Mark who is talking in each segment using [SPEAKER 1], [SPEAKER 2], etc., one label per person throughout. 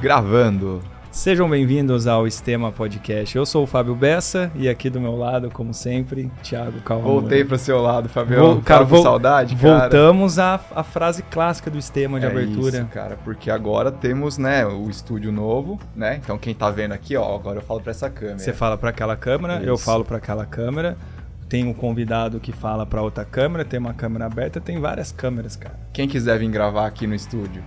[SPEAKER 1] Gravando.
[SPEAKER 2] Sejam bem-vindos ao Estema Podcast. Eu sou o Fábio Bessa e aqui do meu lado, como sempre, Thiago Calma.
[SPEAKER 1] Voltei pro seu lado, Fabião. cara, com saudade, cara.
[SPEAKER 2] Voltamos à, à frase clássica do Estema de
[SPEAKER 1] É
[SPEAKER 2] abertura.
[SPEAKER 1] isso, cara, porque agora temos, né, o estúdio novo, né? Então quem tá vendo aqui, ó, agora eu falo pra essa câmera.
[SPEAKER 2] Você fala para aquela câmera, eu
[SPEAKER 1] Isso.
[SPEAKER 2] falo para aquela câmera. Tem um convidado que fala para outra câmera, tem uma câmera aberta, tem várias câmeras, cara.
[SPEAKER 1] Quem quiser vir gravar aqui no estúdio,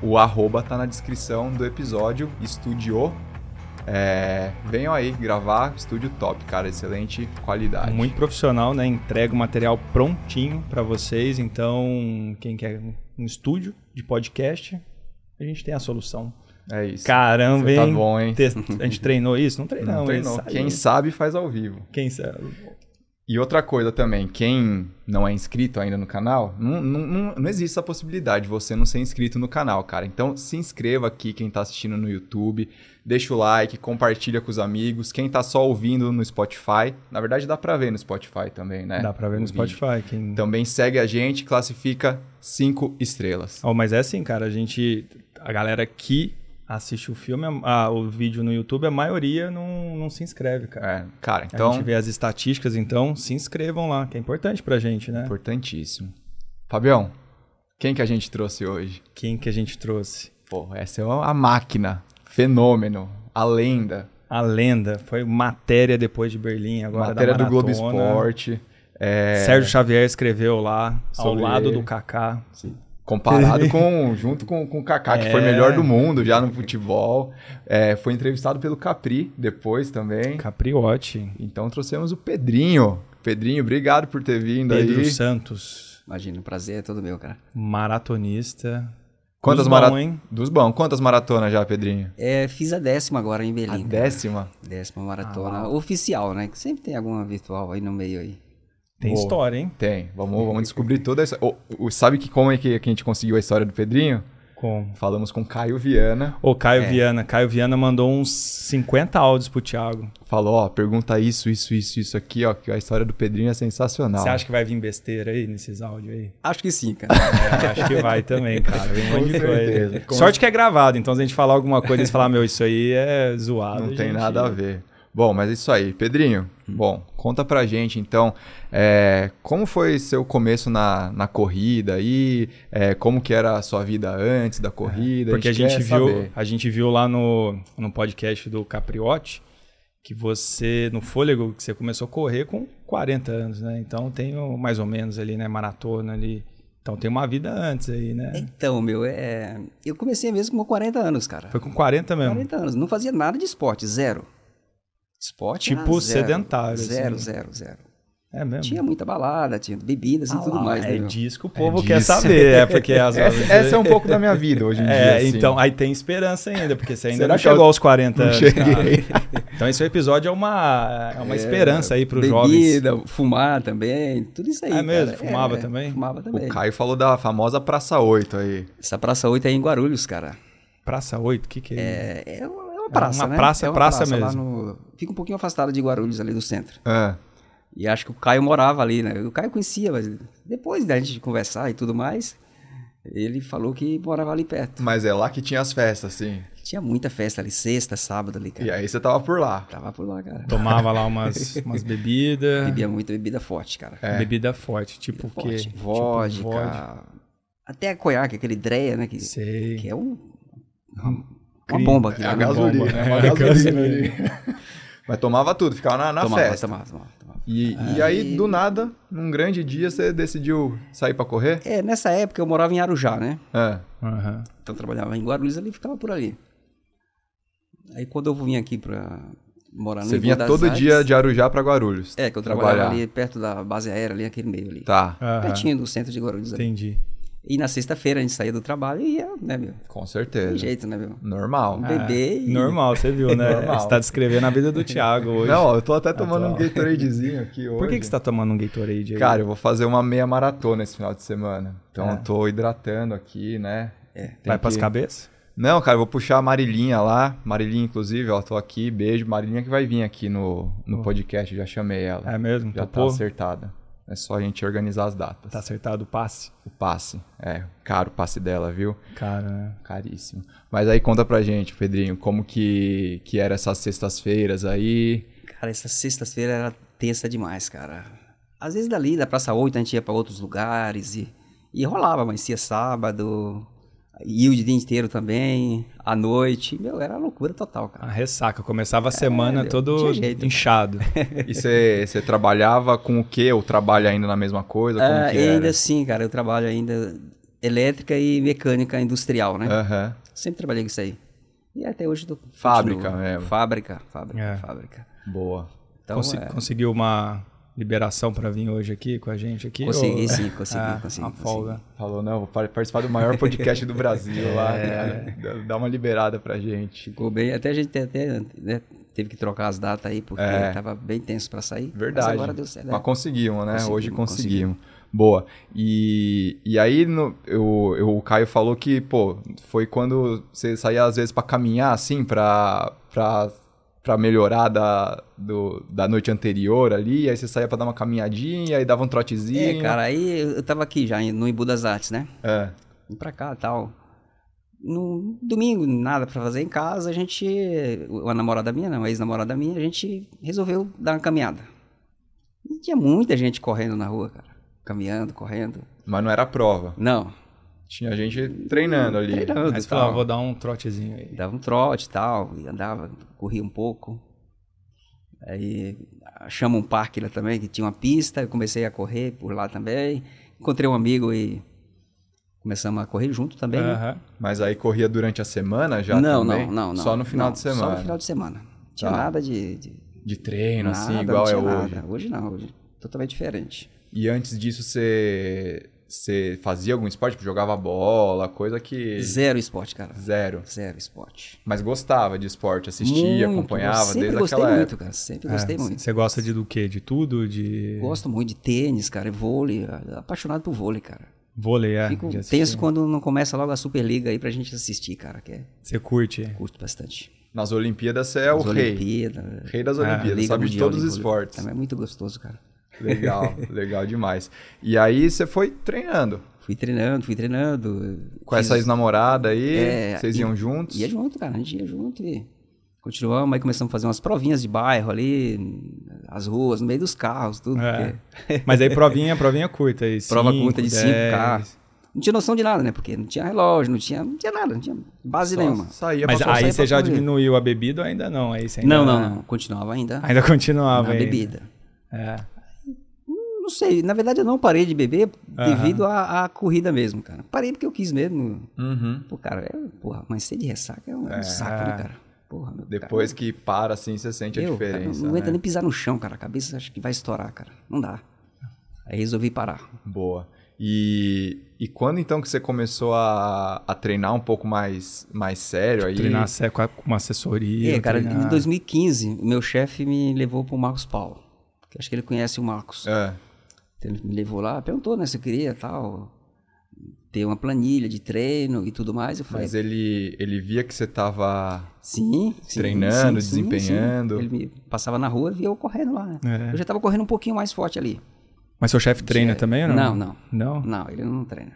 [SPEAKER 1] o arroba tá na descrição do episódio, estúdio. É, venham aí gravar, estúdio top, cara, excelente qualidade.
[SPEAKER 2] Muito profissional, né? Entrega o material prontinho para vocês. Então, quem quer um estúdio de podcast, a gente tem a solução.
[SPEAKER 1] É isso.
[SPEAKER 2] Caramba,
[SPEAKER 1] Você tá
[SPEAKER 2] hein?
[SPEAKER 1] bom, hein?
[SPEAKER 2] Te- A gente treinou isso? Não
[SPEAKER 1] Não,
[SPEAKER 2] treinamos.
[SPEAKER 1] treinou.
[SPEAKER 2] isso aí.
[SPEAKER 1] Quem sabe faz ao vivo.
[SPEAKER 2] Quem sabe?
[SPEAKER 1] E outra coisa também, quem não é inscrito ainda no canal, não, não, não, não existe essa possibilidade de você não ser inscrito no canal, cara. Então se inscreva aqui, quem tá assistindo no YouTube, deixa o like, compartilha com os amigos, quem tá só ouvindo no Spotify, na verdade dá pra ver no Spotify também, né?
[SPEAKER 2] Dá pra ver
[SPEAKER 1] O
[SPEAKER 2] no
[SPEAKER 1] vídeo.
[SPEAKER 2] Spotify. Quem...
[SPEAKER 1] Também segue a gente, classifica cinco estrelas.
[SPEAKER 2] Ó, mas é assim, cara, a gente. A galera que assiste o filme, a- o vídeo no YouTube, a maioria não, não se inscreve, cara.
[SPEAKER 1] É, cara,
[SPEAKER 2] A
[SPEAKER 1] então,
[SPEAKER 2] gente vê né? as estatísticas, então se inscrevam lá, que é importante pra gente, né?
[SPEAKER 1] importantíssimo. Fabião, quem que a gente trouxe hoje?
[SPEAKER 2] Quem que a gente trouxe?
[SPEAKER 1] Pô, essa é a máquina, fenômeno, a lenda.
[SPEAKER 2] A lenda, foi matéria depois de Berlim, agora
[SPEAKER 1] matéria
[SPEAKER 2] da
[SPEAKER 1] do Globo
[SPEAKER 2] maratona.
[SPEAKER 1] Esporte. é,
[SPEAKER 2] Sérgio Xavier escreveu lá, ao
[SPEAKER 1] Sobre
[SPEAKER 2] lado
[SPEAKER 1] ele.
[SPEAKER 2] do Kaká.
[SPEAKER 1] comparado com junto com, com o Kaká, que foi
[SPEAKER 2] É.
[SPEAKER 1] melhor do mundo já no futebol. É, foi entrevistado pelo Capri depois também.
[SPEAKER 2] Capriotti,
[SPEAKER 1] Então trouxemos o Pedrinho. Pedrinho, obrigado por ter vindo
[SPEAKER 2] Pedro
[SPEAKER 1] aí.
[SPEAKER 2] Santos,
[SPEAKER 3] Imagina, o prazer é todo meu, cara.
[SPEAKER 2] maratonista.
[SPEAKER 1] Quantas
[SPEAKER 2] Dos
[SPEAKER 1] mara-
[SPEAKER 2] bom, hein?
[SPEAKER 1] Dos bons. Quantas maratonas já, Pedrinho?
[SPEAKER 3] É, fiz a décima agora em
[SPEAKER 1] A
[SPEAKER 3] Belém. cara.
[SPEAKER 1] décima.
[SPEAKER 3] Décima
[SPEAKER 2] Ah,
[SPEAKER 3] maratona oficial, né? Que sempre tem alguma virtual aí no meio aí.
[SPEAKER 2] Tem
[SPEAKER 1] Boa.
[SPEAKER 2] história, hein?
[SPEAKER 1] Tem. Vamos, vamos descobrir toda essa. Ô, ô, sabe que como é que, que a gente conseguiu a história do Pedrinho?
[SPEAKER 2] Como?
[SPEAKER 1] Falamos com É. Caio Viana.
[SPEAKER 2] Ô, Caio Viana. Caio Viana mandou uns 50 áudios pro Thiago.
[SPEAKER 1] Falou, ó, pergunta isso, isso, isso, isso aqui, ó, que a história do Pedrinho é sensacional.
[SPEAKER 2] Você acha que vai vir besteira aí nesses áudios aí?
[SPEAKER 3] Acho que sim, cara.
[SPEAKER 2] É, acho que vai também, cara. Vem um monte de
[SPEAKER 1] Com certeza.
[SPEAKER 2] coisa.
[SPEAKER 1] Com-
[SPEAKER 2] Sorte que é gravado, então se a gente falar alguma coisa e eles falar, meu, isso aí é zoado.
[SPEAKER 1] Não
[SPEAKER 2] a
[SPEAKER 1] tem
[SPEAKER 2] gente- né? Hum.
[SPEAKER 1] nada a ver. Bom, mas é isso aí. Pedrinho, bom, conta pra gente então, é, como foi seu começo na, na corrida aí? É, como que era a sua vida antes da corrida?
[SPEAKER 2] É, Porque a gente,
[SPEAKER 1] quer
[SPEAKER 2] viu,
[SPEAKER 1] saber.
[SPEAKER 2] a gente viu lá no, no podcast do Capriotti que você, no fôlego, que você começou a correr com 40 anos, né? Então tem o- mais ou menos ali, né? Maratona ali. Então tem uma vida antes aí, né?
[SPEAKER 3] Então, meu, é. Eu comecei mesmo com 40 anos, cara.
[SPEAKER 2] Foi com 40 mesmo.
[SPEAKER 3] 40 anos. Não fazia nada de esporte, zero. Esporte? era
[SPEAKER 2] Tipo
[SPEAKER 3] zero.
[SPEAKER 2] sedentário,
[SPEAKER 3] Zero,
[SPEAKER 2] assim.
[SPEAKER 3] zero, zero.
[SPEAKER 2] É mesmo.
[SPEAKER 3] Tinha muita balada, tinha bebidas e
[SPEAKER 2] Ah
[SPEAKER 3] tudo
[SPEAKER 2] lá,
[SPEAKER 3] mais,
[SPEAKER 2] é
[SPEAKER 3] né? meu?
[SPEAKER 2] disso que o
[SPEAKER 1] É
[SPEAKER 2] povo quer
[SPEAKER 1] disso.
[SPEAKER 2] saber, é porque às vezes...
[SPEAKER 1] Essa, essa é um pouco da minha vida hoje em dia.
[SPEAKER 2] É,
[SPEAKER 1] assim.
[SPEAKER 2] então, é, aí tem esperança ainda, porque você ainda
[SPEAKER 1] Será
[SPEAKER 2] não
[SPEAKER 1] que eu-
[SPEAKER 2] chegou aos 40
[SPEAKER 1] não
[SPEAKER 2] anos,
[SPEAKER 1] cheguei.
[SPEAKER 2] cara. Então esse episódio é uma, é uma esperança aí para os jovens.
[SPEAKER 3] Bebida, fumar também, tudo isso aí.
[SPEAKER 2] É
[SPEAKER 3] cara.
[SPEAKER 2] mesmo? Fumava também?
[SPEAKER 3] Fumava
[SPEAKER 1] O
[SPEAKER 3] também.
[SPEAKER 1] Caio falou da famosa Praça 8 aí.
[SPEAKER 3] Essa Praça 8 aí em Guarulhos, cara.
[SPEAKER 2] Praça 8, o que que é? isso?
[SPEAKER 3] É, é uma é uma praça,
[SPEAKER 2] uma
[SPEAKER 3] né?
[SPEAKER 2] praça,
[SPEAKER 3] é uma
[SPEAKER 2] praça
[SPEAKER 3] lá
[SPEAKER 2] mesmo.
[SPEAKER 3] no- Fica um pouquinho afastado de Guarulhos, ali do centro.
[SPEAKER 1] Ah,
[SPEAKER 3] E acho que o Caio morava ali, né? O Caio conhecia, mas depois da gente conversar e tudo mais, ele falou que morava ali perto.
[SPEAKER 1] mas é lá que tinha as festas, assim.
[SPEAKER 3] Tinha muita festa ali, sexta, sábado ali,
[SPEAKER 1] E
[SPEAKER 3] cara.
[SPEAKER 1] aí você tava por lá.
[SPEAKER 3] Tava por lá, cara.
[SPEAKER 2] Tomava lá umas, umas bebidas,
[SPEAKER 3] Bebia muita bebida forte, cara.
[SPEAKER 1] É.
[SPEAKER 2] bebida forte, tipo o quê?
[SPEAKER 3] Forte.
[SPEAKER 2] Tipo
[SPEAKER 3] Vodka. Até a conhaque, aquele dreia, né? Que,
[SPEAKER 2] Sei.
[SPEAKER 3] que é um, uma- uma
[SPEAKER 2] Crime.
[SPEAKER 3] bomba aqui.
[SPEAKER 1] É a
[SPEAKER 3] né?
[SPEAKER 1] gasolina, né?
[SPEAKER 2] bomba, né?
[SPEAKER 1] Uma
[SPEAKER 2] É a
[SPEAKER 1] gasolina ali. Mas tomava tudo, ficava na, na
[SPEAKER 3] tomava,
[SPEAKER 1] festa.
[SPEAKER 3] tomava, tomava, tomava.
[SPEAKER 1] E, e
[SPEAKER 2] Ah,
[SPEAKER 1] aí, do nada, num grande dia, você decidiu sair pra correr?
[SPEAKER 3] É, nessa época eu morava em Arujá, né?
[SPEAKER 1] Ah,
[SPEAKER 2] Aham.
[SPEAKER 3] Então eu trabalhava em Guarulhos ali, ficava por ali. Aí quando eu vim aqui pra morar no
[SPEAKER 1] você
[SPEAKER 3] Igor
[SPEAKER 1] vinha
[SPEAKER 3] das
[SPEAKER 1] todo
[SPEAKER 3] Artes-
[SPEAKER 1] dia de Arujá pra Guarulhos.
[SPEAKER 3] É, que eu trabalhava
[SPEAKER 1] trabalhar.
[SPEAKER 3] ali perto da base aérea, ali naquele meio ali.
[SPEAKER 1] Tá,
[SPEAKER 2] Aham.
[SPEAKER 3] Pertinho do centro de Guarulhos ali.
[SPEAKER 2] Entendi.
[SPEAKER 3] E na sexta-feira a gente saía do trabalho e ia, né, meu? Tem
[SPEAKER 1] com certeza.
[SPEAKER 3] jeito, né, meu?
[SPEAKER 1] Normal. É.
[SPEAKER 3] Ah, Beber e-
[SPEAKER 2] Normal, você viu, né?
[SPEAKER 1] Normal.
[SPEAKER 2] Você tá descrevendo a vida do Thiago hoje.
[SPEAKER 1] Não, eu tô até tomando um
[SPEAKER 2] Atual.
[SPEAKER 1] Gatoradezinho aqui hoje.
[SPEAKER 2] Por que, que você tá tomando um Gatorade aí?
[SPEAKER 1] Cara, eu vou fazer uma meia maratona esse final de semana. Então eu tô hidratando aqui, né? É.
[SPEAKER 2] Ah. vai pras cabeças?
[SPEAKER 1] Não, cara, eu vou puxar a Marilinha lá. Marilinha, inclusive, ó, tô aqui. Beijo. Marilinha que vai vir aqui no, no podcast, já chamei ela.
[SPEAKER 2] É mesmo?
[SPEAKER 1] Já tá
[SPEAKER 2] Topou?
[SPEAKER 1] acertada. É só a gente organizar as datas.
[SPEAKER 2] Tá acertado o passe?
[SPEAKER 1] O passe. É, caro o passe dela, viu?
[SPEAKER 2] Cara, né?
[SPEAKER 1] Caríssimo. Mas aí conta pra gente, Pedrinho, como que, que era essas sextas-feiras aí?
[SPEAKER 3] Cara, essa sexta-feira era tensa demais, cara. Às vezes dali, da Praça 8, a gente ia pra outros lugares e, e rolava, mas ia sábado, ia o dia inteiro também, à noite. Meu, era loucura total,
[SPEAKER 2] A
[SPEAKER 3] cara.
[SPEAKER 2] ressaca. Começava a semana
[SPEAKER 3] deu-
[SPEAKER 2] todo
[SPEAKER 3] tinha É, jeito. né?
[SPEAKER 2] inchado.
[SPEAKER 1] E você trabalhava com o quê? Ou trabalha ainda na mesma coisa? Como
[SPEAKER 3] Ah,
[SPEAKER 1] que
[SPEAKER 3] e ainda
[SPEAKER 1] era?
[SPEAKER 3] assim, cara, eu trabalho ainda elétrica e mecânica industrial, né?
[SPEAKER 1] Aham.
[SPEAKER 3] Sempre trabalhei com isso aí. E até hoje eu tô
[SPEAKER 1] Fábrica é.
[SPEAKER 3] continuo.
[SPEAKER 1] mesmo.
[SPEAKER 3] Fábrica, fábrica,
[SPEAKER 2] É.
[SPEAKER 3] fábrica.
[SPEAKER 1] Boa.
[SPEAKER 3] Então,
[SPEAKER 2] Consi-
[SPEAKER 3] é,
[SPEAKER 2] Conseguiu uma liberação pra vir hoje aqui com a gente aqui?
[SPEAKER 3] consegui
[SPEAKER 2] ou-
[SPEAKER 3] sim, consegui,
[SPEAKER 2] Ah,
[SPEAKER 3] consegui.
[SPEAKER 2] Uma
[SPEAKER 3] consegui.
[SPEAKER 2] folga.
[SPEAKER 1] Falou, não, vou par- participar do maior podcast do Brasil lá, cara. Dá- Dá uma liberada pra gente.
[SPEAKER 3] Ficou bem, até a gente te- até, né, teve que trocar as datas aí, porque
[SPEAKER 1] É.
[SPEAKER 3] tava bem tenso pra sair.
[SPEAKER 1] Verdade.
[SPEAKER 3] Mas agora deu certo.
[SPEAKER 1] Mas
[SPEAKER 3] né?
[SPEAKER 1] conseguimos, né?
[SPEAKER 3] Conseguimos,
[SPEAKER 1] Hoje conseguimos. Boa. E, e aí, no, eu, eu- o Caio falou que, pô, foi quando você saía às vezes pra caminhar, assim, pra, pra, pra melhorar da, do- da noite anterior ali, aí você saía pra dar uma caminhadinha, aí dava um trotezinho.
[SPEAKER 3] É, cara, aí eu eu tava aqui já em- no Embu das Artes, né?
[SPEAKER 1] É,
[SPEAKER 3] Vim pra cá e tal. No domingo, nada pra fazer em casa, a gente, uma namorada minha, né, uma ex-namorada minha, a gente resolveu dar uma caminhada. E tinha muita gente correndo na rua, cara. Caminhando, correndo.
[SPEAKER 1] mas não era prova.
[SPEAKER 3] Não,
[SPEAKER 1] Tinha gente treinando ali.
[SPEAKER 3] treinando
[SPEAKER 2] Mas
[SPEAKER 3] e
[SPEAKER 2] falou,
[SPEAKER 3] tal.
[SPEAKER 2] ah, vou dar um trotezinho aí.
[SPEAKER 3] dava um trote e tal, e andava, corria um pouco. Aí chama um parque lá também, que tinha uma pista, eu comecei a correr por lá também. Encontrei um amigo e começamos a correr junto também. né?
[SPEAKER 2] Aham.
[SPEAKER 1] Mas aí corria durante a semana já?
[SPEAKER 3] não,
[SPEAKER 1] também?
[SPEAKER 3] não, não, não.
[SPEAKER 1] Só no final
[SPEAKER 3] não,
[SPEAKER 1] de semana.
[SPEAKER 3] Só no final de semana. Tinha
[SPEAKER 1] Tá.
[SPEAKER 3] nada de. de
[SPEAKER 1] De treino,
[SPEAKER 3] nada,
[SPEAKER 1] assim,
[SPEAKER 3] não
[SPEAKER 1] igual é
[SPEAKER 3] tinha
[SPEAKER 1] hoje.
[SPEAKER 3] nada. Hoje não, hoje. Totalmente diferente.
[SPEAKER 1] E antes disso, você, você fazia algum esporte? Tipo, jogava bola, coisa que.
[SPEAKER 3] Zero esporte, cara.
[SPEAKER 1] Zero.
[SPEAKER 3] Zero esporte.
[SPEAKER 1] Mas gostava de esporte, assistia,
[SPEAKER 3] Muito,
[SPEAKER 1] acompanhava
[SPEAKER 3] Sempre
[SPEAKER 1] desde
[SPEAKER 3] gostei
[SPEAKER 1] aquela
[SPEAKER 3] muito, cara. Sempre gostei
[SPEAKER 2] É,
[SPEAKER 3] muito.
[SPEAKER 2] Você gosta de do quê? De tudo? De
[SPEAKER 3] Gosto muito de tênis, cara. e Vôlei. Apaixonado por vôlei, cara.
[SPEAKER 2] vôlei? É,
[SPEAKER 3] Fico
[SPEAKER 2] de assistir.
[SPEAKER 3] tenso quando não começa logo a Superliga aí pra gente assistir, cara, que é,
[SPEAKER 2] um- Você curte?
[SPEAKER 3] curto bastante.
[SPEAKER 1] época. Nas Olimpíadas, você é o
[SPEAKER 3] As
[SPEAKER 1] rei.
[SPEAKER 3] Olimpíadas,
[SPEAKER 1] Rei das
[SPEAKER 2] Ah,
[SPEAKER 1] Olimpíadas,
[SPEAKER 3] É, Liga
[SPEAKER 1] sabe de
[SPEAKER 3] Mundial
[SPEAKER 1] todos
[SPEAKER 3] de
[SPEAKER 1] os
[SPEAKER 3] Vôlei.
[SPEAKER 1] esportes.
[SPEAKER 3] Também é muito gostoso, cara.
[SPEAKER 1] Legal, legal demais. E aí você foi treinando.
[SPEAKER 3] Fui treinando, fui treinando.
[SPEAKER 1] Com essa ex-namorada aí,
[SPEAKER 3] É,
[SPEAKER 1] vocês
[SPEAKER 3] e-
[SPEAKER 1] iam juntos.
[SPEAKER 3] Ia junto, cara, a gente ia junto e continuamos, aí começamos a fazer umas provinhas de bairro ali, as ruas, no meio dos carros, tudo.
[SPEAKER 2] É.
[SPEAKER 3] porque
[SPEAKER 2] Mas aí provinha, provinha curta aí.
[SPEAKER 3] Prova
[SPEAKER 2] cinco,
[SPEAKER 3] curta de
[SPEAKER 2] 10.
[SPEAKER 3] 5K. Não tinha noção de nada, né? Porque não tinha relógio, não tinha, não tinha nada, não tinha base
[SPEAKER 1] Só
[SPEAKER 3] nenhuma.
[SPEAKER 1] Saía
[SPEAKER 2] Mas
[SPEAKER 1] pra
[SPEAKER 3] sair
[SPEAKER 2] aí você
[SPEAKER 3] pra
[SPEAKER 2] já
[SPEAKER 3] correr.
[SPEAKER 2] diminuiu a bebida ou ainda não? Aí você ainda,
[SPEAKER 3] Não, não, não. Continuava ainda
[SPEAKER 2] Ainda continuava
[SPEAKER 3] na
[SPEAKER 2] aí.
[SPEAKER 3] É. bebida.
[SPEAKER 2] É.
[SPEAKER 3] Não sei, na verdade eu não parei de beber
[SPEAKER 2] Aham.
[SPEAKER 3] devido à, à corrida mesmo, cara. Parei porque eu quis mesmo.
[SPEAKER 1] Uhum.
[SPEAKER 3] Pô, cara, é, porra, mas ser de ressaca é um, é um saco, né, cara? Porra, meu
[SPEAKER 1] Depois
[SPEAKER 3] cara,
[SPEAKER 1] que para, assim, você sente a
[SPEAKER 3] eu, cara,
[SPEAKER 1] diferença.
[SPEAKER 3] não
[SPEAKER 1] né?
[SPEAKER 3] aguenta nem pisar no chão, cara. A cabeça acho que vai estourar, cara. Não dá. Aí resolvi parar.
[SPEAKER 1] Boa. E, e quando então que você começou a, a treinar um pouco mais, mais sério aí?
[SPEAKER 2] Treinar sé- com a- com uma assessoria.
[SPEAKER 3] é, cara,
[SPEAKER 2] treinar-
[SPEAKER 3] em 2015, meu chefe me levou pro Marcos Paulo. Que acho que ele conhece o Marcos.
[SPEAKER 1] É,
[SPEAKER 3] Então, ele me levou lá, perguntou, né, se eu queria tal. Ter uma planilha de treino e tudo mais. Eu falei,
[SPEAKER 1] mas é ele, ele via que você tava.
[SPEAKER 3] Sim, sim,
[SPEAKER 1] Treinando,
[SPEAKER 3] sim, sim,
[SPEAKER 1] desempenhando.
[SPEAKER 3] sim. Ele me passava na rua e via eu correndo lá, né?
[SPEAKER 2] É.
[SPEAKER 3] Eu já tava correndo um pouquinho mais forte ali.
[SPEAKER 2] Mas seu chefe treina também ou não?
[SPEAKER 3] Não, não.
[SPEAKER 2] Não?
[SPEAKER 3] Não, ele não treina.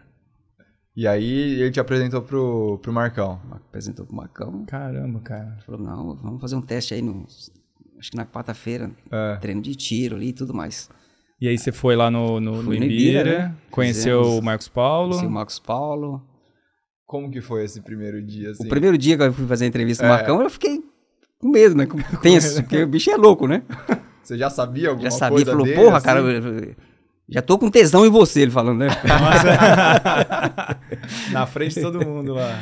[SPEAKER 1] E aí ele te apresentou pro, pro Marcão.
[SPEAKER 3] Marco Apresentou pro Marcão,
[SPEAKER 2] Caramba, cara.
[SPEAKER 3] falou, não, vamos fazer um teste aí no... Acho que na quarta-feira,
[SPEAKER 1] É.
[SPEAKER 3] treino de tiro ali e tudo mais.
[SPEAKER 2] E aí você foi lá no, no, no
[SPEAKER 3] Fui no
[SPEAKER 2] Ibira,
[SPEAKER 3] Ibira, né?
[SPEAKER 2] conheceu
[SPEAKER 3] Fizemos-
[SPEAKER 2] o Marcos Paulo.
[SPEAKER 3] Conheci o Marcos Paulo.
[SPEAKER 1] Como que foi esse primeiro dia? Assim?
[SPEAKER 3] O primeiro dia que eu fui fazer a entrevista
[SPEAKER 1] É.
[SPEAKER 3] com o Marcão, eu fiquei com medo, né? Com- Tenso, porque o bicho é louco, né?
[SPEAKER 1] Você já sabia alguma
[SPEAKER 3] Já
[SPEAKER 1] coisa?
[SPEAKER 3] sabia, falou,
[SPEAKER 1] dele,
[SPEAKER 3] porra,
[SPEAKER 1] assim?
[SPEAKER 3] cara, eu- eu- já tô com tesão em você, ele falando, né?
[SPEAKER 2] Na frente de todo mundo lá.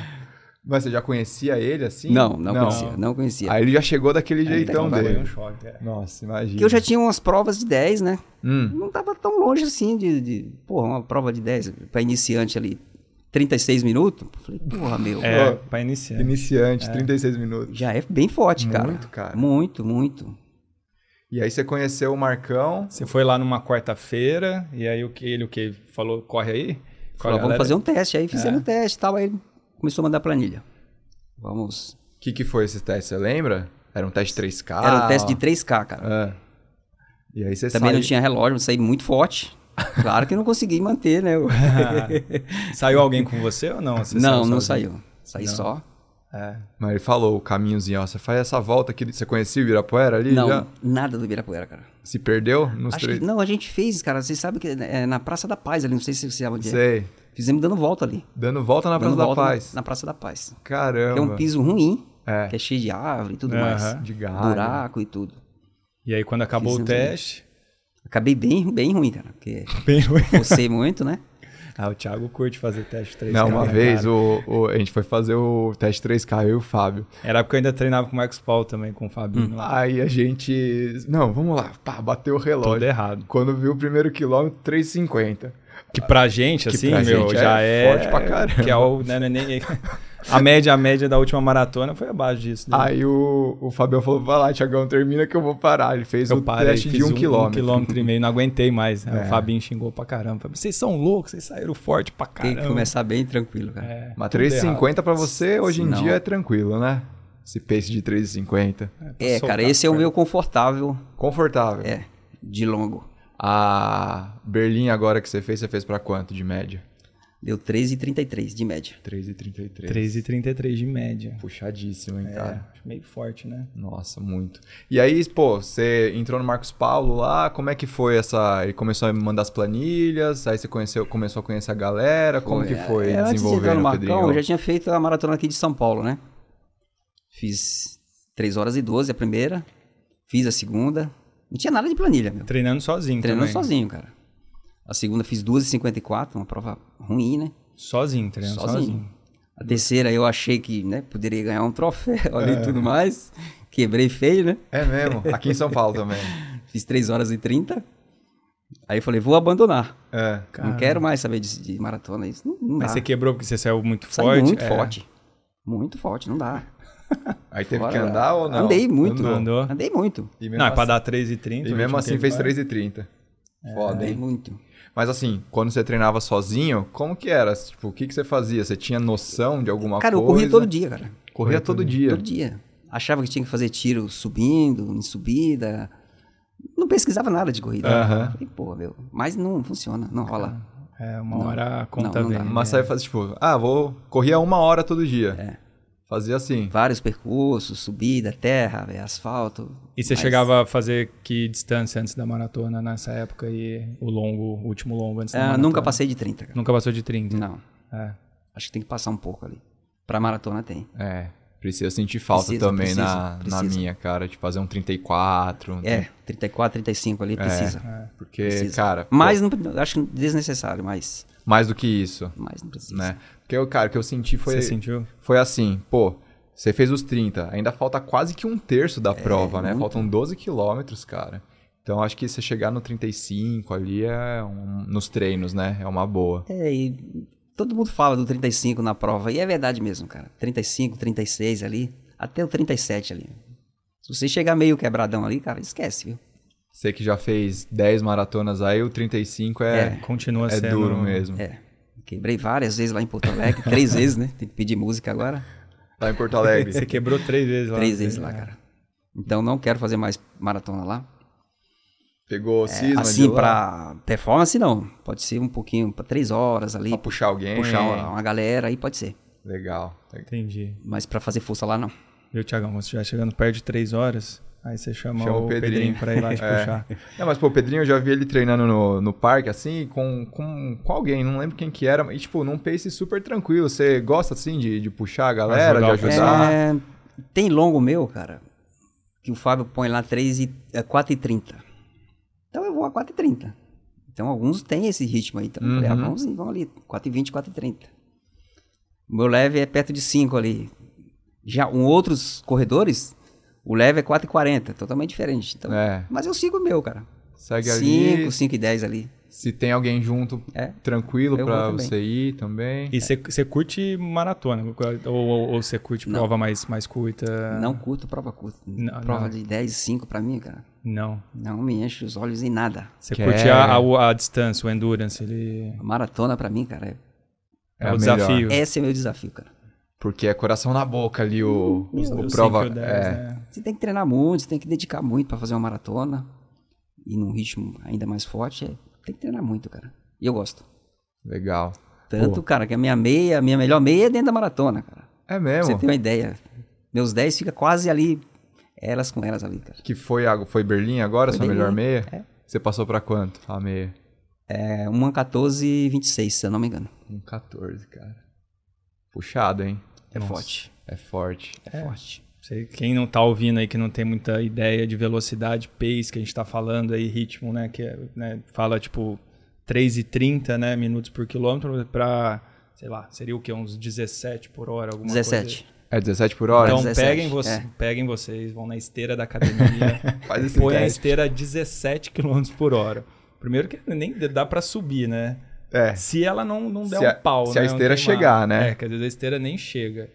[SPEAKER 1] Mas você já conhecia ele assim?
[SPEAKER 3] Não, não, conhecia, não conhecia.
[SPEAKER 1] Aí ele já chegou daquele
[SPEAKER 3] Aí
[SPEAKER 1] jeitão
[SPEAKER 3] então
[SPEAKER 2] Foi
[SPEAKER 1] dele.
[SPEAKER 2] um choque. é.
[SPEAKER 1] Nossa, imagina.
[SPEAKER 3] Porque eu já tinha umas provas de 10, né?
[SPEAKER 1] Hum,
[SPEAKER 3] não tava tão longe assim de, de porra, uma prova de 10 para iniciante ali, 36 minutos. Falei, porra, meu,
[SPEAKER 2] É, pra iniciar.
[SPEAKER 1] iniciante, 36 minutos.
[SPEAKER 3] já é bem forte, É. cara.
[SPEAKER 1] Muito, cara.
[SPEAKER 3] Muito, muito.
[SPEAKER 1] E aí você conheceu o Marcão.
[SPEAKER 2] Você foi lá numa quarta-feira, e aí o que ele o que falou, corre aí? Corre,
[SPEAKER 3] Falou, vamos
[SPEAKER 2] galera.
[SPEAKER 3] fazer um teste. Aí
[SPEAKER 1] é.
[SPEAKER 3] fizemos o teste e tal, aí começou a mandar planilha. Vamos.
[SPEAKER 1] O que, que foi esse teste? Você lembra? Era um teste 3K?
[SPEAKER 3] Era um teste de 3K, cara.
[SPEAKER 1] Ah. E aí você
[SPEAKER 3] Também
[SPEAKER 1] sai...
[SPEAKER 3] não tinha relógio, saí muito forte. Claro que não consegui manter, né? Eu-
[SPEAKER 2] Saiu alguém com você ou não? Você
[SPEAKER 3] não,
[SPEAKER 2] saiu
[SPEAKER 3] não
[SPEAKER 2] sozinho?
[SPEAKER 3] saiu. Saí
[SPEAKER 2] Não.
[SPEAKER 3] só.
[SPEAKER 2] É.
[SPEAKER 1] Mas ele falou o caminhozinho, ó. Você faz essa volta aqui. Você conhecia o Ibirapuera ali?
[SPEAKER 3] não,
[SPEAKER 1] Já
[SPEAKER 3] nada do Ibirapuera, cara.
[SPEAKER 1] se perdeu nos
[SPEAKER 3] Acho
[SPEAKER 1] três?
[SPEAKER 3] que- não, a gente fez, cara. Vocês sabem que é na Praça da Paz ali, não sei se você sabe onde é.
[SPEAKER 1] Sei.
[SPEAKER 3] Fizemos dando volta ali.
[SPEAKER 1] Dando volta na Praça
[SPEAKER 3] dando
[SPEAKER 1] da
[SPEAKER 3] volta na-
[SPEAKER 1] Paz.
[SPEAKER 3] Na Praça da Paz.
[SPEAKER 1] Caramba.
[SPEAKER 3] Que é um piso ruim,
[SPEAKER 1] É.
[SPEAKER 3] que é cheio de árvore e tudo
[SPEAKER 2] Aham.
[SPEAKER 3] mais.
[SPEAKER 1] De galho.
[SPEAKER 3] Buraco e tudo.
[SPEAKER 2] E aí, quando acabou
[SPEAKER 3] Fizemos
[SPEAKER 2] o teste.
[SPEAKER 3] Acabei bem, bem ruim, cara. Porque
[SPEAKER 2] Bem ruim.
[SPEAKER 3] forcei muito, né?
[SPEAKER 2] Ah, o Thiago curte fazer teste 3K.
[SPEAKER 1] Não, uma
[SPEAKER 2] né,
[SPEAKER 1] vez
[SPEAKER 2] cara?
[SPEAKER 1] o, o- a gente foi fazer o teste 3K, eu e o Fábio.
[SPEAKER 2] Era porque eu ainda treinava com o Marcos Paulo também, com o
[SPEAKER 3] Hum.
[SPEAKER 2] Fabinho lá.
[SPEAKER 1] Aí a gente. Não, vamos lá. Pá, bateu o
[SPEAKER 2] Tudo
[SPEAKER 1] relógio.
[SPEAKER 2] errado.
[SPEAKER 1] Quando viu o primeiro quilômetro, 3,50.
[SPEAKER 2] Que pra gente, assim,
[SPEAKER 1] pra
[SPEAKER 2] meu,
[SPEAKER 1] gente é
[SPEAKER 2] já é.
[SPEAKER 1] forte pra caramba.
[SPEAKER 2] Que é o. Né, né, nem- a média, a média da última maratona foi abaixo disso. né?
[SPEAKER 1] Aí o, o Fabião falou: vai lá, Tiagão, termina que eu vou parar. Ele fez
[SPEAKER 2] eu
[SPEAKER 1] o
[SPEAKER 2] parei,
[SPEAKER 1] teste de
[SPEAKER 2] fiz
[SPEAKER 1] um,
[SPEAKER 2] um
[SPEAKER 1] quilômetro.
[SPEAKER 2] quilômetro e meio, não aguentei mais. né?
[SPEAKER 1] É.
[SPEAKER 2] O Fabinho xingou pra caramba. Falei, Vocês são loucos, vocês saíram forte pra
[SPEAKER 3] Tem
[SPEAKER 2] caramba.
[SPEAKER 3] que começar bem tranquilo, cara.
[SPEAKER 2] É,
[SPEAKER 1] Mas
[SPEAKER 2] tudo errado.
[SPEAKER 1] 3,50 pra você hoje em
[SPEAKER 3] Não.
[SPEAKER 1] dia é tranquilo, né? Esse pace de 3,50.
[SPEAKER 2] pra
[SPEAKER 3] É,
[SPEAKER 2] soltar
[SPEAKER 3] cara, esse é o
[SPEAKER 2] a
[SPEAKER 3] meu confortável.
[SPEAKER 1] Confortável.
[SPEAKER 3] É, de longo.
[SPEAKER 1] A Berlim agora que você fez, você fez pra quanto de média?
[SPEAKER 3] Deu 13,33 de média.
[SPEAKER 1] 3,33.
[SPEAKER 2] 3,33 de média.
[SPEAKER 1] Puxadíssimo, hein,
[SPEAKER 2] É,
[SPEAKER 1] cara?
[SPEAKER 2] acho meio forte, né?
[SPEAKER 1] Nossa, muito. E aí, pô, você entrou no Marcos Paulo lá, como é que foi essa. Ele começou a me mandar as planilhas, aí você conheceu, começou a conhecer a galera, como que foi
[SPEAKER 3] É, Antes de
[SPEAKER 1] desenvolver
[SPEAKER 3] entrar no
[SPEAKER 1] o
[SPEAKER 3] Marcão, eu
[SPEAKER 1] Pedrinho?
[SPEAKER 3] já tinha feito a maratona aqui de São Paulo, né? Fiz 3 horas e 12 a primeira, fiz a segunda. Não tinha nada de planilha, meu.
[SPEAKER 2] Treinando sozinho
[SPEAKER 3] Treinando
[SPEAKER 2] também.
[SPEAKER 3] sozinho, cara. A segunda fiz 2,54, uma prova ruim, né?
[SPEAKER 2] Sozinho, treinando sozinho.
[SPEAKER 3] Sozinho. A terceira eu achei que né, poderia ganhar um troféu ali e tudo mais. Quebrei feio, né?
[SPEAKER 1] É mesmo, aqui em São Paulo também.
[SPEAKER 3] Fiz 3 horas e 30. Aí eu falei, vou abandonar.
[SPEAKER 1] É.
[SPEAKER 2] Caramba.
[SPEAKER 3] Não quero mais saber de, de maratona. Isso não, não dá.
[SPEAKER 2] Mas você quebrou porque você saiu muito
[SPEAKER 3] Sai
[SPEAKER 2] forte?
[SPEAKER 3] muito
[SPEAKER 2] é.
[SPEAKER 3] forte. Muito forte, não dá.
[SPEAKER 1] Aí teve
[SPEAKER 3] Fora
[SPEAKER 1] que
[SPEAKER 3] da-
[SPEAKER 1] andar ou não?
[SPEAKER 3] Andei muito.
[SPEAKER 1] Andou.
[SPEAKER 2] Andou.
[SPEAKER 3] Andei muito.
[SPEAKER 1] E mesmo
[SPEAKER 2] Não, é pra
[SPEAKER 1] assim-
[SPEAKER 2] dar 3,30.
[SPEAKER 1] E
[SPEAKER 2] o
[SPEAKER 1] mesmo
[SPEAKER 2] último
[SPEAKER 1] assim
[SPEAKER 2] tempo
[SPEAKER 1] fez
[SPEAKER 2] é.
[SPEAKER 1] 3,30. Foda,
[SPEAKER 3] Andei
[SPEAKER 1] hein?
[SPEAKER 3] muito.
[SPEAKER 1] Mas assim, quando você treinava sozinho, como que era? Tipo, o que, que você fazia? Você tinha noção de alguma
[SPEAKER 3] cara, eu
[SPEAKER 1] coisa?
[SPEAKER 3] corria todo dia, cara.
[SPEAKER 1] Corria todo dia.
[SPEAKER 3] Todo dia. Achava que tinha que fazer tiro subindo, em subida. Não pesquisava nada de corrida.
[SPEAKER 1] Aham.
[SPEAKER 3] Falei, pô, meu. Mas não funciona, não rola.
[SPEAKER 2] É, uma hora a conta
[SPEAKER 3] não dá.
[SPEAKER 2] vem.
[SPEAKER 1] Mas
[SPEAKER 2] né?
[SPEAKER 1] saía fazia tipo, ah, vou. Corria uma hora todo dia.
[SPEAKER 3] É.
[SPEAKER 1] Fazia assim.
[SPEAKER 3] Vários percursos, subida, terra, velho, asfalto.
[SPEAKER 2] E você
[SPEAKER 3] Mas
[SPEAKER 2] chegava a fazer que distância antes da maratona nessa época e o longo, o último longo antes da
[SPEAKER 3] Ah,
[SPEAKER 2] maratona?
[SPEAKER 3] nunca passei de 30, cara.
[SPEAKER 2] Nunca passou de 30?
[SPEAKER 3] Não.
[SPEAKER 2] É.
[SPEAKER 3] Acho que tem que passar um pouco ali. Pra maratona tem.
[SPEAKER 1] É. Precisa sentir falta
[SPEAKER 3] Precisa,
[SPEAKER 1] também
[SPEAKER 3] precisa,
[SPEAKER 1] na, na
[SPEAKER 3] precisa.
[SPEAKER 1] minha, cara, de fazer um 34. um
[SPEAKER 3] É, 34, 35 ali precisa.
[SPEAKER 1] Porque,
[SPEAKER 3] Precisa.
[SPEAKER 1] cara, pô,
[SPEAKER 3] Mas não, acho desnecessário, mas,
[SPEAKER 1] mais do que isso,
[SPEAKER 3] mas não precisa.
[SPEAKER 1] né? Porque, eu, cara, o que eu senti foi,
[SPEAKER 2] Você sentiu?
[SPEAKER 1] foi assim, pô, você fez os 30, ainda falta quase que um terço da prova, né?
[SPEAKER 3] É, muito.
[SPEAKER 1] Faltam 12 quilômetros, cara. Então, acho que você chegar no 35 ali é um- nos treinos, né? É uma boa.
[SPEAKER 3] É, e todo mundo fala do 35 na prova, e é verdade mesmo, cara. 35, 36 ali, até o 37 ali. Se você chegar meio quebradão ali, cara, esquece, viu?
[SPEAKER 1] Você que já fez 10 maratonas aí, o 35 é,
[SPEAKER 2] Continua
[SPEAKER 1] é,
[SPEAKER 2] sendo... um
[SPEAKER 1] duro mesmo.
[SPEAKER 3] É. Quebrei várias vezes lá em Porto Alegre, três vezes, né? Tem que pedir música agora.
[SPEAKER 1] Lá Tá em Porto Alegre.
[SPEAKER 2] Você quebrou três vezes lá.
[SPEAKER 3] Três vezes lá, cara. Então não quero fazer mais maratona lá.
[SPEAKER 1] Pegou o cisma de
[SPEAKER 3] Assim,
[SPEAKER 1] lá?
[SPEAKER 3] pra performance, não. Pode ser um pouquinho, pra três horas ali,
[SPEAKER 1] Pra puxar alguém. é
[SPEAKER 3] puxar uma, uma galera aí, pode ser.
[SPEAKER 1] Legal.
[SPEAKER 2] Entendi.
[SPEAKER 3] Mas pra fazer força lá, não.
[SPEAKER 2] Viu, Tiagão? Você já chegando perto de três horas, aí você chama,
[SPEAKER 1] Chama
[SPEAKER 2] o
[SPEAKER 1] o
[SPEAKER 2] Pedrinho,
[SPEAKER 1] Pedrinho É.
[SPEAKER 2] pra ir lá te puxar.
[SPEAKER 1] Não, mas, pô, o Pedrinho, eu já vi ele treinando no, no parque, assim, com, com, com alguém, não lembro quem que era, e, tipo, num pace super tranquilo. Você gosta, assim, de, de puxar a galera, de
[SPEAKER 2] Ajudar o
[SPEAKER 1] ajudar?
[SPEAKER 3] É, tem longo meu, cara, que o Fábio põe lá 3 e, é, 4 e 30. Então eu vou a 4 e 30. Então alguns têm esse ritmo aí. Então eu falei, ah,
[SPEAKER 1] Uhum.
[SPEAKER 3] vamos, ir, vamos ali, 4 e 20, 4 e 30. O meu leve é perto de 5 ali. Já em outros corredores, o leve é 4 e 40, totalmente diferente. Então,
[SPEAKER 1] É.
[SPEAKER 3] Mas eu sigo o meu, cara.
[SPEAKER 1] Segue ali.
[SPEAKER 3] 5, 5 e 10 ali.
[SPEAKER 1] Se tem alguém junto,
[SPEAKER 3] É.
[SPEAKER 1] tranquilo
[SPEAKER 3] Eu
[SPEAKER 1] pra
[SPEAKER 3] vou também.
[SPEAKER 1] você ir também.
[SPEAKER 2] E você, você curte maratona? Ou, ou- ou você curte prova mais, mais
[SPEAKER 1] Ah.
[SPEAKER 2] curta?
[SPEAKER 3] Não curto prova curta.
[SPEAKER 2] Não,
[SPEAKER 3] prova
[SPEAKER 2] não.
[SPEAKER 3] de 10 e 5 pra mim, cara,
[SPEAKER 2] Não.
[SPEAKER 3] não me enche os olhos em nada.
[SPEAKER 2] Você
[SPEAKER 1] Que
[SPEAKER 2] curte
[SPEAKER 1] é-
[SPEAKER 2] a, a- a distância, o endurance, ele...
[SPEAKER 3] A Maratona pra mim, cara, é-
[SPEAKER 2] É,
[SPEAKER 1] É
[SPEAKER 2] o
[SPEAKER 1] melhor.
[SPEAKER 2] desafio.
[SPEAKER 3] esse é meu desafio, cara.
[SPEAKER 1] Porque é coração na boca ali o,
[SPEAKER 2] Os-
[SPEAKER 1] o
[SPEAKER 2] os
[SPEAKER 1] prova.
[SPEAKER 2] cinco e o dez,
[SPEAKER 1] é.
[SPEAKER 2] né?
[SPEAKER 3] Você tem que treinar muito, você tem que dedicar muito pra fazer uma maratona e num ritmo ainda mais forte. é- Tem que treinar muito, cara. E eu gosto.
[SPEAKER 1] Legal.
[SPEAKER 3] Tanto, cara, que a minha meia, a minha melhor meia é dentro da maratona, cara.
[SPEAKER 1] É
[SPEAKER 3] Pra
[SPEAKER 1] mesmo?
[SPEAKER 3] você ter uma ideia. Meus 10 fica quase ali, elas com elas ali, cara.
[SPEAKER 1] Que foi, a- foi Berlim agora,
[SPEAKER 3] Foi
[SPEAKER 1] sua melhor
[SPEAKER 3] Berlim,
[SPEAKER 1] meia?
[SPEAKER 3] é.
[SPEAKER 1] Você passou pra quanto a meia?
[SPEAKER 3] É uma 14 e 26, se eu não me engano.
[SPEAKER 1] Um 14, cara. Puxado, hein?
[SPEAKER 3] É
[SPEAKER 2] Nossa.
[SPEAKER 3] forte.
[SPEAKER 1] É forte.
[SPEAKER 3] É, forte.
[SPEAKER 2] Você- Quem não tá ouvindo aí, que não tem muita ideia de velocidade, pace que a gente tá falando aí, ritmo, né? Que é, né, fala tipo 3,30 né, minutos por quilômetro pra, sei lá, seria o quê? Uns 17 por hora, alguma coisa. assim.
[SPEAKER 3] 17.
[SPEAKER 1] É 17 por hora?
[SPEAKER 2] Então
[SPEAKER 3] 17,
[SPEAKER 2] peguem, vo-
[SPEAKER 3] é.
[SPEAKER 2] peguem vocês, vão na esteira da academia,
[SPEAKER 1] Faz esse
[SPEAKER 2] põe a
[SPEAKER 1] teste.
[SPEAKER 2] esteira a 17 km por hora. Primeiro que nem dá pra subir, né?
[SPEAKER 1] É.
[SPEAKER 2] Se ela não, não der
[SPEAKER 1] Se a-
[SPEAKER 2] um pau,
[SPEAKER 1] se a
[SPEAKER 2] né?
[SPEAKER 1] esteira
[SPEAKER 2] Não tem uma-
[SPEAKER 1] chegar, né?
[SPEAKER 2] É, que às vezes a esteira nem chega.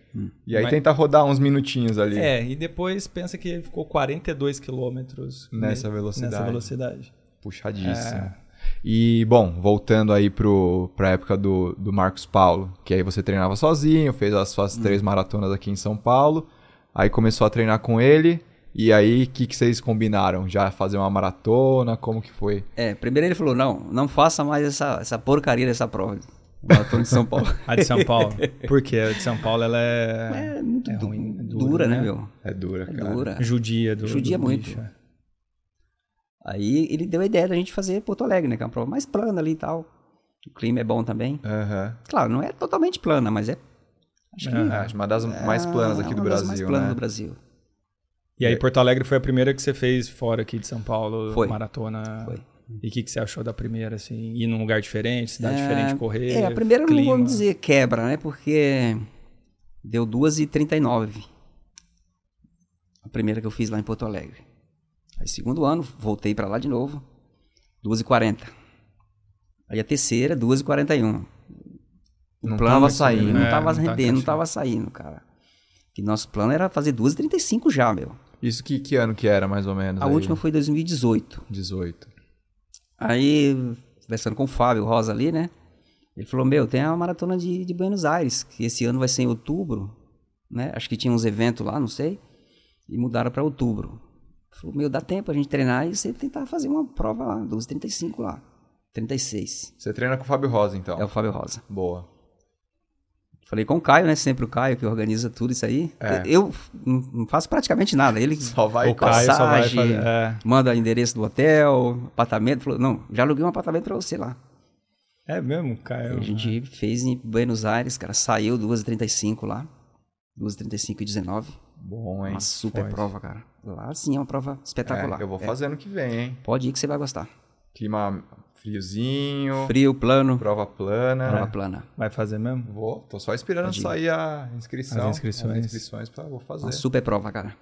[SPEAKER 1] E aí
[SPEAKER 2] Mas-
[SPEAKER 1] tenta rodar uns minutinhos ali.
[SPEAKER 2] É, e depois pensa que ficou 42 quilômetros
[SPEAKER 1] Nessa
[SPEAKER 2] ne-
[SPEAKER 1] velocidade.
[SPEAKER 2] Nessa velocidade. É,
[SPEAKER 1] Puxadíssimo. E, bom, voltando aí pro, pra época do, do Marcos Paulo, que aí você treinava sozinho, fez as suas três maratonas aqui em São Paulo, aí começou a treinar com ele, e aí o que, que vocês combinaram? Já fazer uma maratona? Como que foi?
[SPEAKER 3] É, primeiro ele falou, não, não faça mais essa, essa porcaria dessa prova. Maratona de São Paulo.
[SPEAKER 2] A de São Paulo. Por quê? A de São Paulo ela é,
[SPEAKER 3] É muito
[SPEAKER 2] é
[SPEAKER 3] du-
[SPEAKER 2] ruim, é
[SPEAKER 3] dura, né, meu?
[SPEAKER 1] É dura,
[SPEAKER 3] É
[SPEAKER 1] cara.
[SPEAKER 3] dura.
[SPEAKER 2] Judia do
[SPEAKER 3] Judia
[SPEAKER 2] do
[SPEAKER 3] muito.
[SPEAKER 2] bicho, é.
[SPEAKER 3] Aí ele deu a ideia da gente fazer Porto Alegre, né? Que é uma prova mais plana ali e tal. O clima é bom também.
[SPEAKER 1] Aham.
[SPEAKER 3] Claro, não é totalmente plana, mas é. Acho que
[SPEAKER 1] É, acho uma das mais
[SPEAKER 3] é
[SPEAKER 1] planas aqui do
[SPEAKER 3] uma das
[SPEAKER 1] Brasil,
[SPEAKER 3] mais planas
[SPEAKER 1] né?
[SPEAKER 3] do Brasil.
[SPEAKER 2] E aí Porto Alegre foi a primeira que você fez fora aqui de São Paulo,
[SPEAKER 3] Foi.
[SPEAKER 2] maratona.
[SPEAKER 3] Foi.
[SPEAKER 2] E o que, que você achou da primeira, assim? Ir num lugar diferente, cidade
[SPEAKER 3] É,
[SPEAKER 2] diferente, correr,
[SPEAKER 3] é, a primeira não
[SPEAKER 2] clima.
[SPEAKER 3] vamos dizer quebra, né? Porque deu 2h39. A primeira que eu fiz lá em Porto Alegre. Aí, segundo ano, voltei pra lá de novo. 2h40. Aí a terceira, 2h41. O
[SPEAKER 1] Não
[SPEAKER 3] plano
[SPEAKER 1] tava
[SPEAKER 3] tava saindo,
[SPEAKER 1] saindo,
[SPEAKER 3] não
[SPEAKER 2] né? Não
[SPEAKER 3] tava
[SPEAKER 2] tá
[SPEAKER 3] rendendo, não
[SPEAKER 2] encaixando.
[SPEAKER 3] tava saindo, cara. Que nosso plano era fazer 2h35 já, meu.
[SPEAKER 1] Isso que, que ano que era, mais ou menos?
[SPEAKER 3] A
[SPEAKER 1] aí?
[SPEAKER 3] última foi 2018.
[SPEAKER 1] 18.
[SPEAKER 3] Aí, conversando com o Fábio Rosa ali, né? Ele falou, meu, tem a maratona de, de Buenos Aires, que esse ano vai ser em outubro, né? Acho que tinha uns eventos lá, não sei, e mudaram para outubro. Ele falou, meu, dá tempo a gente treinar e você tentar fazer uma prova lá, dos 35 lá, 36.
[SPEAKER 1] Você treina com o Fábio Rosa, então.
[SPEAKER 3] É o Fábio Rosa.
[SPEAKER 1] Boa.
[SPEAKER 3] Falei com o Caio, né? Sempre o Caio que organiza tudo isso aí. Eu eu não não faço praticamente nada, ele
[SPEAKER 1] Só vai
[SPEAKER 2] O Caio só vai
[SPEAKER 3] passagem.
[SPEAKER 2] fazer. É,
[SPEAKER 3] manda o endereço do hotel, apartamento, falou, não, já aluguei um apartamento para você lá.
[SPEAKER 2] é mesmo, Caio.
[SPEAKER 3] A gente fez em Buenos Aires, cara. Saiu 2h35 lá. 2h35 e 19.
[SPEAKER 1] Bom, hein?
[SPEAKER 3] Uma super
[SPEAKER 2] forte.
[SPEAKER 3] prova, cara. Lá sim é uma prova espetacular.
[SPEAKER 1] É, eu vou
[SPEAKER 3] É,
[SPEAKER 1] fazer ano que vem, hein?
[SPEAKER 3] Pode ir que você vai gostar.
[SPEAKER 1] Clima friozinho,
[SPEAKER 3] Frio, plano,
[SPEAKER 1] prova plana.
[SPEAKER 3] prova plana.
[SPEAKER 2] Vai fazer mesmo?
[SPEAKER 1] Vou, tô só esperando
[SPEAKER 3] Ah. Pode ir.
[SPEAKER 1] sair a inscrição.
[SPEAKER 2] As inscrições.
[SPEAKER 1] As inscrições pra vou fazer.
[SPEAKER 3] Uma super prova, cara.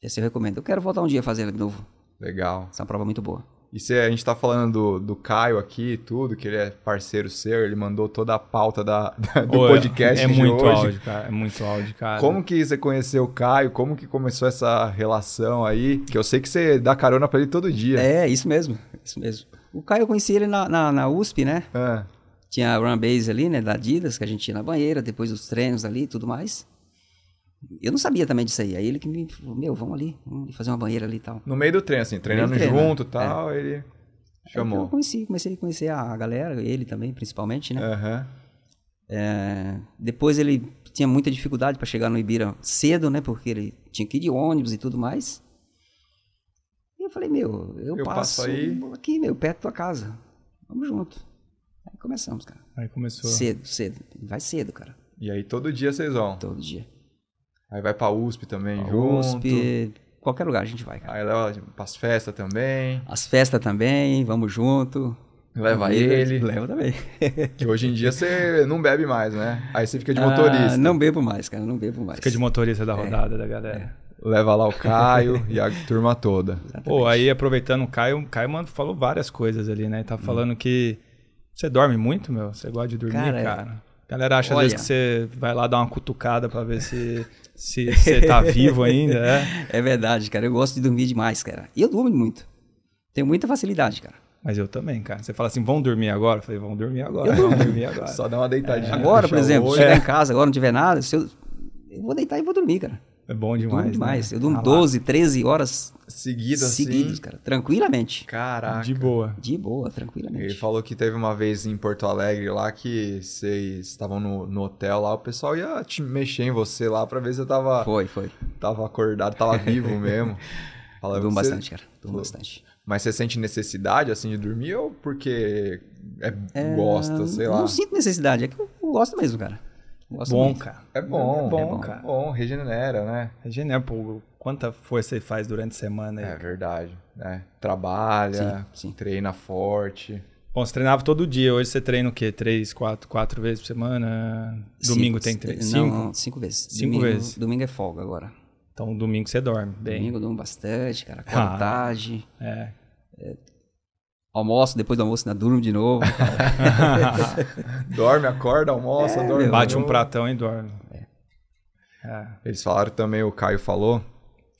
[SPEAKER 3] Esse eu recomendo. Eu quero voltar um dia a fazer ela de novo.
[SPEAKER 1] Legal.
[SPEAKER 3] Essa é uma prova muito boa.
[SPEAKER 1] E se a gente tá falando do, do Caio aqui e tudo, que ele é parceiro seu, ele mandou toda a pauta da, da- do
[SPEAKER 2] Ô, é-
[SPEAKER 1] podcast
[SPEAKER 2] É
[SPEAKER 1] de
[SPEAKER 2] muito
[SPEAKER 1] hoje.
[SPEAKER 2] áudio, cara. É muito áudio, cara.
[SPEAKER 1] Como que você conheceu o Caio? Como que começou essa relação aí? Que eu sei que você dá carona pra ele todo dia.
[SPEAKER 3] É, isso mesmo. Isso mesmo. O Caio, eu conheci ele na, na, na USP, né?
[SPEAKER 1] Ah,
[SPEAKER 3] Tinha a Run Base ali, né? Da Adidas, que a gente ia na banheira, depois dos treinos ali e tudo mais. Eu não sabia também disso aí. Aí ele que me falou, meu, vamos ali, vamos fazer uma banheira ali e tal.
[SPEAKER 1] no meio do treino, assim, treinando
[SPEAKER 3] do treino,
[SPEAKER 1] junto e tal, ele
[SPEAKER 3] Aí É que Eu
[SPEAKER 1] chamou.
[SPEAKER 3] conheci, comecei a conhecer a galera, ele também, principalmente, né?
[SPEAKER 1] Aham.
[SPEAKER 3] É, depois ele tinha muita dificuldade para chegar no Ibira cedo, né? Porque ele tinha que ir de ônibus e tudo mais. E eu falei, meu, eu,
[SPEAKER 1] Eu passo
[SPEAKER 3] passo,
[SPEAKER 1] aí.
[SPEAKER 3] aqui, meu, perto da tua casa. Vamos junto. Aí começamos, cara.
[SPEAKER 2] Aí começou.
[SPEAKER 3] Cedo, cedo. Vai cedo, cara.
[SPEAKER 1] E aí todo dia vocês vão.
[SPEAKER 3] Todo dia.
[SPEAKER 1] Aí vai pra USP também, junto.
[SPEAKER 3] USP, qualquer lugar a gente vai, cara.
[SPEAKER 1] Aí leva pras festas também.
[SPEAKER 3] As festas também, vamos junto.
[SPEAKER 1] Leva
[SPEAKER 3] Ibira,
[SPEAKER 1] ele.
[SPEAKER 3] Leva também.
[SPEAKER 1] Que hoje em dia você não bebe mais, né? Aí você fica de
[SPEAKER 3] Ah,
[SPEAKER 1] motorista.
[SPEAKER 3] não bebo mais, cara, não bebo mais.
[SPEAKER 2] Fica de motorista
[SPEAKER 3] É.
[SPEAKER 2] da rodada da galera.
[SPEAKER 1] Leva lá o Caio e a turma toda.
[SPEAKER 2] Pô, aí aproveitando o Caio, o Caio mano, falou várias coisas ali, né? Tá
[SPEAKER 3] Hum.
[SPEAKER 2] falando que você dorme muito, meu? Você gosta de dormir, cara?
[SPEAKER 3] Cara, é.
[SPEAKER 2] A galera acha às
[SPEAKER 3] olha.
[SPEAKER 2] vezes que você vai lá dar uma cutucada pra ver se se você tá vivo ainda, é?
[SPEAKER 3] É verdade, cara. Eu gosto de dormir demais, cara. E eu durmo muito. Tenho muita facilidade, cara.
[SPEAKER 2] Mas eu também, cara. Você fala assim, vão dormir agora? Eu falei, vão dormir agora, vão dormir agora. É,
[SPEAKER 1] Só dá uma deitadinha.
[SPEAKER 3] É, Agora, por
[SPEAKER 1] puxa o
[SPEAKER 3] exemplo,
[SPEAKER 1] olho.
[SPEAKER 3] chegar em casa, agora não tiver nada, se eu... eu vou deitar e vou dormir, cara.
[SPEAKER 2] É bom
[SPEAKER 3] Eu durmo
[SPEAKER 2] demais.
[SPEAKER 3] demais.
[SPEAKER 2] né?
[SPEAKER 3] Eu durmo
[SPEAKER 2] Ah lá,
[SPEAKER 3] 12, 13 horas
[SPEAKER 1] Seguido assim.
[SPEAKER 3] seguidas, cara. Tranquilamente.
[SPEAKER 1] Caraca.
[SPEAKER 2] De boa.
[SPEAKER 3] De boa, tranquilamente.
[SPEAKER 1] Ele falou que teve uma vez em Porto Alegre lá que vocês estavam no, no hotel lá, o pessoal ia te mexer em você lá pra ver se você tava,
[SPEAKER 3] Foi, foi.
[SPEAKER 1] tava acordado, tava vivo mesmo. Fala,
[SPEAKER 3] Eu durmo
[SPEAKER 1] você-
[SPEAKER 3] bastante, cara. Durmo
[SPEAKER 1] Falou.
[SPEAKER 3] bastante.
[SPEAKER 1] Mas você sente necessidade assim de dormir ou porque é, gosta, sei
[SPEAKER 3] eu
[SPEAKER 1] lá?
[SPEAKER 3] Não sinto necessidade, é que eu gosto mesmo, cara. Eu Gosto
[SPEAKER 2] bom,
[SPEAKER 3] muito.
[SPEAKER 2] cara.
[SPEAKER 1] É bom,
[SPEAKER 2] É bom,
[SPEAKER 1] é
[SPEAKER 2] cara.
[SPEAKER 1] bom, regenera, né?
[SPEAKER 2] É genial, pô. Quanta força ele faz durante a semana. aí.
[SPEAKER 1] É verdade, né? Trabalha,
[SPEAKER 3] Sim, sim.
[SPEAKER 1] treina forte.
[SPEAKER 2] Bom, você treinava todo dia. Hoje você treina o quê? Três, quatro, quatro vezes por semana? Domingo
[SPEAKER 3] Cinco-
[SPEAKER 2] tem três?
[SPEAKER 3] Não,
[SPEAKER 2] Cinco?
[SPEAKER 3] não, cinco vezes.
[SPEAKER 2] Cinco
[SPEAKER 3] domingo,
[SPEAKER 2] vezes.
[SPEAKER 3] Domingo é folga agora.
[SPEAKER 2] Então, domingo você dorme bem.
[SPEAKER 3] Domingo eu durmo bastante, cara.
[SPEAKER 2] Ah.
[SPEAKER 3] Acordo tarde.
[SPEAKER 2] É.
[SPEAKER 3] Almoço, depois do almoço ainda durmo de novo.
[SPEAKER 1] Dorme, acorda, almoça, dorme.
[SPEAKER 2] Bate um
[SPEAKER 1] almoça.
[SPEAKER 2] pratão e dorme. É.
[SPEAKER 1] Eles falaram também, o Caio falou,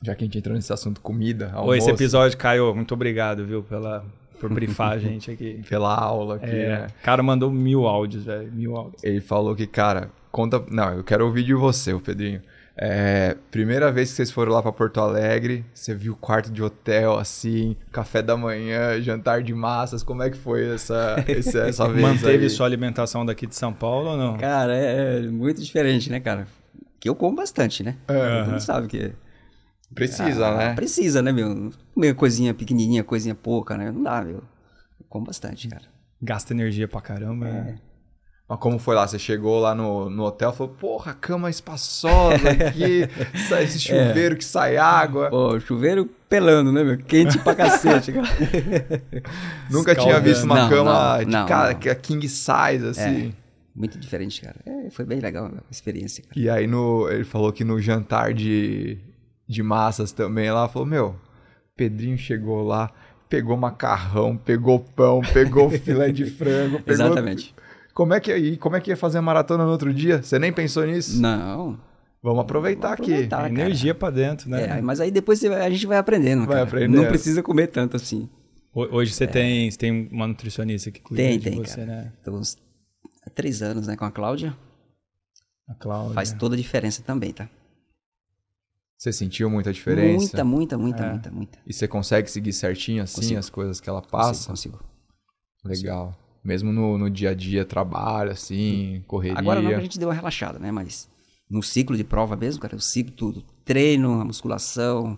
[SPEAKER 1] já que a gente entrou nesse assunto comida, almoço,
[SPEAKER 2] Ô, esse episódio, Caio, muito obrigado, viu, pela, por brifar a gente aqui.
[SPEAKER 1] pela aula aqui,
[SPEAKER 2] É,
[SPEAKER 1] né?
[SPEAKER 2] o cara mandou mil áudios, velho. Mil áudios.
[SPEAKER 1] Ele falou que, cara, conta... Não, eu quero ouvir de você, o Pedrinho. É, primeira vez que vocês foram lá pra Porto Alegre, você viu o quarto de hotel, assim, café da manhã, jantar de massas, como é que foi essa, essa,
[SPEAKER 3] é
[SPEAKER 1] essa vez
[SPEAKER 2] Manteve
[SPEAKER 1] aí?
[SPEAKER 2] sua alimentação daqui de São Paulo ou não?
[SPEAKER 3] Cara, é, é muito diferente, né, cara? Que eu como bastante, né?
[SPEAKER 1] É.
[SPEAKER 3] Todo mundo sabe que.
[SPEAKER 1] Precisa,
[SPEAKER 3] Ah,
[SPEAKER 1] né?
[SPEAKER 3] Precisa, né, meu? Não Comer coisinha pequenininha, coisinha pouca, né? Não dá, meu. Eu como bastante, cara.
[SPEAKER 2] Gasta energia pra caramba. né?
[SPEAKER 3] É.
[SPEAKER 1] Mas como foi lá? Você chegou lá no, no hotel e falou, porra, cama espaçosa aqui, sai esse
[SPEAKER 3] É.
[SPEAKER 1] chuveiro que sai água.
[SPEAKER 3] Pô, chuveiro pelando, né, meu? Quente pra cacete, cara.
[SPEAKER 1] Nunca tinha
[SPEAKER 2] Escaldando.
[SPEAKER 1] visto uma
[SPEAKER 3] Não,
[SPEAKER 1] cama
[SPEAKER 3] não,
[SPEAKER 1] de
[SPEAKER 3] não,
[SPEAKER 1] cara,
[SPEAKER 3] não.
[SPEAKER 1] que é king size, assim.
[SPEAKER 3] Muito diferente, cara. É, foi bem legal a experiência, cara.
[SPEAKER 1] E aí no, ele falou que no jantar de, de massas também, lá falou, meu, Pedrinho chegou lá, pegou macarrão, pegou pão, pegou filé de frango, pegou...
[SPEAKER 3] Exatamente.
[SPEAKER 1] Como é que e como é que ia fazer a maratona no outro dia? Você nem pensou nisso?
[SPEAKER 3] Não.
[SPEAKER 1] Vamos aproveitar,
[SPEAKER 3] Vamos aproveitar,
[SPEAKER 1] aqui.
[SPEAKER 3] cara.
[SPEAKER 2] energia pra dentro, né?
[SPEAKER 3] É, aí- mas aí depois você vai- a gente vai aprendendo,
[SPEAKER 1] Vai
[SPEAKER 3] cara.
[SPEAKER 1] aprendendo.
[SPEAKER 3] Não precisa comer tanto assim.
[SPEAKER 2] Ho- Hoje você tem, você tem uma nutricionista que cuida
[SPEAKER 3] Tem,
[SPEAKER 2] de
[SPEAKER 3] tem,
[SPEAKER 2] você,
[SPEAKER 3] cara.
[SPEAKER 2] né?
[SPEAKER 3] Tô uns três anos, né, com a Cláudia.
[SPEAKER 2] A Cláudia.
[SPEAKER 3] Faz toda a diferença também, tá?
[SPEAKER 1] Você sentiu muita diferença?
[SPEAKER 3] Muita, muita, muita,
[SPEAKER 2] É.
[SPEAKER 3] muita, muita.
[SPEAKER 1] E você consegue seguir certinho assim
[SPEAKER 3] Consigo.
[SPEAKER 1] as coisas que ela passa?
[SPEAKER 3] Consigo, consigo.
[SPEAKER 1] Legal. Mesmo no, no dia a dia, trabalho, assim, correria.
[SPEAKER 3] Agora não que a gente deu uma relaxada, né? Mas no ciclo de prova mesmo, cara, eu sigo tudo. Treino, a musculação,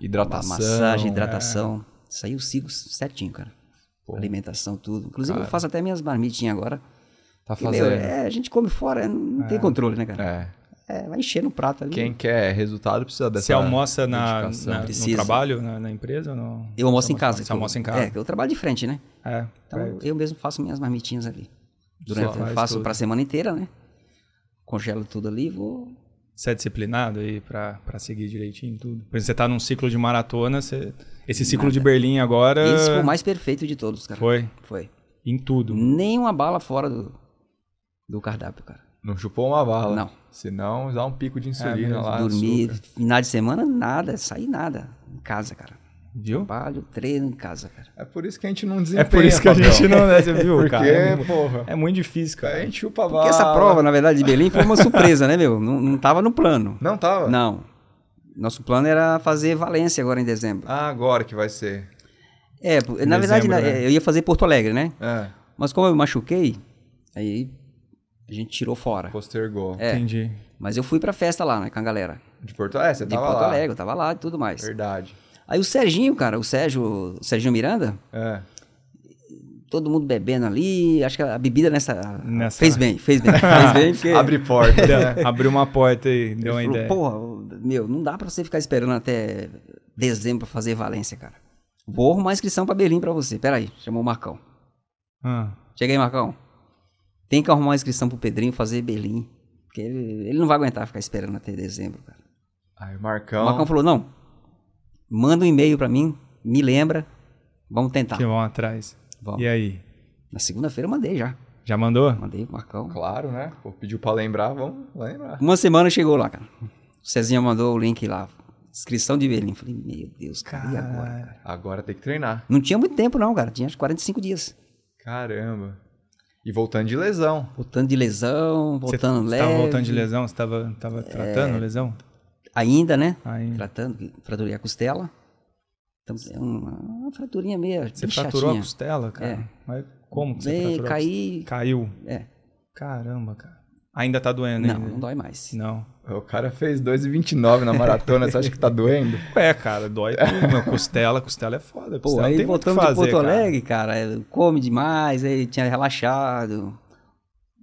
[SPEAKER 3] a
[SPEAKER 1] hidratação.
[SPEAKER 3] massagem,
[SPEAKER 1] é.
[SPEAKER 3] hidratação. Isso aí eu sigo certinho, cara.
[SPEAKER 1] Pô.
[SPEAKER 3] Alimentação, tudo. Inclusive
[SPEAKER 1] Cara.
[SPEAKER 3] eu faço até minhas marmitinhas agora.
[SPEAKER 1] Tá
[SPEAKER 3] E, meu,
[SPEAKER 1] fazendo.
[SPEAKER 3] é, a gente come fora, não tem controle, né, cara?
[SPEAKER 1] É.
[SPEAKER 3] É, vai encher no prato ali.
[SPEAKER 1] Quem quer resultado precisa dessa.
[SPEAKER 2] Você almoça na,
[SPEAKER 1] dedicação.
[SPEAKER 2] na- no
[SPEAKER 3] Precisa.
[SPEAKER 2] trabalho, na, na empresa ou não?
[SPEAKER 3] Eu almoço
[SPEAKER 2] Você
[SPEAKER 3] em casa.
[SPEAKER 2] Você almoça em
[SPEAKER 3] É,
[SPEAKER 2] casa.
[SPEAKER 3] que eu trabalho de frente, né?
[SPEAKER 2] É.
[SPEAKER 3] Então eu mesmo faço minhas marmitinhas ali. Durante,
[SPEAKER 2] faz
[SPEAKER 3] eu faço
[SPEAKER 2] tudo.
[SPEAKER 3] pra semana inteira, né? Congelo tudo ali, vou.
[SPEAKER 2] Você é disciplinado aí pra, pra seguir direitinho tudo? Por exemplo, você tá num ciclo de maratona, você... esse ciclo de Berlim agora
[SPEAKER 3] Esse foi Hum. o mais perfeito de todos, cara.
[SPEAKER 2] É. foi
[SPEAKER 3] Foi.
[SPEAKER 2] em tudo.
[SPEAKER 3] Nenhuma bala fora do, do cardápio, cara.
[SPEAKER 1] Não chupou uma bala.
[SPEAKER 3] Não. É
[SPEAKER 1] Senão dá um pico de insulina
[SPEAKER 2] mesmo.
[SPEAKER 1] lá.
[SPEAKER 3] Dormir,
[SPEAKER 1] açúcar.
[SPEAKER 3] final de semana, nada, sair nada. Em casa, cara.
[SPEAKER 2] Viu?
[SPEAKER 3] Trabalho, treino em casa, cara.
[SPEAKER 1] É por isso que a gente não
[SPEAKER 2] É
[SPEAKER 1] desempenha.
[SPEAKER 2] por isso que a
[SPEAKER 1] Fabião.
[SPEAKER 2] gente não, né? Você viu,
[SPEAKER 1] Porque,
[SPEAKER 2] cara? É, mu-
[SPEAKER 1] porra.
[SPEAKER 2] é muito difícil,
[SPEAKER 1] A
[SPEAKER 2] cara.
[SPEAKER 1] gente chupa a bala.
[SPEAKER 3] Porque essa prova, na verdade, de Berlim foi uma surpresa, né, meu? Não, não tava no plano.
[SPEAKER 1] Não tava?
[SPEAKER 3] Não. Nosso plano era fazer Valência agora em dezembro.
[SPEAKER 1] Ah, agora que vai ser.
[SPEAKER 3] É, po- na verdade,
[SPEAKER 2] dezembro,
[SPEAKER 3] na-
[SPEAKER 2] né?
[SPEAKER 3] eu ia fazer Porto Alegre, né?
[SPEAKER 1] É,
[SPEAKER 3] Mas como eu me machuquei, aí a gente tirou fora.
[SPEAKER 1] postergou.
[SPEAKER 3] É.
[SPEAKER 2] Entendi.
[SPEAKER 3] Mas eu fui pra festa lá, né, com a galera.
[SPEAKER 1] De Porto Alegre, É, você
[SPEAKER 3] De
[SPEAKER 1] tava
[SPEAKER 3] Porto
[SPEAKER 1] lá.
[SPEAKER 3] Alegre, eu tava lá e tudo mais.
[SPEAKER 1] Verdade.
[SPEAKER 3] Aí o Serginho, cara, o Sérgio, o Serginho Miranda,
[SPEAKER 1] É.
[SPEAKER 3] todo mundo bebendo ali. Acho que a bebida nessa.
[SPEAKER 2] Nessa-
[SPEAKER 3] Fez bem, fez bem. fez bem, porque.
[SPEAKER 1] Abre porta, né?
[SPEAKER 2] Deu- Abriu uma porta aí, deu uma
[SPEAKER 3] Ele
[SPEAKER 2] ideia.
[SPEAKER 3] falou, Porra, meu, não dá pra você ficar esperando até dezembro pra fazer Valência, cara. Vou arrumar a inscrição pra Berlim pra você. Pera aí, chamou o Marcão.
[SPEAKER 2] Ah,
[SPEAKER 3] Chega aí, Marcão. Tem que arrumar a inscrição pro Pedrinho fazer Berlim. Porque ele, ele não vai aguentar ficar esperando até dezembro, cara.
[SPEAKER 1] Aí o
[SPEAKER 3] O
[SPEAKER 1] Marcão.
[SPEAKER 3] Marcão falou, não, manda um e-mail pra mim, me lembra, vamos tentar.
[SPEAKER 2] que vão atrás.
[SPEAKER 3] Tá. Vamos.
[SPEAKER 2] E aí?
[SPEAKER 3] Na segunda-feira eu mandei já.
[SPEAKER 2] Já mandou?
[SPEAKER 3] Mandei pro Marcão.
[SPEAKER 1] Claro, né? Pô, pediu pra lembrar, vamos lembrar.
[SPEAKER 3] Uma semana chegou lá, cara. O Cezinha mandou o link lá. Inscrição de Berlim. Falei, meu Deus, cara, e agora?
[SPEAKER 2] Caralho.
[SPEAKER 1] Agora tem que treinar.
[SPEAKER 3] Não tinha muito tempo, não, cara. Tinha acho, 45 dias.
[SPEAKER 1] Caramba. E voltando de lesão.
[SPEAKER 3] Voltando de lesão,
[SPEAKER 2] Você
[SPEAKER 3] voltando
[SPEAKER 2] você
[SPEAKER 3] leve. É.
[SPEAKER 2] tava voltando de lesão? Você tava, tava tratando lesão?
[SPEAKER 3] ainda, né?
[SPEAKER 2] Aí,
[SPEAKER 3] Tratando, fraturei a costela. Então, é uma, uma fraturinha mesmo.
[SPEAKER 2] você
[SPEAKER 3] bem
[SPEAKER 2] fraturou a
[SPEAKER 3] chatinha.
[SPEAKER 2] costela, cara?
[SPEAKER 3] É.
[SPEAKER 2] Mas como que você
[SPEAKER 3] Bem,
[SPEAKER 2] fraturou? a
[SPEAKER 3] caí.
[SPEAKER 2] costela? Caiu.
[SPEAKER 3] É.
[SPEAKER 2] Caramba, cara. Ainda tá doendo
[SPEAKER 3] Não,
[SPEAKER 2] ainda?
[SPEAKER 3] não dói mais.
[SPEAKER 2] Não.
[SPEAKER 1] O cara fez 2,29 na maratona, você acha que tá doendo?
[SPEAKER 2] É, cara, dói tudo. meu. Costela, costela é foda.
[SPEAKER 3] Pô,
[SPEAKER 2] Costela não
[SPEAKER 3] aí
[SPEAKER 2] tem muito o que
[SPEAKER 3] voltamos de
[SPEAKER 2] fazer,
[SPEAKER 3] Porto
[SPEAKER 2] cara.
[SPEAKER 3] Alegre, cara, eu come demais, aí tinha relaxado.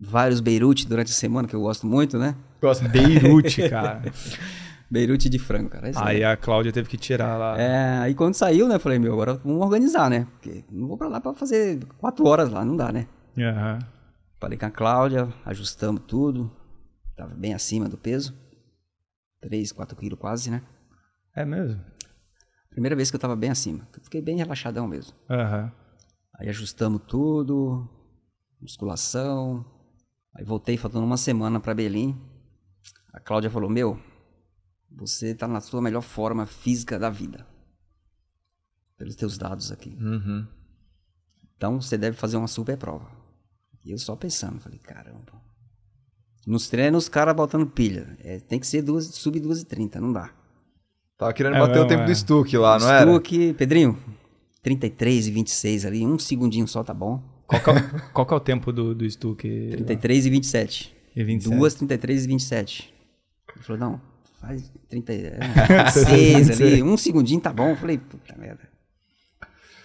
[SPEAKER 3] Vários Beirute durante a semana, que eu gosto muito, né?
[SPEAKER 1] Gosto bem.
[SPEAKER 2] Beirute, cara.
[SPEAKER 3] Beirute de frango, cara. esse
[SPEAKER 2] aí é- a Cláudia teve que tirar lá.
[SPEAKER 3] É, aí quando saiu, né, eu falei, meu, agora vamos organizar, né? Porque não vou pra lá pra fazer quatro horas lá, não dá, né?
[SPEAKER 2] Aham.
[SPEAKER 3] Falei com a Cláudia, ajustamos tudo, tava bem acima do peso, 3, 4 quilos quase, né?
[SPEAKER 2] É mesmo?
[SPEAKER 3] Primeira vez que eu tava bem acima, eu fiquei bem relaxadão mesmo.
[SPEAKER 2] Aham.
[SPEAKER 3] Aí ajustamos tudo, musculação, aí voltei faltando uma semana pra Berlim, a Cláudia falou, meu, você tá na sua melhor forma física da vida, pelos teus dados aqui.
[SPEAKER 1] Uhum.
[SPEAKER 3] Então você deve fazer uma super prova. E eu só pensando, falei, caramba. Nos treinos, os caras botando pilha. É, tem que ser duas, sub 2 e 30, não dá.
[SPEAKER 1] Tava querendo
[SPEAKER 2] É
[SPEAKER 1] bater o
[SPEAKER 2] mesmo,
[SPEAKER 1] tempo
[SPEAKER 2] é.
[SPEAKER 1] do Stuck lá, Ah, não
[SPEAKER 3] Estou
[SPEAKER 1] era?
[SPEAKER 3] aqui, Pedrinho, 33 e 26 ali, um segundinho só tá bom.
[SPEAKER 2] Qual, que é o- qual que é o tempo do, do Stuque?
[SPEAKER 3] 33 e 27.
[SPEAKER 2] E 27.
[SPEAKER 3] Duas, 33 e 27. Ele falou, não, faz 36 ali, um segundinho tá bom. Eu falei, puta merda.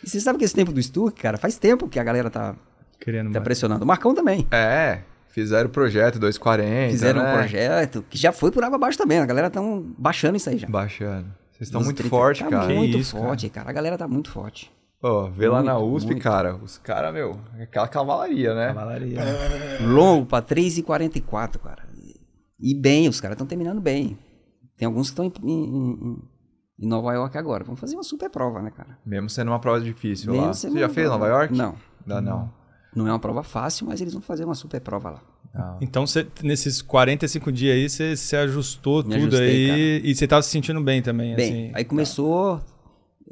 [SPEAKER 3] E você sabe que esse tempo do Stuck, cara, faz tempo que a galera tá,
[SPEAKER 2] Querendo
[SPEAKER 3] tá
[SPEAKER 2] mais.
[SPEAKER 3] pressionando. O Marcão também.
[SPEAKER 1] É, fizeram o projeto 2,40.
[SPEAKER 3] Fizeram
[SPEAKER 1] né?
[SPEAKER 3] um projeto que já foi por água abaixo também. A galera tá um- baixando isso aí já.
[SPEAKER 1] Baixando. Vocês estão
[SPEAKER 3] Dos
[SPEAKER 1] muito
[SPEAKER 3] 30.
[SPEAKER 1] forte,
[SPEAKER 3] tá
[SPEAKER 1] cara.
[SPEAKER 2] Que
[SPEAKER 3] muito
[SPEAKER 2] isso, cara.
[SPEAKER 3] forte, cara. A galera tá muito forte.
[SPEAKER 1] Ó, vê lá na
[SPEAKER 3] Muito,
[SPEAKER 1] USP,
[SPEAKER 3] muito.
[SPEAKER 1] cara. Os caras, meu, aquela cavalaria, né?
[SPEAKER 2] Cavalaria.
[SPEAKER 3] Longo pra 3,44, cara. E bem, os caras estão terminando bem. Tem alguns que estão em, em- em- em Nova York agora. Vamos fazer uma super prova, né, cara?
[SPEAKER 1] Mesmo sendo uma prova difícil
[SPEAKER 3] Mesmo
[SPEAKER 1] lá.
[SPEAKER 3] sendo
[SPEAKER 1] Você
[SPEAKER 3] uma
[SPEAKER 1] já fez
[SPEAKER 3] prova-
[SPEAKER 1] Nova York?
[SPEAKER 3] Não.
[SPEAKER 1] Dá não.
[SPEAKER 3] Não é uma prova fácil, mas eles vão fazer uma super prova lá.
[SPEAKER 1] Não.
[SPEAKER 2] Então, cê- nesses 45 dias aí, você se ajustou
[SPEAKER 3] Me
[SPEAKER 2] tudo
[SPEAKER 3] ajustei,
[SPEAKER 2] aí e você tava se sentindo bem também,
[SPEAKER 3] Bem,
[SPEAKER 2] assim.
[SPEAKER 3] aí começou a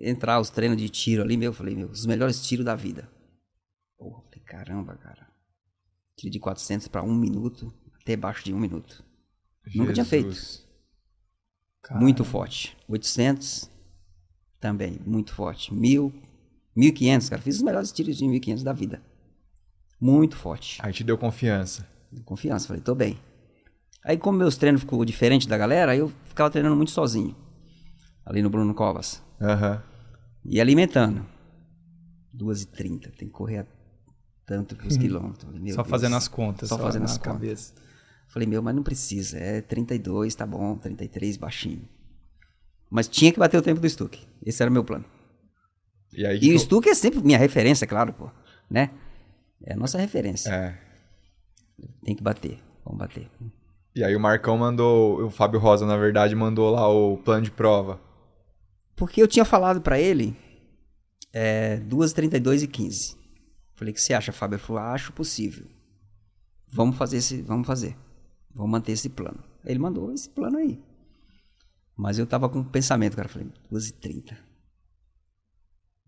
[SPEAKER 3] entrar os treinos de tiro ali, meu, eu falei, meu, os melhores tiros da vida. Porra, eu falei, caramba, cara. Tiro de 400 pra um minuto, até abaixo de um minuto. Nunca tinha feito.
[SPEAKER 1] Jesus.
[SPEAKER 2] Cara,
[SPEAKER 3] Muito forte. 800 também, muito forte. 1000, 1500, cara, fiz os melhores tiros de 1500 da vida. Muito forte.
[SPEAKER 1] Aí te deu confiança.
[SPEAKER 3] Deu Confiança, falei, tô bem. Aí como meus treinos ficou diferente da galera, aí eu ficava treinando muito sozinho. Ali no Bruno Covas.
[SPEAKER 1] Aham.
[SPEAKER 3] E alimentando. 2h30, tem que correr a tanto por quilômetros. Falei, meu
[SPEAKER 2] Uhum. Só
[SPEAKER 3] Deus.
[SPEAKER 2] fazendo as contas.
[SPEAKER 3] Só fazendo
[SPEAKER 2] na
[SPEAKER 3] as contas.
[SPEAKER 2] cabeça.
[SPEAKER 3] Falei, meu, mas não precisa, é 32, tá bom, 33, baixinho. Mas tinha que bater o tempo do Stuck, esse era o meu plano.
[SPEAKER 1] E aí. tipo,
[SPEAKER 3] E o
[SPEAKER 2] Então
[SPEAKER 1] que-
[SPEAKER 3] Stuck é sempre minha referência, claro, pô, né? É a nossa referência,
[SPEAKER 1] É.
[SPEAKER 3] tem que bater, vamos bater.
[SPEAKER 1] E aí o Marcão mandou, o Fábio Rosa, na verdade, mandou lá o plano de prova.
[SPEAKER 3] Porque eu tinha falado pra ele é, 2h32 e 15. Falei, o que você acha, Fábio? Ele falou, acho possível. Vamos fazer esse, vamos fazer. Vamos manter esse plano. Ele mandou esse plano aí. Mas eu tava com um pensamento, cara. Falei, 2h30.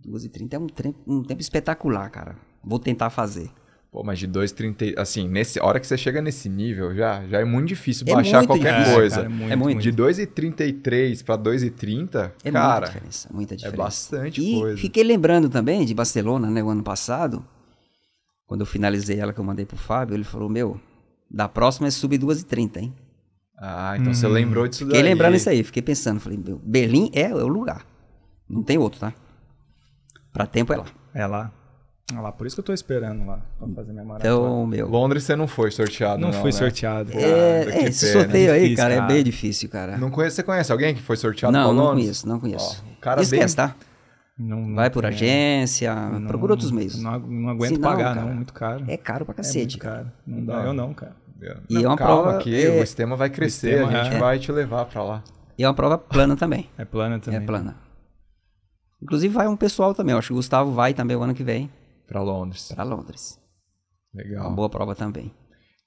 [SPEAKER 3] 2h30 é um tempo, um tempo espetacular, cara. Vou tentar fazer.
[SPEAKER 1] Pô, mas de 2,30. Assim, nesse, a hora que você chega nesse nível, já, já é muito difícil
[SPEAKER 3] É
[SPEAKER 1] baixar
[SPEAKER 3] muito
[SPEAKER 1] qualquer
[SPEAKER 3] difícil,
[SPEAKER 1] coisa.
[SPEAKER 2] cara, muito,
[SPEAKER 3] É muito.
[SPEAKER 1] De 2,33 pra 2,30,
[SPEAKER 3] É muita
[SPEAKER 1] cara,
[SPEAKER 3] diferença, muita
[SPEAKER 1] é
[SPEAKER 3] diferença.
[SPEAKER 1] bastante
[SPEAKER 3] e
[SPEAKER 1] coisa.
[SPEAKER 3] fiquei lembrando também de Barcelona, né, o ano passado, quando eu finalizei ela que eu mandei pro Fábio, ele falou: "Meu, da próxima é sub 2:30, hein?".
[SPEAKER 1] Ah, então você
[SPEAKER 2] Hum,
[SPEAKER 1] lembrou disso
[SPEAKER 3] Fiquei
[SPEAKER 1] daí.
[SPEAKER 3] lembrando isso aí, fiquei pensando, falei: "Meu, Berlim é, o lugar. Não tem outro, tá? Pra tempo é lá".
[SPEAKER 2] É lá. É lá. Por isso que eu tô esperando lá pra fazer minha maratona.
[SPEAKER 3] Então, meu,
[SPEAKER 1] Londres você não foi sorteado, não
[SPEAKER 2] não, fui
[SPEAKER 1] né?
[SPEAKER 2] sorteado.
[SPEAKER 3] é,
[SPEAKER 2] cara.
[SPEAKER 1] que
[SPEAKER 3] é, esse
[SPEAKER 1] pena,
[SPEAKER 3] sorteio aí,
[SPEAKER 2] né? difícil,
[SPEAKER 3] cara,
[SPEAKER 2] cara.
[SPEAKER 3] é bem difícil, cara.
[SPEAKER 1] Não conhece, você conhece alguém que foi sorteado pra
[SPEAKER 3] Não, não
[SPEAKER 1] Londres?
[SPEAKER 3] conheço, não conheço.
[SPEAKER 1] Ó, o cara
[SPEAKER 3] Esquece, tá?
[SPEAKER 2] Não- não
[SPEAKER 3] Vai por
[SPEAKER 2] tem, né?
[SPEAKER 3] agência,
[SPEAKER 2] Não-
[SPEAKER 3] procura outros meios.
[SPEAKER 2] Não, agu- não aguento
[SPEAKER 3] Se não,
[SPEAKER 2] pagar,
[SPEAKER 3] cara,
[SPEAKER 2] não. Muito caro.
[SPEAKER 3] É caro pra
[SPEAKER 2] É
[SPEAKER 3] cacete,
[SPEAKER 2] muito
[SPEAKER 3] cara.
[SPEAKER 2] caro. Não dá,
[SPEAKER 1] Não.
[SPEAKER 2] eu não, cara.
[SPEAKER 3] E é uma
[SPEAKER 1] calma
[SPEAKER 3] prova-
[SPEAKER 1] que
[SPEAKER 3] é-
[SPEAKER 1] o sistema vai crescer,
[SPEAKER 2] sistema
[SPEAKER 1] a gente
[SPEAKER 2] é-
[SPEAKER 1] vai te levar pra lá.
[SPEAKER 3] E é uma prova plana também.
[SPEAKER 2] É plana também.
[SPEAKER 3] É plana. Inclusive vai um pessoal também. Eu acho que o Gustavo vai também o ano que vem
[SPEAKER 1] Pra Londres.
[SPEAKER 3] para Londres. É
[SPEAKER 1] Legal.
[SPEAKER 3] Uma boa prova também.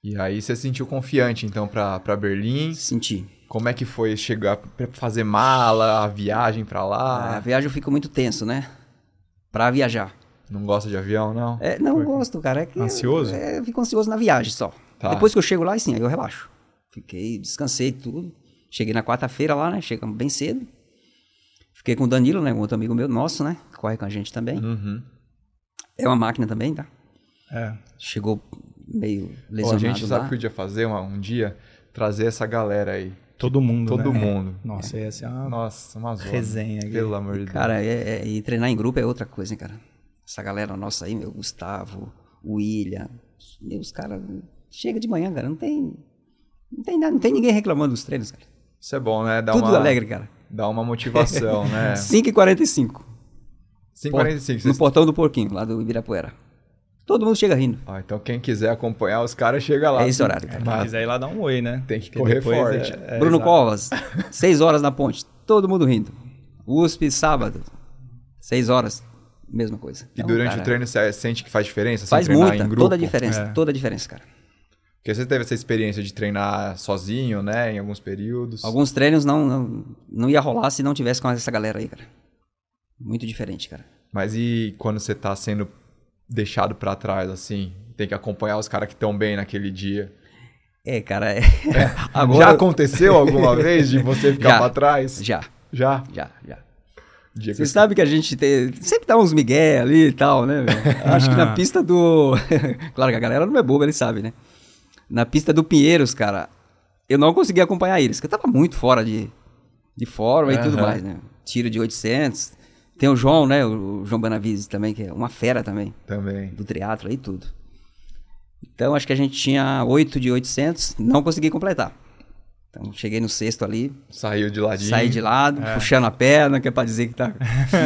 [SPEAKER 1] E aí você sentiu confiante, então, pra, pra Berlim?
[SPEAKER 3] Senti.
[SPEAKER 1] Como é que foi chegar, pra fazer mala, a viagem pra
[SPEAKER 3] A
[SPEAKER 1] lá?
[SPEAKER 3] viagem eu fico muito tenso, né? Pra viajar.
[SPEAKER 1] Não gosta de avião, não?
[SPEAKER 3] É, não gosto, cara. É que
[SPEAKER 2] Ansioso?
[SPEAKER 3] É, eu fico ansioso na viagem só.
[SPEAKER 1] Tá.
[SPEAKER 3] Depois que eu chego lá, aí sim, aí eu relaxo. Fiquei, descansei tudo. Cheguei na quarta-feira lá, né? Chegamos bem cedo. Fiquei com o Danilo, né? Um outro amigo meu, nosso, né? Corre com a gente também.
[SPEAKER 1] Uhum.
[SPEAKER 3] É uma máquina também, tá?
[SPEAKER 2] É.
[SPEAKER 3] Chegou meio
[SPEAKER 1] Pô,
[SPEAKER 3] lesionado
[SPEAKER 1] a gente tá sabe
[SPEAKER 3] lá.
[SPEAKER 1] que podia fazer uma- um dia, trazer essa galera aí.
[SPEAKER 2] Todo mundo,
[SPEAKER 1] Todo
[SPEAKER 2] né?
[SPEAKER 1] mundo.
[SPEAKER 2] Nossa, ia ser uma
[SPEAKER 1] Nossa, uma zona.
[SPEAKER 2] resenha aqui.
[SPEAKER 1] Pelo amor de Deus.
[SPEAKER 3] Cara, é- é- e treinar em grupo é outra coisa, hein, cara. Essa galera nossa aí, meu, Gustavo, o William, meu, os caras chega de manhã, cara, não tem não tem nada, não tem ninguém reclamando dos treinos, cara.
[SPEAKER 1] Isso é bom, né? Dá
[SPEAKER 3] Tudo
[SPEAKER 1] uma,
[SPEAKER 3] alegre, cara.
[SPEAKER 1] Dá uma motivação, né?
[SPEAKER 3] 5h45,
[SPEAKER 1] 5h45.
[SPEAKER 3] no
[SPEAKER 1] vocês-
[SPEAKER 3] portão do porquinho, lá do Ibirapuera. Todo mundo chega rindo.
[SPEAKER 1] Ó, então quem quiser acompanhar os caras, chega lá. Tá.
[SPEAKER 3] É esse horário, cara.
[SPEAKER 2] Mas aí lá dá um oi, né?
[SPEAKER 1] Tem que
[SPEAKER 2] Porque
[SPEAKER 1] correr
[SPEAKER 2] depois
[SPEAKER 1] forte.
[SPEAKER 2] é- é,
[SPEAKER 3] Bruno
[SPEAKER 2] exato.
[SPEAKER 3] Covas, 6 horas na ponte, todo mundo rindo. USP, sábado, 6 horas, mesma coisa.
[SPEAKER 1] E
[SPEAKER 3] Então,
[SPEAKER 1] durante
[SPEAKER 3] cara,
[SPEAKER 1] o treino você sente que faz diferença? assim,
[SPEAKER 3] faz
[SPEAKER 1] treinar
[SPEAKER 3] muita,
[SPEAKER 1] em grupo?
[SPEAKER 3] toda a diferença,
[SPEAKER 2] É.
[SPEAKER 3] toda a diferença, cara.
[SPEAKER 1] Porque você teve essa experiência de treinar sozinho, né? Em alguns períodos.
[SPEAKER 3] Alguns treinos não, não, não ia rolar se não tivesse com essa galera aí, cara. Muito diferente, cara.
[SPEAKER 1] Mas e quando você tá sendo deixado pra trás, assim? Tem que acompanhar os caras que estão bem naquele dia.
[SPEAKER 3] É, cara, é...
[SPEAKER 1] Já
[SPEAKER 3] agora...
[SPEAKER 1] aconteceu alguma vez de você ficar
[SPEAKER 3] Já.
[SPEAKER 1] pra trás?
[SPEAKER 3] Já,
[SPEAKER 1] Já?
[SPEAKER 3] já, já.
[SPEAKER 1] Dia que
[SPEAKER 3] Você sabe que a gente tem... sempre dá uns migué ali e tal, né? meu? Acho que na pista do... claro que a galera não é boba, eles sabem, né? Na pista do Pinheiros, cara, eu não consegui acompanhar eles, porque eu tava muito fora de, de forma e tudo
[SPEAKER 1] Aham.
[SPEAKER 3] mais, né? Tiro de 800. Tem o João, né? O João Banavides também, que é uma fera também.
[SPEAKER 1] Também.
[SPEAKER 3] do teatro aí tudo. Então acho que a gente tinha 8 de 800, não consegui completar. Então cheguei no sexto ali,
[SPEAKER 1] Saiu de ladinho.
[SPEAKER 3] saí de lado, puxando a perna, que é pra dizer que tá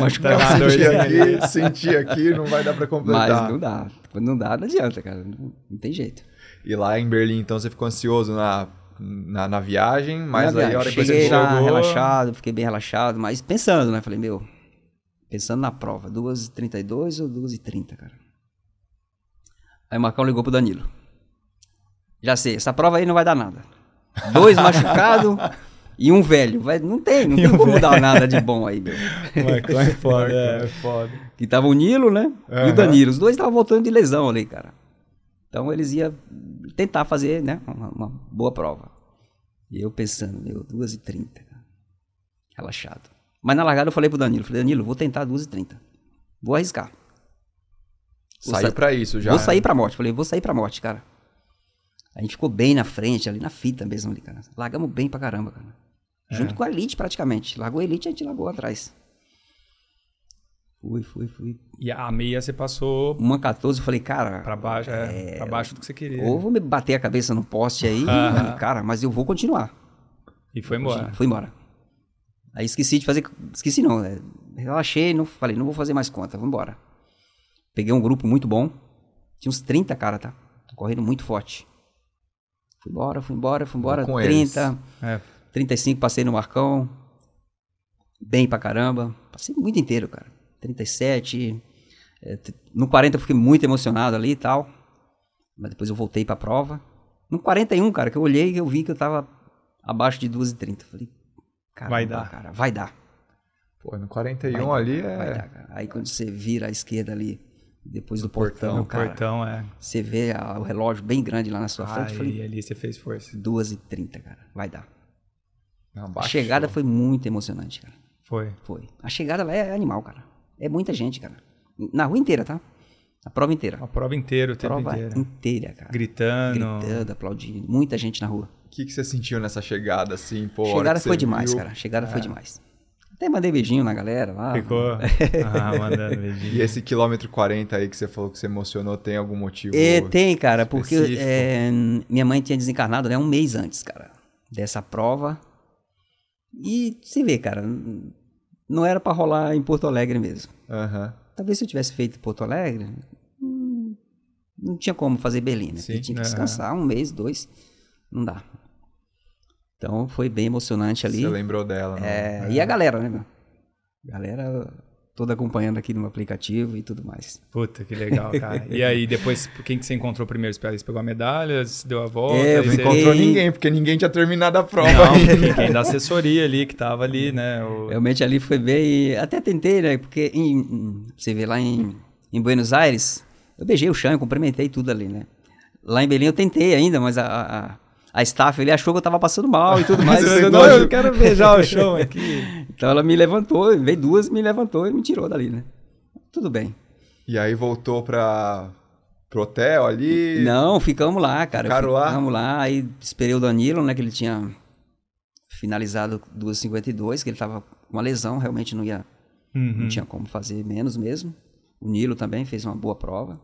[SPEAKER 3] machucado.
[SPEAKER 2] Tá lá,
[SPEAKER 1] Senti aqui, senti aqui, não vai dar pra completar.
[SPEAKER 3] Mas não dá, quando não dá, não adianta, cara, não, não tem jeito.
[SPEAKER 1] E lá em Berlim, então, você ficou ansioso na, na, na viagem, mas
[SPEAKER 3] Minha
[SPEAKER 1] aí a hora que
[SPEAKER 3] viagem,
[SPEAKER 1] você
[SPEAKER 3] cheguei lá,
[SPEAKER 1] chegou...
[SPEAKER 3] relaxado, fiquei bem relaxado, mas pensando, né, falei, meu, pensando na prova, 2h32 ou 2h30, cara. Aí o Marcão ligou pro Danilo. Já sei, essa prova aí não vai dar nada. Dois machucados e um velho. Vai, não tem, não tem
[SPEAKER 1] um
[SPEAKER 3] como dar nada de bom aí, meu.
[SPEAKER 2] Marcão é foda.
[SPEAKER 1] É,
[SPEAKER 2] é.
[SPEAKER 1] é foda.
[SPEAKER 3] Que tava o Nilo, né? E
[SPEAKER 1] Aham.
[SPEAKER 3] o Danilo. Os dois estavam voltando de lesão ali, cara. Então eles iam tentar fazer, né? Uma, uma boa prova. E eu pensando, meu, 2h30, cara. Relaxado. Mas na largada eu falei pro Danilo, falei, Danilo, vou tentar 2h30. Vou arriscar. Vou
[SPEAKER 1] Saiu
[SPEAKER 3] sa-
[SPEAKER 1] pra isso já.
[SPEAKER 3] Vou sair pra morte. Falei, vou sair pra morte, cara. A gente ficou bem na frente, ali na fita mesmo ali, cara. Largamos bem pra caramba, cara.
[SPEAKER 1] É.
[SPEAKER 3] Junto com a Elite, praticamente. Largou a Elite, a gente largou atrás. Fui, fui, fui.
[SPEAKER 2] E a meia você passou
[SPEAKER 3] Uma 14, eu falei, cara,
[SPEAKER 2] pra baixo, é, pra baixo do que você queria.
[SPEAKER 3] ou vou me bater a cabeça no poste aí,
[SPEAKER 2] Aham.
[SPEAKER 3] cara, mas eu vou continuar.
[SPEAKER 2] E foi embora.
[SPEAKER 3] Fui embora. Aí esqueci de fazer. Esqueci não, né? Relaxei, não, falei, não vou fazer mais conta, vamos embora. Peguei um grupo muito bom. Tinha uns 30 cara, tá? Correndo muito forte. Fui embora, fui embora, fui embora.
[SPEAKER 1] com
[SPEAKER 3] 30,
[SPEAKER 2] É.
[SPEAKER 3] 35 passei no Marcão. Bem pra caramba. Passei muito inteiro, cara. 37. eh, t- No 40 eu fiquei muito emocionado ali e tal. Mas depois eu voltei pra prova. No 41, cara, que eu olhei e eu vi que eu tava abaixo de 2,30. Falei, cara,
[SPEAKER 2] Vai
[SPEAKER 3] não dá,
[SPEAKER 2] dar.
[SPEAKER 3] cara, vai dar.
[SPEAKER 1] Pô, no
[SPEAKER 3] Vai
[SPEAKER 1] 41
[SPEAKER 3] dar,
[SPEAKER 1] ali
[SPEAKER 3] cara, Vai
[SPEAKER 1] é...
[SPEAKER 3] dar, cara. Aí quando você vira à esquerda ali, depois do portão,
[SPEAKER 2] no
[SPEAKER 3] cara,
[SPEAKER 2] portão, é.
[SPEAKER 3] você vê a- o relógio bem grande lá na sua frente. Eu Falei,
[SPEAKER 2] Aí, ali você fez força.
[SPEAKER 3] 2,30, cara, vai dar.
[SPEAKER 1] Não,
[SPEAKER 3] A
[SPEAKER 1] baixou.
[SPEAKER 3] chegada foi muito emocionante, cara.
[SPEAKER 2] Foi.
[SPEAKER 3] Foi. A chegada lá é animal, cara. É muita gente, cara. Na rua inteira, tá? A prova inteira.
[SPEAKER 2] A prova inteira, o
[SPEAKER 3] A
[SPEAKER 2] tempo
[SPEAKER 3] prova
[SPEAKER 2] inteiro.
[SPEAKER 3] inteira, cara.
[SPEAKER 2] Gritando.
[SPEAKER 3] Gritando, aplaudindo. Muita gente na rua.
[SPEAKER 1] O que, que você sentiu nessa chegada, assim, pô? a hora
[SPEAKER 3] chegada
[SPEAKER 1] que você
[SPEAKER 3] foi demais,
[SPEAKER 1] viu?
[SPEAKER 3] cara. Chegada foi demais. Até mandei beijinho na galera lá.
[SPEAKER 2] Ficou ah, mandando beijinho.
[SPEAKER 1] E esse quilômetro 40 aí que você falou que você emocionou, tem algum motivo?
[SPEAKER 3] É, tem, cara, porque
[SPEAKER 1] específico.
[SPEAKER 3] é, minha mãe tinha desencarnado né, um mês antes, cara, dessa prova. E você vê, cara, n- não era pra rolar em Porto Alegre mesmo.
[SPEAKER 1] Aham.
[SPEAKER 3] Talvez se eu tivesse feito Porto Alegre, hum, não tinha como fazer Berlim, né?
[SPEAKER 1] Sim,
[SPEAKER 3] Porque tinha que
[SPEAKER 2] é.
[SPEAKER 3] descansar um mês, dois, não dá. Então foi bem emocionante ali.
[SPEAKER 1] Você lembrou dela, né?
[SPEAKER 3] É, E a galera, né? meu? Galera toda acompanhando aqui no aplicativo e tudo mais.
[SPEAKER 2] Puta, que legal, cara. E aí, depois, quem que você encontrou primeiro? Você pegou a medalha, se deu a volta?
[SPEAKER 3] É,
[SPEAKER 2] aí
[SPEAKER 1] Não
[SPEAKER 3] eu
[SPEAKER 2] você...
[SPEAKER 3] encontrei-
[SPEAKER 1] encontrou ninguém, porque ninguém tinha terminado a prova
[SPEAKER 2] Não,
[SPEAKER 1] ainda.
[SPEAKER 2] quem, quem da assessoria ali, que tava ali, né? O...
[SPEAKER 3] Realmente ali foi bem. Até tentei, né? Porque em- em- você vê lá em, em Buenos Aires, eu beijei o chão, eu cumprimentei tudo ali, né? Lá em Berlim eu tentei ainda, mas a- a- a- a staff ele achou que eu tava passando mal e tudo mais.
[SPEAKER 2] Mas eu,
[SPEAKER 1] você
[SPEAKER 2] não,
[SPEAKER 1] gosta-
[SPEAKER 2] eu quero beijar o chão aqui.
[SPEAKER 3] então ela me levantou, veio duas, me levantou e me tirou dali, né? Tudo bem.
[SPEAKER 1] E aí voltou pra, pro hotel ali.
[SPEAKER 3] Não, ficamos lá, cara.
[SPEAKER 1] Ficaram lá?
[SPEAKER 3] Ficamos lá, aí esperei o Danilo, né, que ele tinha finalizado 2,52, que ele tava com uma lesão, realmente não ia,
[SPEAKER 1] Uhum.
[SPEAKER 3] não tinha como fazer menos mesmo. O Nilo também fez uma boa prova.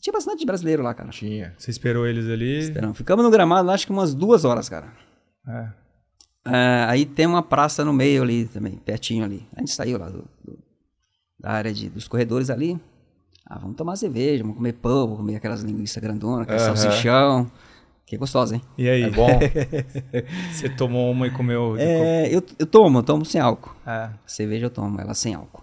[SPEAKER 3] Tinha bastante brasileiro lá, cara.
[SPEAKER 1] Tinha.
[SPEAKER 2] Você esperou eles ali.
[SPEAKER 3] Esperamos. Ficamos no gramado lá, acho que umas duas horas, cara.
[SPEAKER 2] É.
[SPEAKER 3] Ah, aí tem uma praça no meio ali também, pertinho ali. A gente saiu lá do- do- da área de- dos corredores ali. Ah, vamos tomar cerveja, vamos comer pão, vamos comer aquelas linguiças grandonas, aqueles
[SPEAKER 1] Aham.
[SPEAKER 3] salsichão. Que é gostosa, hein?
[SPEAKER 2] E aí?
[SPEAKER 1] É bom?
[SPEAKER 2] Você tomou uma e comeu.
[SPEAKER 3] É, eu, eu tomo, eu tomo sem álcool.
[SPEAKER 2] É.
[SPEAKER 3] Cerveja eu tomo, ela sem álcool.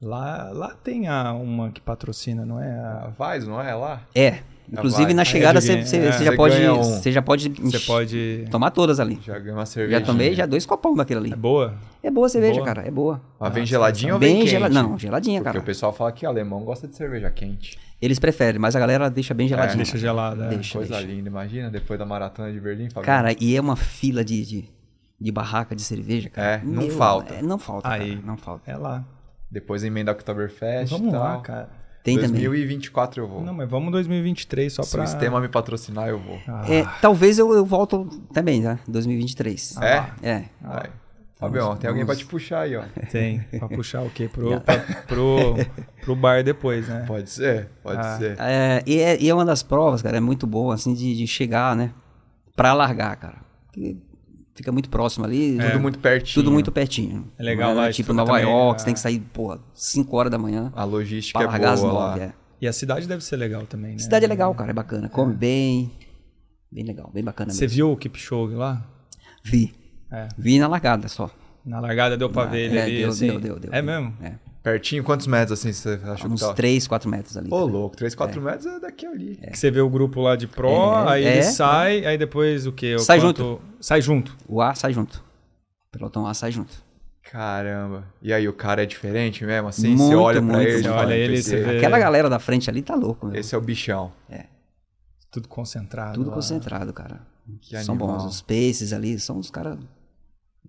[SPEAKER 2] Lá, lá tem a, uma que patrocina, não é?
[SPEAKER 1] A
[SPEAKER 2] A-
[SPEAKER 1] Vaz, não é? Lá?
[SPEAKER 3] É.
[SPEAKER 1] Ah,
[SPEAKER 3] Inclusive
[SPEAKER 1] vai.
[SPEAKER 3] na
[SPEAKER 1] Aí
[SPEAKER 3] chegada
[SPEAKER 2] eu
[SPEAKER 3] você
[SPEAKER 2] diria,
[SPEAKER 3] você-
[SPEAKER 2] é,
[SPEAKER 3] você já
[SPEAKER 1] você
[SPEAKER 3] pode.
[SPEAKER 1] ganha um-
[SPEAKER 3] Você já pode,
[SPEAKER 2] Você
[SPEAKER 3] enche-
[SPEAKER 2] pode.
[SPEAKER 3] tomar todas ali.
[SPEAKER 1] Já ganhou uma
[SPEAKER 3] Já
[SPEAKER 1] cerveja.
[SPEAKER 3] tomei já dois copão daquilo ali.
[SPEAKER 2] É boa?
[SPEAKER 3] É boa a cerveja,
[SPEAKER 2] Boa.
[SPEAKER 3] cara. É boa.
[SPEAKER 1] Mas vem geladinha ou vem
[SPEAKER 3] Bem
[SPEAKER 1] quente?
[SPEAKER 3] geladinha. Não, geladinha,
[SPEAKER 1] Porque
[SPEAKER 3] cara.
[SPEAKER 1] o pessoal fala que alemão gosta de cerveja quente.
[SPEAKER 3] Eles preferem, mas a galera deixa
[SPEAKER 1] É,
[SPEAKER 3] bem geladinha.
[SPEAKER 2] Deixa gelada. é.
[SPEAKER 3] Deixa,
[SPEAKER 1] Coisa
[SPEAKER 3] deixa.
[SPEAKER 1] linda, imagina, depois da maratona de Berlim, Fabiano.
[SPEAKER 3] Cara, e é uma fila de, de, de barraca de cerveja, cara.
[SPEAKER 1] É, não falta.
[SPEAKER 3] é, não falta,
[SPEAKER 2] Aí.
[SPEAKER 3] cara, Não falta.
[SPEAKER 2] É lá.
[SPEAKER 1] Depois emenda
[SPEAKER 3] É
[SPEAKER 1] Oktoberfest e
[SPEAKER 2] Vamos
[SPEAKER 1] tal.
[SPEAKER 2] lá, cara.
[SPEAKER 3] Tem também.
[SPEAKER 1] 2024 eu vou.
[SPEAKER 2] Não, mas vamos 2023 só
[SPEAKER 1] Se
[SPEAKER 2] pra.
[SPEAKER 1] o sistema me patrocinar, eu vou.
[SPEAKER 2] Ah,
[SPEAKER 3] É, talvez eu, eu volto também, tá?
[SPEAKER 2] Ah,
[SPEAKER 3] 2023.
[SPEAKER 1] é?
[SPEAKER 3] É.
[SPEAKER 1] Vai. Fabião, tem alguém pra te puxar aí, ó.
[SPEAKER 2] Tem. Pra puxar o quê? Pro, pra- pro, pro bar depois, né?
[SPEAKER 1] Pode ser, pode
[SPEAKER 2] Ah.
[SPEAKER 1] ser.
[SPEAKER 3] É, e, é, e é uma das provas, cara, é muito boa, assim, de, de chegar, né? Pra largar, cara. Porque fica muito próximo ali,
[SPEAKER 1] É. Tudo
[SPEAKER 3] tudo,
[SPEAKER 1] muito pertinho.
[SPEAKER 3] É. tudo muito pertinho. né?
[SPEAKER 2] É legal
[SPEAKER 3] Não
[SPEAKER 2] lá,
[SPEAKER 3] Tipo
[SPEAKER 2] estuda
[SPEAKER 3] Nova
[SPEAKER 2] também,
[SPEAKER 3] York,
[SPEAKER 2] né?
[SPEAKER 3] você tem que sair, porra, 5 horas da manhã
[SPEAKER 1] A logística
[SPEAKER 3] pra
[SPEAKER 1] é
[SPEAKER 3] largar às
[SPEAKER 1] boa
[SPEAKER 3] 9.
[SPEAKER 1] lá.
[SPEAKER 3] É.
[SPEAKER 2] E a cidade deve ser legal também, né?
[SPEAKER 3] Cidade é legal, cara, é bacana. Come bem. Bem legal, bem bacana
[SPEAKER 2] Você
[SPEAKER 3] é mesmo.
[SPEAKER 2] viu o Kipchoge lá?
[SPEAKER 3] Vi.
[SPEAKER 2] É.
[SPEAKER 3] Vi na largada só.
[SPEAKER 2] Na largada deu pra ver ele
[SPEAKER 3] é,
[SPEAKER 2] ali.
[SPEAKER 3] deu,
[SPEAKER 2] assim.
[SPEAKER 3] deu, deu, deu.
[SPEAKER 2] É mesmo? Ah,
[SPEAKER 3] É.
[SPEAKER 1] Pertinho, quantos metros assim você achou que
[SPEAKER 3] Uns
[SPEAKER 1] tava?
[SPEAKER 3] 3, 4 metros ali.
[SPEAKER 1] Ô, louco, 3, 4 metros é daqui ali.
[SPEAKER 2] Que você vê o grupo lá de pro,
[SPEAKER 3] É,
[SPEAKER 2] aí ele
[SPEAKER 3] é.
[SPEAKER 2] sai, aí depois o quê? O
[SPEAKER 3] Sai
[SPEAKER 2] junto. Sai junto.
[SPEAKER 3] O ar sai junto. O pelotão A sai junto.
[SPEAKER 1] Caramba. E aí, o cara é diferente mesmo, assim? você
[SPEAKER 3] Muito,
[SPEAKER 1] olha pra
[SPEAKER 3] muito.
[SPEAKER 1] ele.
[SPEAKER 3] Você
[SPEAKER 1] fala,
[SPEAKER 2] olha ele,
[SPEAKER 1] "Esse-
[SPEAKER 2] você vê- É.
[SPEAKER 3] Aquela galera da frente ali tá louco, meu.
[SPEAKER 1] Esse é o bichão.
[SPEAKER 2] Tudo concentrado.
[SPEAKER 3] Tudo
[SPEAKER 2] lá.
[SPEAKER 3] concentrado, cara.
[SPEAKER 1] Que
[SPEAKER 3] são
[SPEAKER 1] animal.
[SPEAKER 3] bons. Os paces ali são os caras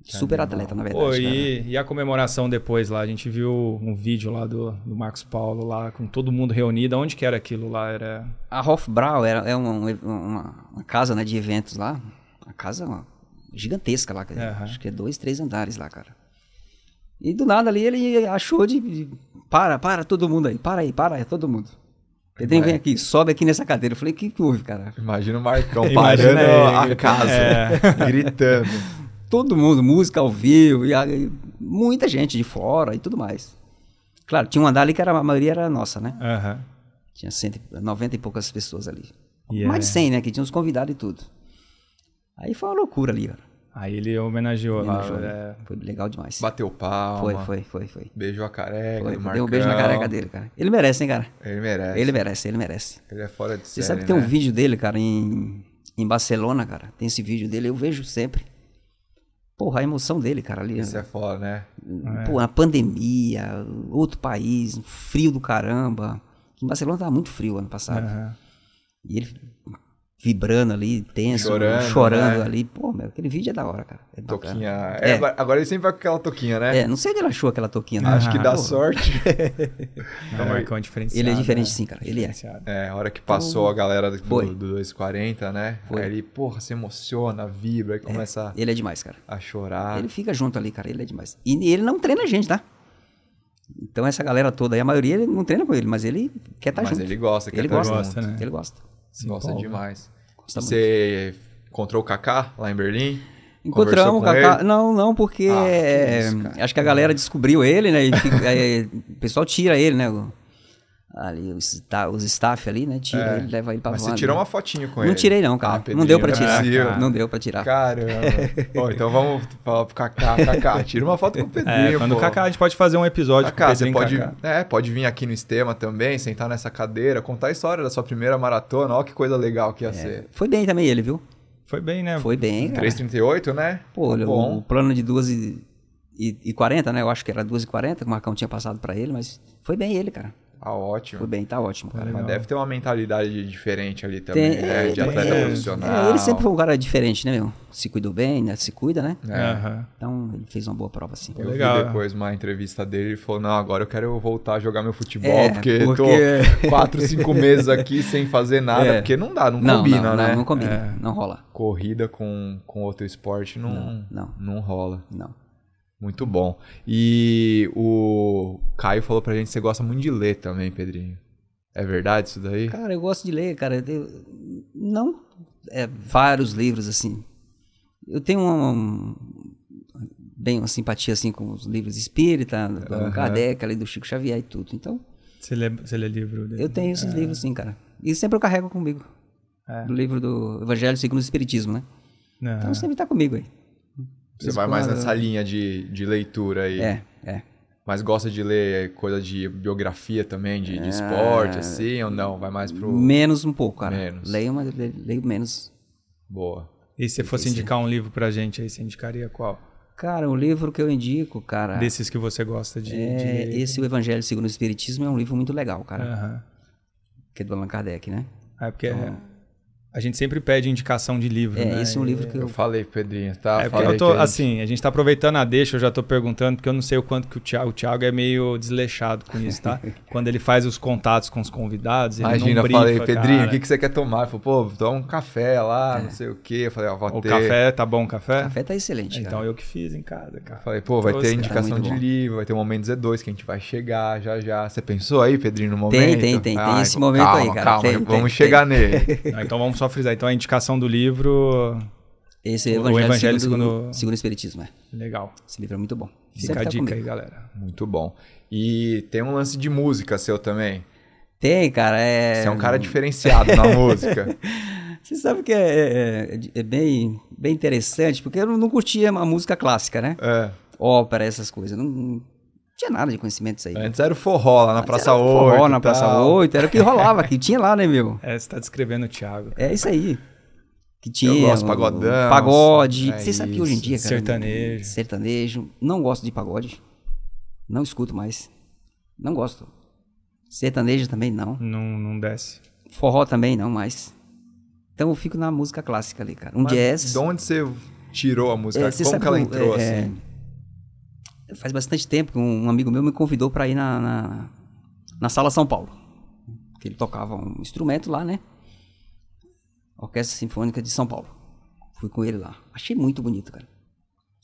[SPEAKER 3] super
[SPEAKER 1] animal.
[SPEAKER 3] atleta, na verdade.
[SPEAKER 2] Pô,
[SPEAKER 3] cara.
[SPEAKER 2] e, e a comemoração depois lá? A gente viu um vídeo lá do, do Marcos Paulo lá, com todo mundo reunido. Onde que era aquilo lá? Era.
[SPEAKER 3] A Hofbrau era, é uma, uma- uma casa né, de eventos lá. Uma casa ó, gigantesca lá. cara.
[SPEAKER 2] Aham.
[SPEAKER 3] Acho que é dois, três andares lá, cara. E do nada ali ele achou de. de- para, para todo mundo aí. Para aí, para aí, todo mundo. Pedrinho, vem aqui, sobe aqui nessa cadeira. Eu falei, o que, que houve, cara?
[SPEAKER 1] Imagina o Marcão
[SPEAKER 2] Imagina
[SPEAKER 1] parando
[SPEAKER 2] ele, É.
[SPEAKER 1] a casa, gritando.
[SPEAKER 3] todo mundo, música ao vivo, e, a- e muita gente de fora e tudo mais. Claro, tinha um andar ali que era, a maioria era nossa, né?
[SPEAKER 2] Aham.
[SPEAKER 3] Tinha cento, e- 90 e poucas pessoas ali.
[SPEAKER 2] E é-
[SPEAKER 3] Mais de 100, né? Que tinha os convidados e tudo. Aí foi uma loucura ali, cara.
[SPEAKER 2] Aí ele homenageou lá.
[SPEAKER 3] Homenageou,
[SPEAKER 2] é.
[SPEAKER 3] né? Foi legal demais.
[SPEAKER 1] Bateu palma.
[SPEAKER 3] Foi, foi, foi, foi.
[SPEAKER 1] Beijou a careca
[SPEAKER 3] Foi,
[SPEAKER 1] do
[SPEAKER 3] Deu um beijo na
[SPEAKER 1] Marcão.
[SPEAKER 3] careca dele, cara. Ele merece, hein, cara?
[SPEAKER 1] Ele merece.
[SPEAKER 3] Ele merece, ele merece.
[SPEAKER 1] Ele é fora de
[SPEAKER 3] Você
[SPEAKER 1] série,
[SPEAKER 3] sabe que tem
[SPEAKER 1] né?
[SPEAKER 3] um vídeo dele, cara, em, em Barcelona, cara. Tem esse vídeo dele, eu vejo sempre. Porra, a emoção dele, cara, ali.
[SPEAKER 1] Isso é foda, né?
[SPEAKER 2] É.
[SPEAKER 3] Pô, na pandemia, outro país, frio do caramba. Em Barcelona tava muito frio ano passado.
[SPEAKER 2] Aham.
[SPEAKER 3] E ele vibrando ali, tenso,
[SPEAKER 1] Chorando,
[SPEAKER 3] chorando,
[SPEAKER 1] né?
[SPEAKER 3] ali. Pô, meu, aquele vídeo é da hora, cara. É bacana.
[SPEAKER 1] Toquinha.
[SPEAKER 3] É.
[SPEAKER 1] É, agora ele sempre vai com aquela toquinha, né?
[SPEAKER 3] É, não sei onde ele achou aquela toquinha. né?
[SPEAKER 1] Acho que dá
[SPEAKER 3] Pô,
[SPEAKER 1] sorte.
[SPEAKER 2] É um Marcão diferenciado.
[SPEAKER 3] Então, Ele é diferente
[SPEAKER 2] né?
[SPEAKER 3] sim, cara. Ele é.
[SPEAKER 2] Diferenciado.
[SPEAKER 1] É, a hora que passou a galera do,
[SPEAKER 3] Foi.
[SPEAKER 1] do 240, né?
[SPEAKER 3] Foi.
[SPEAKER 1] Aí ele, porra, se emociona, vibra, aí começa
[SPEAKER 3] Ele é demais, cara.
[SPEAKER 1] a chorar.
[SPEAKER 3] Ele fica junto ali, cara. Ele é demais. E ele não treina a gente, tá? Então essa galera toda aí, a maioria ele não treina com ele, mas ele quer estar
[SPEAKER 1] Mas
[SPEAKER 3] junto.
[SPEAKER 1] ele gosta, quer
[SPEAKER 3] ele
[SPEAKER 1] tá
[SPEAKER 3] gosta,
[SPEAKER 1] junto.
[SPEAKER 2] gosta, né?
[SPEAKER 3] Ele gosta.
[SPEAKER 2] Se
[SPEAKER 1] Gosta
[SPEAKER 2] empolga.
[SPEAKER 1] demais.
[SPEAKER 3] Gosta
[SPEAKER 1] E
[SPEAKER 3] muito.
[SPEAKER 1] você encontrou o Kaká lá em Berlim?
[SPEAKER 3] Encontramos
[SPEAKER 1] Conversou
[SPEAKER 3] o
[SPEAKER 1] com
[SPEAKER 3] Kaká.
[SPEAKER 1] ele?
[SPEAKER 3] Não, não, porque
[SPEAKER 1] Ah, que
[SPEAKER 3] é,
[SPEAKER 1] isso, cara.
[SPEAKER 3] acho que a galera descobriu ele, né? e fica- aí, o pessoal tira ele, né? o- ali, os, sta- os staff ali, né? Tira ele, leva ele pra
[SPEAKER 1] É. Mas
[SPEAKER 3] van,
[SPEAKER 1] você tirou
[SPEAKER 3] né?
[SPEAKER 1] uma fotinho com
[SPEAKER 3] Não
[SPEAKER 1] ele?
[SPEAKER 3] tirei, não,
[SPEAKER 1] Ah,
[SPEAKER 3] cara. não
[SPEAKER 1] Pedrinho,
[SPEAKER 3] deu pra
[SPEAKER 1] não é
[SPEAKER 3] tirar.
[SPEAKER 1] possível.
[SPEAKER 3] Não deu pra tirar.
[SPEAKER 1] Caramba. Pô, então vamos falar pro Kaká. Kaká, tira uma foto com o Pedrinho,
[SPEAKER 2] É, quando
[SPEAKER 1] pô.
[SPEAKER 2] o Kaká, a gente pode fazer um episódio
[SPEAKER 1] Kaká,
[SPEAKER 2] com o
[SPEAKER 1] você
[SPEAKER 2] Pedrinho
[SPEAKER 1] pode,
[SPEAKER 2] Kaká.
[SPEAKER 1] é, pode vir aqui no Estema também, sentar nessa cadeira, contar a história da sua primeira maratona. Olha que coisa legal
[SPEAKER 3] É.
[SPEAKER 1] que ia ser.
[SPEAKER 3] Foi bem também ele, viu?
[SPEAKER 2] Foi bem,
[SPEAKER 1] é,
[SPEAKER 2] né?
[SPEAKER 3] Foi bem, cara.
[SPEAKER 1] 3,38, né?
[SPEAKER 3] Pô, olha, o
[SPEAKER 1] Bom.
[SPEAKER 3] plano de 2 e, e, e 40, né? Eu acho que era 2 e 40, que o Marcão tinha passado pra ele, mas foi bem ele, cara.
[SPEAKER 1] Ah, ótimo.
[SPEAKER 3] Foi bem, tá ótimo,
[SPEAKER 2] Tá
[SPEAKER 3] cara.
[SPEAKER 1] Mas
[SPEAKER 2] legal.
[SPEAKER 1] deve ter uma mentalidade diferente ali também,
[SPEAKER 3] Tem-
[SPEAKER 1] né? De
[SPEAKER 3] é,
[SPEAKER 1] atleta
[SPEAKER 2] é.
[SPEAKER 1] profissional.
[SPEAKER 3] É, ele sempre foi um cara diferente, né, meu? Se cuidou bem, né? Se cuida, né?
[SPEAKER 1] É.
[SPEAKER 2] Aham.
[SPEAKER 3] Então, ele fez uma boa prova, sim.
[SPEAKER 1] Eu
[SPEAKER 2] Legal,
[SPEAKER 1] vi
[SPEAKER 2] é.
[SPEAKER 1] depois uma entrevista dele, ele falou, não, agora eu quero voltar a jogar meu futebol,
[SPEAKER 3] É,
[SPEAKER 1] porque,
[SPEAKER 3] porque-
[SPEAKER 1] tô quatro, cinco meses aqui sem fazer nada,
[SPEAKER 3] É.
[SPEAKER 1] porque não dá, não,
[SPEAKER 3] Não,
[SPEAKER 1] combina,
[SPEAKER 3] não,
[SPEAKER 1] né?
[SPEAKER 3] não, não combina. Não rola.
[SPEAKER 1] Corrida com, com outro esporte não, não.
[SPEAKER 3] Não,
[SPEAKER 1] rola.
[SPEAKER 3] não.
[SPEAKER 1] Muito bom. E o Caio falou pra gente que você gosta muito de ler também, Pedrinho. É verdade isso daí?
[SPEAKER 3] Cara, eu gosto de ler, cara. Eu- não é, vários livros, assim. Eu tenho uma, um- bem uma simpatia, assim, com os livros espírita, do Allan
[SPEAKER 1] Aham.
[SPEAKER 3] Kardec, ali do Chico Xavier e tudo. Então,
[SPEAKER 2] Você lê, você lê livro dele?
[SPEAKER 3] eu tenho esses
[SPEAKER 1] É.
[SPEAKER 3] livros, sim, cara. E sempre eu carrego comigo.
[SPEAKER 2] É.
[SPEAKER 3] Do livro do Evangelho segundo o Espiritismo, né?
[SPEAKER 2] Aham.
[SPEAKER 3] Então sempre tá comigo aí.
[SPEAKER 1] É. Você vai mais
[SPEAKER 3] Claro.
[SPEAKER 1] nessa linha de, de leitura aí.
[SPEAKER 3] né? É, é.
[SPEAKER 1] Mas gosta de ler coisa de biografia também, de, de
[SPEAKER 3] Ah.
[SPEAKER 1] esporte, assim, ou não? Vai mais pro.
[SPEAKER 3] Menos um pouco, cara.
[SPEAKER 1] Menos.
[SPEAKER 3] Leio, mas le- leio menos.
[SPEAKER 1] Boa.
[SPEAKER 2] E se fosse indicar um livro pra gente aí, você indicaria qual?
[SPEAKER 3] Cara, o livro que eu indico, cara,
[SPEAKER 2] Desses que você gosta de, de
[SPEAKER 3] Ah. é
[SPEAKER 2] ler?
[SPEAKER 3] esse O Evangelho segundo o Espiritismo é um livro muito legal, cara.
[SPEAKER 2] Aham.
[SPEAKER 3] Que é do Allan Kardec, né?
[SPEAKER 2] É porque a gente sempre pede indicação de livro,
[SPEAKER 3] É,
[SPEAKER 2] né?
[SPEAKER 3] esse é um
[SPEAKER 2] E-
[SPEAKER 3] livro que
[SPEAKER 1] Eu
[SPEAKER 3] eu.
[SPEAKER 1] falei, Pedrinho, tá?
[SPEAKER 2] É porque
[SPEAKER 1] falei
[SPEAKER 2] eu tô,
[SPEAKER 1] que a gente-
[SPEAKER 2] assim, a gente tá aproveitando a deixa, eu já tô perguntando, porque eu não sei o quanto que o Thiago, o Thiago é meio desleixado com isso, tá? Quando ele faz os contatos com os convidados, ele
[SPEAKER 1] Imagina,
[SPEAKER 2] não
[SPEAKER 1] eu
[SPEAKER 2] brifa,
[SPEAKER 1] falei, Pedrinho, o
[SPEAKER 2] cara. É.
[SPEAKER 1] que, que você quer tomar? Ele falou, pô, toma um café lá, não sei o quê. Eu falei, ó, vou
[SPEAKER 2] O
[SPEAKER 1] ter.
[SPEAKER 2] café, tá bom o café?
[SPEAKER 3] Café tá excelente, cara.
[SPEAKER 2] Então eu que fiz em casa, cara.
[SPEAKER 1] Falei, pô, vai
[SPEAKER 2] Trouxe,
[SPEAKER 1] ter
[SPEAKER 2] cara,
[SPEAKER 1] indicação
[SPEAKER 3] tá muito
[SPEAKER 1] de
[SPEAKER 3] bom.
[SPEAKER 1] livro, vai ter um o momento Z2 que a gente vai chegar já já. Você pensou aí, Pedrinho, no momento?
[SPEAKER 3] Tem, tem, tem, tem
[SPEAKER 1] Ah,
[SPEAKER 3] esse
[SPEAKER 1] então,
[SPEAKER 3] momento
[SPEAKER 1] calma,
[SPEAKER 3] aí, cara,
[SPEAKER 1] Calma,
[SPEAKER 3] tem,
[SPEAKER 1] vamos
[SPEAKER 3] tem,
[SPEAKER 1] chegar nele.
[SPEAKER 2] Não, então vamos só frisar. Então a indicação do livro,
[SPEAKER 3] Esse é
[SPEAKER 2] O- o
[SPEAKER 3] o Evangelho,
[SPEAKER 2] Evangelho
[SPEAKER 3] segundo,
[SPEAKER 2] segundo-
[SPEAKER 3] segundo... o Espiritismo, é.
[SPEAKER 2] legal.
[SPEAKER 3] Esse livro é muito bom.
[SPEAKER 2] Fica
[SPEAKER 3] Sempre
[SPEAKER 2] a
[SPEAKER 3] tá
[SPEAKER 2] dica aí,
[SPEAKER 3] comigo.
[SPEAKER 2] galera.
[SPEAKER 1] Muito bom. E tem um lance de música seu também.
[SPEAKER 3] Tem, cara. É...
[SPEAKER 1] Você é um cara diferenciado na música.
[SPEAKER 3] Você sabe que é, é- é- é bem, bem interessante, porque eu não, não curtia a música clássica, né?
[SPEAKER 1] É.
[SPEAKER 3] Ópera, essas coisas. Não, não tinha nada de conhecimento
[SPEAKER 2] É,
[SPEAKER 3] disso aí.
[SPEAKER 1] Antes era o forró lá na Praça
[SPEAKER 3] Era
[SPEAKER 1] 8.
[SPEAKER 3] Forró
[SPEAKER 1] e
[SPEAKER 3] na
[SPEAKER 1] tal.
[SPEAKER 3] Praça 8, era o que rolava, que tinha lá, né, meu?
[SPEAKER 2] É, você tá descrevendo o Thiago.
[SPEAKER 3] É isso aí. Que tinha.
[SPEAKER 1] gosto,
[SPEAKER 3] o-
[SPEAKER 1] pagodão,
[SPEAKER 3] Pagode.
[SPEAKER 1] é
[SPEAKER 3] Você sabe que hoje em
[SPEAKER 1] isso,
[SPEAKER 3] dia, cara.
[SPEAKER 2] sertanejo.
[SPEAKER 3] Sertanejo. Não gosto de pagode. Não escuto mais. Não gosto. Sertanejo também não.
[SPEAKER 2] Não, não desce.
[SPEAKER 3] Forró também não mais. Então eu fico na música clássica ali, cara. Um
[SPEAKER 1] Mas
[SPEAKER 3] jazz.
[SPEAKER 1] De onde você tirou a música?
[SPEAKER 3] É, você
[SPEAKER 1] Como
[SPEAKER 3] sabe
[SPEAKER 1] que ela
[SPEAKER 3] o-
[SPEAKER 1] entrou
[SPEAKER 3] é,
[SPEAKER 1] assim?
[SPEAKER 3] é, faz bastante tempo que um amigo meu me convidou para ir na, na, na Sala São Paulo. Que ele tocava um instrumento lá, né? Orquestra Sinfônica de São Paulo. Fui com ele lá. Achei muito bonito, cara.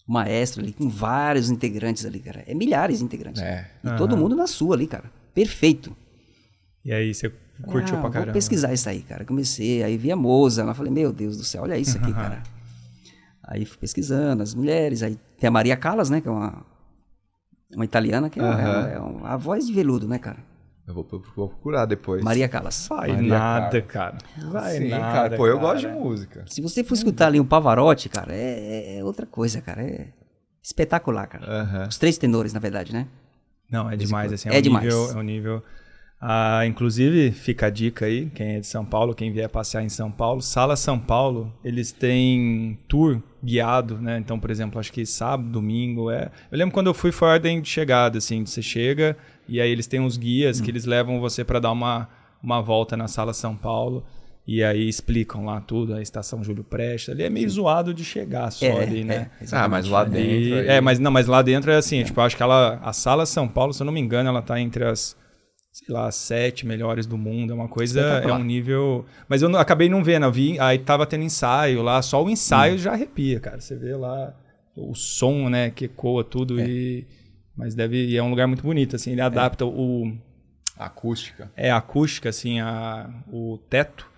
[SPEAKER 3] O maestro ali, com vários integrantes ali, cara. É milhares de integrantes.
[SPEAKER 1] É.
[SPEAKER 3] E todo mundo na sua ali, cara. Perfeito.
[SPEAKER 2] E aí você curtiu
[SPEAKER 3] Ah,
[SPEAKER 2] pra
[SPEAKER 3] vou
[SPEAKER 2] caramba.
[SPEAKER 3] pesquisar isso aí, cara. Comecei, aí vi a Mozart, eu falei, meu Deus do céu, olha isso aqui, cara. Aí fui pesquisando as mulheres, aí tem a Maria Callas, né, que é uma, uma italiana, que é, uma-
[SPEAKER 1] Aham.
[SPEAKER 3] é uma- a voz de veludo, né, cara?
[SPEAKER 1] Eu vou, vou procurar depois.
[SPEAKER 3] Maria Callas.
[SPEAKER 2] Vai
[SPEAKER 1] Maria,
[SPEAKER 2] nada, cara. Vai
[SPEAKER 1] Sim,
[SPEAKER 2] nada,
[SPEAKER 1] cara. Pô, eu
[SPEAKER 2] cara.
[SPEAKER 1] gosto de música.
[SPEAKER 3] Se você for escutar ali o Pavarotti, cara, é, é- é outra coisa, cara. É espetacular, cara.
[SPEAKER 2] É.
[SPEAKER 1] Aham. Ah,
[SPEAKER 3] Os três tenores, na verdade, né?
[SPEAKER 2] Não, é demais, assim. É,
[SPEAKER 3] É
[SPEAKER 2] um
[SPEAKER 3] demais.
[SPEAKER 2] Nível, é um nível... Ah, inclusive, fica a dica aí, quem é de São Paulo, quem vier passear em São Paulo, Sala São Paulo, eles têm tour guiado, né? Então, por exemplo, acho que sábado, domingo, é... Eu lembro quando eu fui, foi a ordem de chegada, assim, você chega e aí eles têm uns guias
[SPEAKER 3] Hum.
[SPEAKER 2] que eles levam você para dar uma, uma volta na Sala São Paulo e aí explicam lá tudo, a Estação Júlio Prestes, ali é meio zoado de chegar só
[SPEAKER 3] É,
[SPEAKER 2] ali, né?
[SPEAKER 3] é,
[SPEAKER 1] Ah, mas lá dentro.
[SPEAKER 2] E-
[SPEAKER 1] aí-
[SPEAKER 2] é, mas não, mas lá dentro é assim, tipo, eu acho que ela, a sala São Paulo, se eu não me engano, ela tá entre as, sei lá, as sete melhores do mundo, é uma coisa, é
[SPEAKER 3] Espetacular.
[SPEAKER 2] um nível, mas eu não- acabei não vendo, eu vi, aí tava tendo ensaio lá, só o
[SPEAKER 1] Hum.
[SPEAKER 2] ensaio já arrepia, cara, você vê lá o som, né, que ecoa tudo
[SPEAKER 1] É.
[SPEAKER 2] e, mas deve, e é um lugar muito bonito, assim, ele adapta o,
[SPEAKER 1] Acústica.
[SPEAKER 2] é a acústica, assim, a, o teto,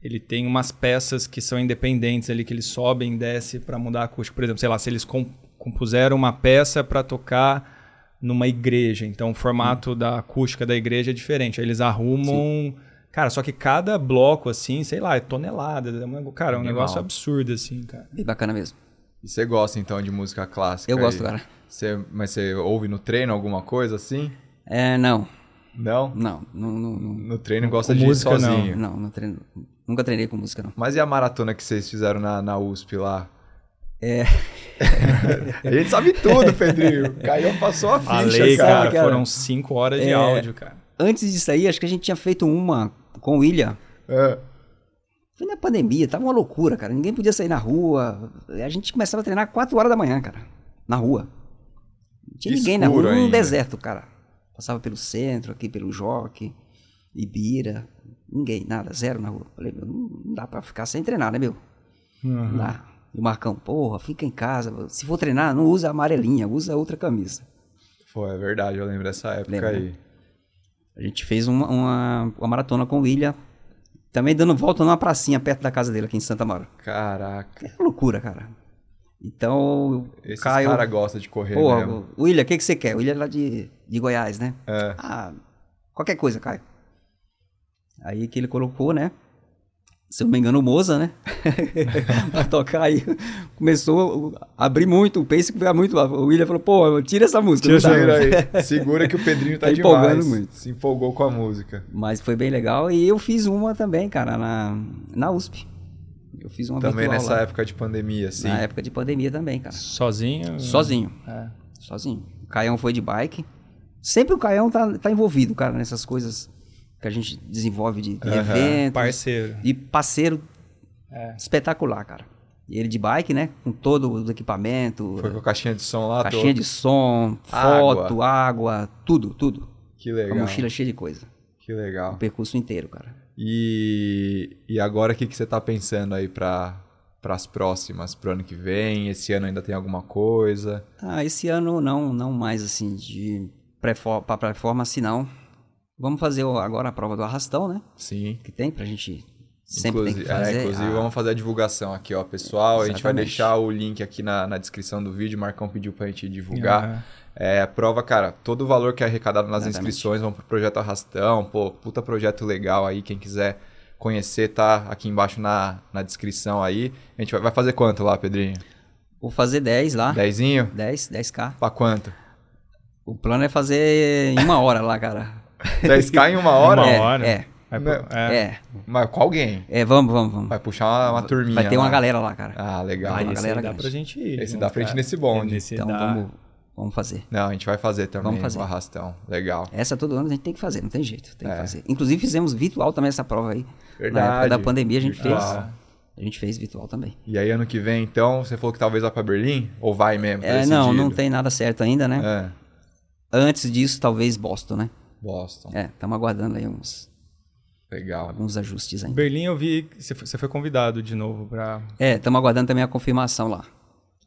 [SPEAKER 2] ele tem umas peças que são independentes ali, que eles sobem e descem para mudar a acústica. Por exemplo, sei lá, se eles com- compuseram uma peça para tocar numa igreja, então o formato da acústica da igreja é diferente. Aí eles arrumam. um, Cara, só que cada bloco, assim, sei lá, é tonelada. é um- Cara, é um
[SPEAKER 1] Animal.
[SPEAKER 2] negócio absurdo, assim, cara.
[SPEAKER 3] Bem bacana mesmo.
[SPEAKER 1] E você gosta então de música clássica?
[SPEAKER 3] Eu
[SPEAKER 1] aí?
[SPEAKER 3] gosto, cara.
[SPEAKER 1] Você, mas você ouve no treino alguma coisa assim?
[SPEAKER 3] É, não,
[SPEAKER 1] Não?
[SPEAKER 3] não, não, não, não,
[SPEAKER 1] No treino gosta de
[SPEAKER 2] música,
[SPEAKER 1] ir sozinho.
[SPEAKER 3] não, não treino, nunca treinei com música, não.
[SPEAKER 1] Mas e a maratona que vocês fizeram na, na USP lá? É. a gente sabe tudo, Pedrinho. Caiu, passou a ficha, cara.
[SPEAKER 2] Falei, assim, cara, É.
[SPEAKER 3] Sabe, cara?
[SPEAKER 2] foram cinco horas de áudio, cara.
[SPEAKER 3] antes disso aí, acho que a gente tinha feito uma com o William.
[SPEAKER 1] É.
[SPEAKER 3] Foi na pandemia, tava uma loucura, cara. Ninguém podia sair na rua. A gente começava a treinar 4 horas da manhã, cara. Na rua. Não tinha ninguém na
[SPEAKER 1] Escuro
[SPEAKER 3] rua, um
[SPEAKER 1] ainda.
[SPEAKER 3] deserto, cara. Passava pelo centro, aqui pelo Joque, Ibira. Ninguém, nada, zero na rua. Falei, meu, não não dá pra ficar sem treinar, né, meu? Não dá. E o Marcão, porra, fica em casa. Se for treinar, não usa a amarelinha, usa outra camisa.
[SPEAKER 1] Pô, é verdade, eu lembro dessa época
[SPEAKER 3] Lembra,
[SPEAKER 1] aí.
[SPEAKER 3] A gente fez uma, uma- uma maratona com o William, também dando volta numa pracinha perto da casa dele aqui em Santa Mara.
[SPEAKER 1] Caraca.
[SPEAKER 3] É loucura, cara. Então, o
[SPEAKER 1] Esses
[SPEAKER 3] Caio...
[SPEAKER 1] caras gostam de correr
[SPEAKER 3] Pô,
[SPEAKER 1] mesmo.
[SPEAKER 3] o William, o que, que você quer? O William é lá de, de Goiás, né?
[SPEAKER 1] É.
[SPEAKER 3] Ah, qualquer coisa, Caio. Aí que ele colocou, né? Se eu não me engano, o Moza, né? pra tocar aí. Começou a abrir muito, o pace foi muito. O William falou, pô, tira essa música.
[SPEAKER 2] Tira
[SPEAKER 3] não dá.
[SPEAKER 2] essa
[SPEAKER 1] Segura aí. Segura que o Pedrinho tá,
[SPEAKER 3] Tá empolgando
[SPEAKER 1] demais.
[SPEAKER 3] muito.
[SPEAKER 1] Se empolgou com a música.
[SPEAKER 3] Mas foi bem legal. E eu fiz uma também, cara, na, na USP. Eu fiz uma
[SPEAKER 1] Também
[SPEAKER 3] virtual
[SPEAKER 1] nessa
[SPEAKER 3] lá.
[SPEAKER 1] época de pandemia, assim.
[SPEAKER 3] Na época de pandemia também, cara.
[SPEAKER 2] Sozinho?
[SPEAKER 3] Sozinho.
[SPEAKER 2] É.
[SPEAKER 3] Sozinho. O Caião foi de bike. Sempre o Caião tá, tá envolvido, cara, nessas coisas que a gente desenvolve de, de
[SPEAKER 1] Aham,
[SPEAKER 3] eventos.
[SPEAKER 2] Parceiro. É.
[SPEAKER 3] E parceiro espetacular, cara. E ele de bike, né? Com todo o equipamento,
[SPEAKER 1] Foi com a caixinha de som lá,
[SPEAKER 3] caixinha
[SPEAKER 1] tô...
[SPEAKER 3] de som, foto, água, tudo, tudo.
[SPEAKER 1] Que
[SPEAKER 3] Com a
[SPEAKER 1] legal.
[SPEAKER 3] mochila cheia de coisa.
[SPEAKER 1] Que
[SPEAKER 3] O
[SPEAKER 1] legal.
[SPEAKER 3] percurso inteiro, cara.
[SPEAKER 1] E, e agora o que, que você tá pensando aí pra, pras próximas? Pro ano que vem? Esse ano ainda tem alguma coisa?
[SPEAKER 3] Ah, esse ano não, não mais assim de para performance não. Vamos fazer o- agora a prova do arrastão, né?
[SPEAKER 1] Sim.
[SPEAKER 3] Que tem pra gente sempre tem
[SPEAKER 1] Inclusi-
[SPEAKER 3] que
[SPEAKER 1] é,
[SPEAKER 3] fazer.
[SPEAKER 1] inclusive,
[SPEAKER 3] Ah,
[SPEAKER 1] vamos fazer a divulgação aqui, ó, pessoal. A gente vai
[SPEAKER 3] Exatamente.
[SPEAKER 1] deixar o link aqui na, na descrição do vídeo. O Marcão pediu pra gente divulgar. É, a prova, cara, todo o valor que é arrecadado nas
[SPEAKER 3] Exatamente.
[SPEAKER 1] inscrições vão pro projeto Arrastão. Pô, puta projeto legal aí. Quem quiser conhecer, tá aqui embaixo na, na descrição aí. A gente vai, vai fazer quanto lá, Pedrinho?
[SPEAKER 3] Vou fazer 10 lá.
[SPEAKER 1] Dezinho?
[SPEAKER 3] 10, 10k.
[SPEAKER 1] Pra quanto?
[SPEAKER 3] O plano é fazer em uma hora lá, cara.
[SPEAKER 1] 10k em uma hora?
[SPEAKER 2] Uma
[SPEAKER 3] é,
[SPEAKER 2] hora?
[SPEAKER 3] É,
[SPEAKER 2] Vai
[SPEAKER 1] Não.
[SPEAKER 2] pro- é.
[SPEAKER 3] é,
[SPEAKER 1] Mas com alguém.
[SPEAKER 3] é, vamos, vamos, vamos.
[SPEAKER 1] Vai puxar uma, uma turminha.
[SPEAKER 3] Vai ter uma
[SPEAKER 1] lá.
[SPEAKER 3] galera lá, cara.
[SPEAKER 1] Ah, legal.
[SPEAKER 2] Ah, esse
[SPEAKER 3] Vai, uma
[SPEAKER 2] aí
[SPEAKER 3] Então, galera
[SPEAKER 2] dá
[SPEAKER 3] grande.
[SPEAKER 2] pra gente ir.
[SPEAKER 1] Esse
[SPEAKER 2] junto,
[SPEAKER 1] dá pra gente
[SPEAKER 2] cara.
[SPEAKER 1] nesse bonde.
[SPEAKER 2] Esse
[SPEAKER 3] então
[SPEAKER 2] dá.
[SPEAKER 3] vamos, vamos fazer.
[SPEAKER 1] Não, a gente vai fazer também
[SPEAKER 3] Vamos fazer.
[SPEAKER 1] o Arrastão. Legal.
[SPEAKER 3] Essa todo ano a gente tem que fazer, não tem jeito, tem
[SPEAKER 1] É.
[SPEAKER 3] que fazer. Inclusive fizemos virtual também essa prova aí. Na época da
[SPEAKER 1] Verdade.
[SPEAKER 3] pandemia a gente
[SPEAKER 1] Virtual.
[SPEAKER 3] fez. A gente fez virtual também.
[SPEAKER 1] Ah. E aí, ano que vem, então, você falou que talvez vá pra Berlim? Ou vai mesmo? tá
[SPEAKER 3] É, não, não
[SPEAKER 1] decidido?
[SPEAKER 3] tem nada certo ainda, né?
[SPEAKER 1] É,
[SPEAKER 3] Antes disso, talvez Boston, né?
[SPEAKER 1] Boston.
[SPEAKER 3] É, estamos aguardando aí uns,
[SPEAKER 1] Legal.
[SPEAKER 3] alguns ajustes ainda.
[SPEAKER 2] Berlim eu vi que você foi- você foi convidado de novo pra...
[SPEAKER 3] É, estamos aguardando também a confirmação lá.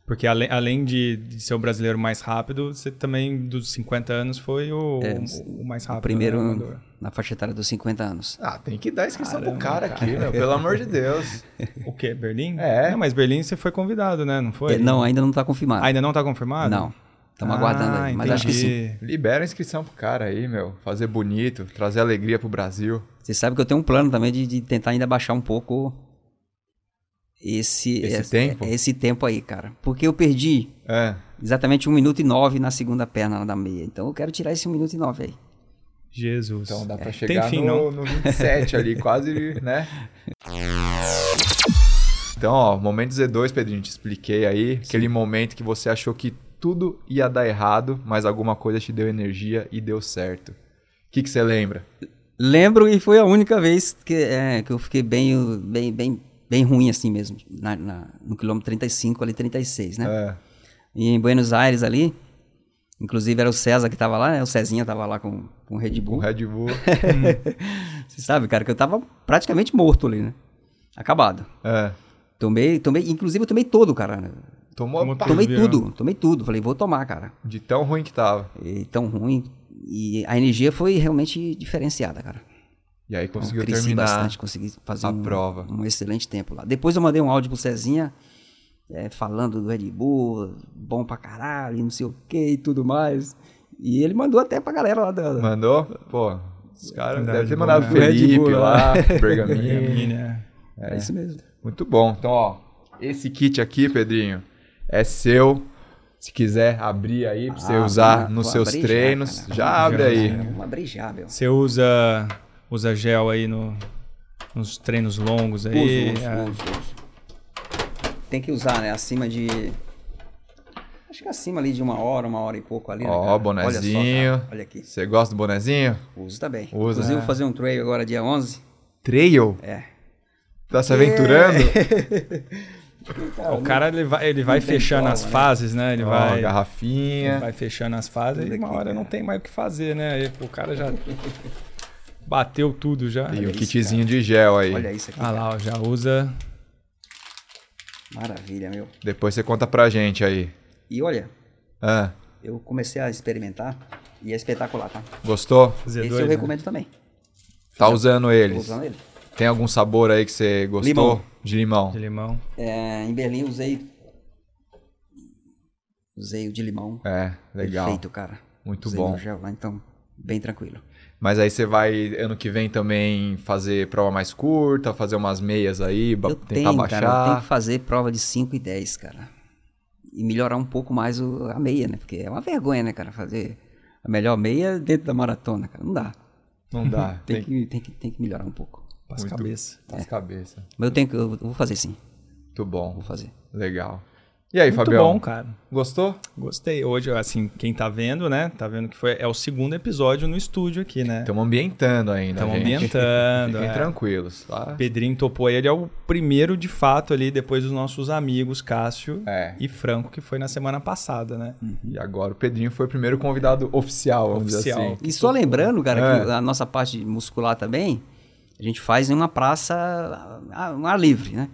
[SPEAKER 2] Porque além, além de, de ser o brasileiro mais rápido, você também dos 50 anos foi o, o mais rápido.
[SPEAKER 3] É, O primeiro
[SPEAKER 2] né, nadador.
[SPEAKER 3] na faixa etária dos 50 anos.
[SPEAKER 1] Ah, tem que dar inscrição
[SPEAKER 2] Caramba,
[SPEAKER 1] pro cara,
[SPEAKER 2] cara.
[SPEAKER 1] aqui, meu. Pelo amor de Deus.
[SPEAKER 2] O quê? Berlim?
[SPEAKER 1] É.
[SPEAKER 2] Não, mas Berlim você foi convidado, né? Não foi?
[SPEAKER 3] É, não, ainda não está confirmado.
[SPEAKER 2] Ainda não tá confirmado?
[SPEAKER 3] não, estamos
[SPEAKER 2] Ah,
[SPEAKER 3] aguardando aí, mas acho que sim.
[SPEAKER 2] entendi.
[SPEAKER 1] Libera a inscrição pro cara aí, meu. Fazer bonito, trazer alegria pro Brasil.
[SPEAKER 3] Você sabe que eu tenho um plano também de, de tentar ainda baixar um pouco esse,
[SPEAKER 1] Esse
[SPEAKER 3] es-
[SPEAKER 1] tempo?
[SPEAKER 3] esse tempo aí, cara. Porque eu perdi
[SPEAKER 1] É.
[SPEAKER 3] exatamente 1 minuto e 9 na segunda perna da meia. Então eu quero tirar esse 1 minuto e 9 aí.
[SPEAKER 2] Jesus.
[SPEAKER 1] Então dá pra
[SPEAKER 2] É,
[SPEAKER 1] chegar
[SPEAKER 2] Tem fim,
[SPEAKER 1] no,
[SPEAKER 2] não.
[SPEAKER 1] no 27 ali, quase, né? Então, ó, momento Z2, Pedrinho, te expliquei aí. Aquele momento que você achou que tudo ia dar errado, mas alguma coisa te deu energia e deu certo. O que que você lembra?
[SPEAKER 3] Lembro e foi a única vez que, é, que eu fiquei bem, bem, bem, bem ruim assim mesmo, na- na- no quilômetro 35 ali, 36, né?
[SPEAKER 1] É.
[SPEAKER 3] E em Buenos Aires ali, inclusive era o César que tava lá, né? O Cezinha tava lá com, com o Red
[SPEAKER 1] O
[SPEAKER 3] Bull.
[SPEAKER 1] Red Bull.
[SPEAKER 3] Você sabe, cara, que eu tava praticamente morto ali, né? Acabado.
[SPEAKER 1] é.
[SPEAKER 3] Tomei, tomei, inclusive eu tomei todo, cara.
[SPEAKER 1] Tomou
[SPEAKER 2] Tomou
[SPEAKER 1] pá,
[SPEAKER 2] tudo.
[SPEAKER 3] Tomei
[SPEAKER 2] virou.
[SPEAKER 3] tudo, tomei tudo. Falei, vou tomar, cara.
[SPEAKER 1] de tão ruim que tava.
[SPEAKER 3] E tão ruim. E a energia foi realmente diferenciada, cara.
[SPEAKER 1] E aí
[SPEAKER 3] Então,
[SPEAKER 1] conseguiu
[SPEAKER 3] cresci
[SPEAKER 1] terminar.
[SPEAKER 3] bastante, consegui fazer
[SPEAKER 1] a
[SPEAKER 3] um,
[SPEAKER 1] prova.
[SPEAKER 3] um excelente tempo lá. Depois eu mandei um áudio pro Cezinha é, falando do Red Bull, bom pra caralho, e não sei o que e tudo mais. E ele mandou até pra galera lá da.
[SPEAKER 1] Mandou? Pô, os caras
[SPEAKER 2] Verdade,
[SPEAKER 1] devem ter
[SPEAKER 2] bom,
[SPEAKER 1] mandado
[SPEAKER 2] né?
[SPEAKER 1] o Felipe
[SPEAKER 3] Red Bull
[SPEAKER 1] lá,
[SPEAKER 3] lá.
[SPEAKER 1] Bergaminho.
[SPEAKER 2] Berlim,
[SPEAKER 3] É. isso mesmo.
[SPEAKER 1] Muito bom. Então, ó, esse kit aqui, Pedrinho, é seu. Se quiser abrir aí pra você
[SPEAKER 3] Ah,
[SPEAKER 1] usar
[SPEAKER 3] vou-
[SPEAKER 1] nos
[SPEAKER 3] vou
[SPEAKER 1] seus
[SPEAKER 3] abrir já,
[SPEAKER 1] treinos, já,
[SPEAKER 3] cara.
[SPEAKER 1] abre
[SPEAKER 2] Já,
[SPEAKER 1] aí.
[SPEAKER 2] já.
[SPEAKER 3] Vamos abrir já, meu.
[SPEAKER 2] Você usa, usa gel aí no, nos treinos longos aí.
[SPEAKER 3] Uso, uso,
[SPEAKER 2] é.
[SPEAKER 3] uso, uso. Tem que usar, né? Acima de Acho que acima ali de uma hora, uma hora e pouco ali. né,
[SPEAKER 1] Ó,
[SPEAKER 3] cara?
[SPEAKER 1] bonezinho.
[SPEAKER 3] Olha só, cara. Olha aqui.
[SPEAKER 1] Você gosta do bonezinho?
[SPEAKER 3] Uso também.
[SPEAKER 1] Usa,
[SPEAKER 3] Inclusive,
[SPEAKER 1] né?
[SPEAKER 3] vou fazer um trail agora dia 11.
[SPEAKER 1] Trail?
[SPEAKER 3] É.
[SPEAKER 1] Tá se aventurando?
[SPEAKER 3] Então,
[SPEAKER 2] o cara ele vai, ele vai
[SPEAKER 3] não tem
[SPEAKER 2] fechando
[SPEAKER 3] como,
[SPEAKER 2] as
[SPEAKER 3] né?
[SPEAKER 2] fases, né? Ele
[SPEAKER 1] Ó,
[SPEAKER 2] vai, ele
[SPEAKER 1] garrafinha.
[SPEAKER 2] vai fechando as fases
[SPEAKER 3] Tudo
[SPEAKER 2] e uma
[SPEAKER 3] aqui, né?
[SPEAKER 2] hora não
[SPEAKER 3] cara.
[SPEAKER 2] tem mais o que fazer, né? E o cara já bateu tudo já.
[SPEAKER 1] E
[SPEAKER 3] Olha
[SPEAKER 1] o
[SPEAKER 3] isso,
[SPEAKER 1] kitzinho de gel aí.
[SPEAKER 3] Olha isso aqui.
[SPEAKER 2] Ah lá, ó, já usa.
[SPEAKER 3] Maravilha, meu.
[SPEAKER 1] Depois você conta pra gente aí.
[SPEAKER 3] E olha,
[SPEAKER 1] Ah,
[SPEAKER 3] eu comecei a experimentar e é espetacular, tá?
[SPEAKER 1] gostou?
[SPEAKER 2] Z2,
[SPEAKER 3] Esse eu
[SPEAKER 2] né?
[SPEAKER 3] recomendo também.
[SPEAKER 1] Tá usando
[SPEAKER 3] Tô
[SPEAKER 1] eles?
[SPEAKER 3] usando ele.
[SPEAKER 1] Tem algum sabor aí que você gostou?
[SPEAKER 3] Limão.
[SPEAKER 1] De limão.
[SPEAKER 2] De limão.
[SPEAKER 3] É, em Berlim eu usei. Usei o de limão.
[SPEAKER 1] É, legal.
[SPEAKER 3] Perfeito, cara.
[SPEAKER 1] Muito
[SPEAKER 3] usei
[SPEAKER 1] bom.
[SPEAKER 3] no gel lá, então, bem tranquilo.
[SPEAKER 1] Mas aí você vai ano que vem também fazer prova mais curta, fazer umas meias aí, ba-
[SPEAKER 3] eu
[SPEAKER 1] tentar
[SPEAKER 3] tenho,
[SPEAKER 1] baixar.
[SPEAKER 3] cara. Eu tenho que fazer prova de 5 e 10, cara. E melhorar um pouco mais o- a meia, né? Porque é uma vergonha, né, cara? Fazer a melhor meia dentro da maratona, cara. Não dá.
[SPEAKER 1] Não dá.
[SPEAKER 3] Tem, que, tem, que, tem que melhorar um pouco.
[SPEAKER 2] Passa a
[SPEAKER 1] Muito.
[SPEAKER 2] cabeça.
[SPEAKER 1] Nas cabeça.
[SPEAKER 3] Mas eu tenho que. Eu vou fazer sim.
[SPEAKER 1] Muito
[SPEAKER 3] Vou
[SPEAKER 1] bom.
[SPEAKER 3] fazer.
[SPEAKER 1] Legal. E aí,
[SPEAKER 2] Muito
[SPEAKER 1] Fabião?
[SPEAKER 2] bom, cara.
[SPEAKER 1] Gostou?
[SPEAKER 2] Gostei. Hoje, assim, quem tá vendo, né? Tá vendo que foi, é o segundo episódio no estúdio aqui, né?
[SPEAKER 1] Estamos ambientando
[SPEAKER 3] Então,
[SPEAKER 1] ainda.
[SPEAKER 2] Estamos
[SPEAKER 1] gente.
[SPEAKER 2] ambientando.
[SPEAKER 1] Fiquem
[SPEAKER 2] é.
[SPEAKER 1] tranquilos, tá?
[SPEAKER 2] Pedrinho topou aí, ele é o primeiro de fato ali, depois dos nossos amigos Cássio
[SPEAKER 1] É.
[SPEAKER 2] e Franco, que foi na semana passada, né?
[SPEAKER 1] E agora o Pedrinho foi o primeiro convidado oficial, vamos
[SPEAKER 2] Oficial.
[SPEAKER 1] dizer assim.
[SPEAKER 3] E só lembrando, cara,
[SPEAKER 1] É.
[SPEAKER 3] que a nossa parte muscular também, a gente faz em uma praça, a- um ar livre, né?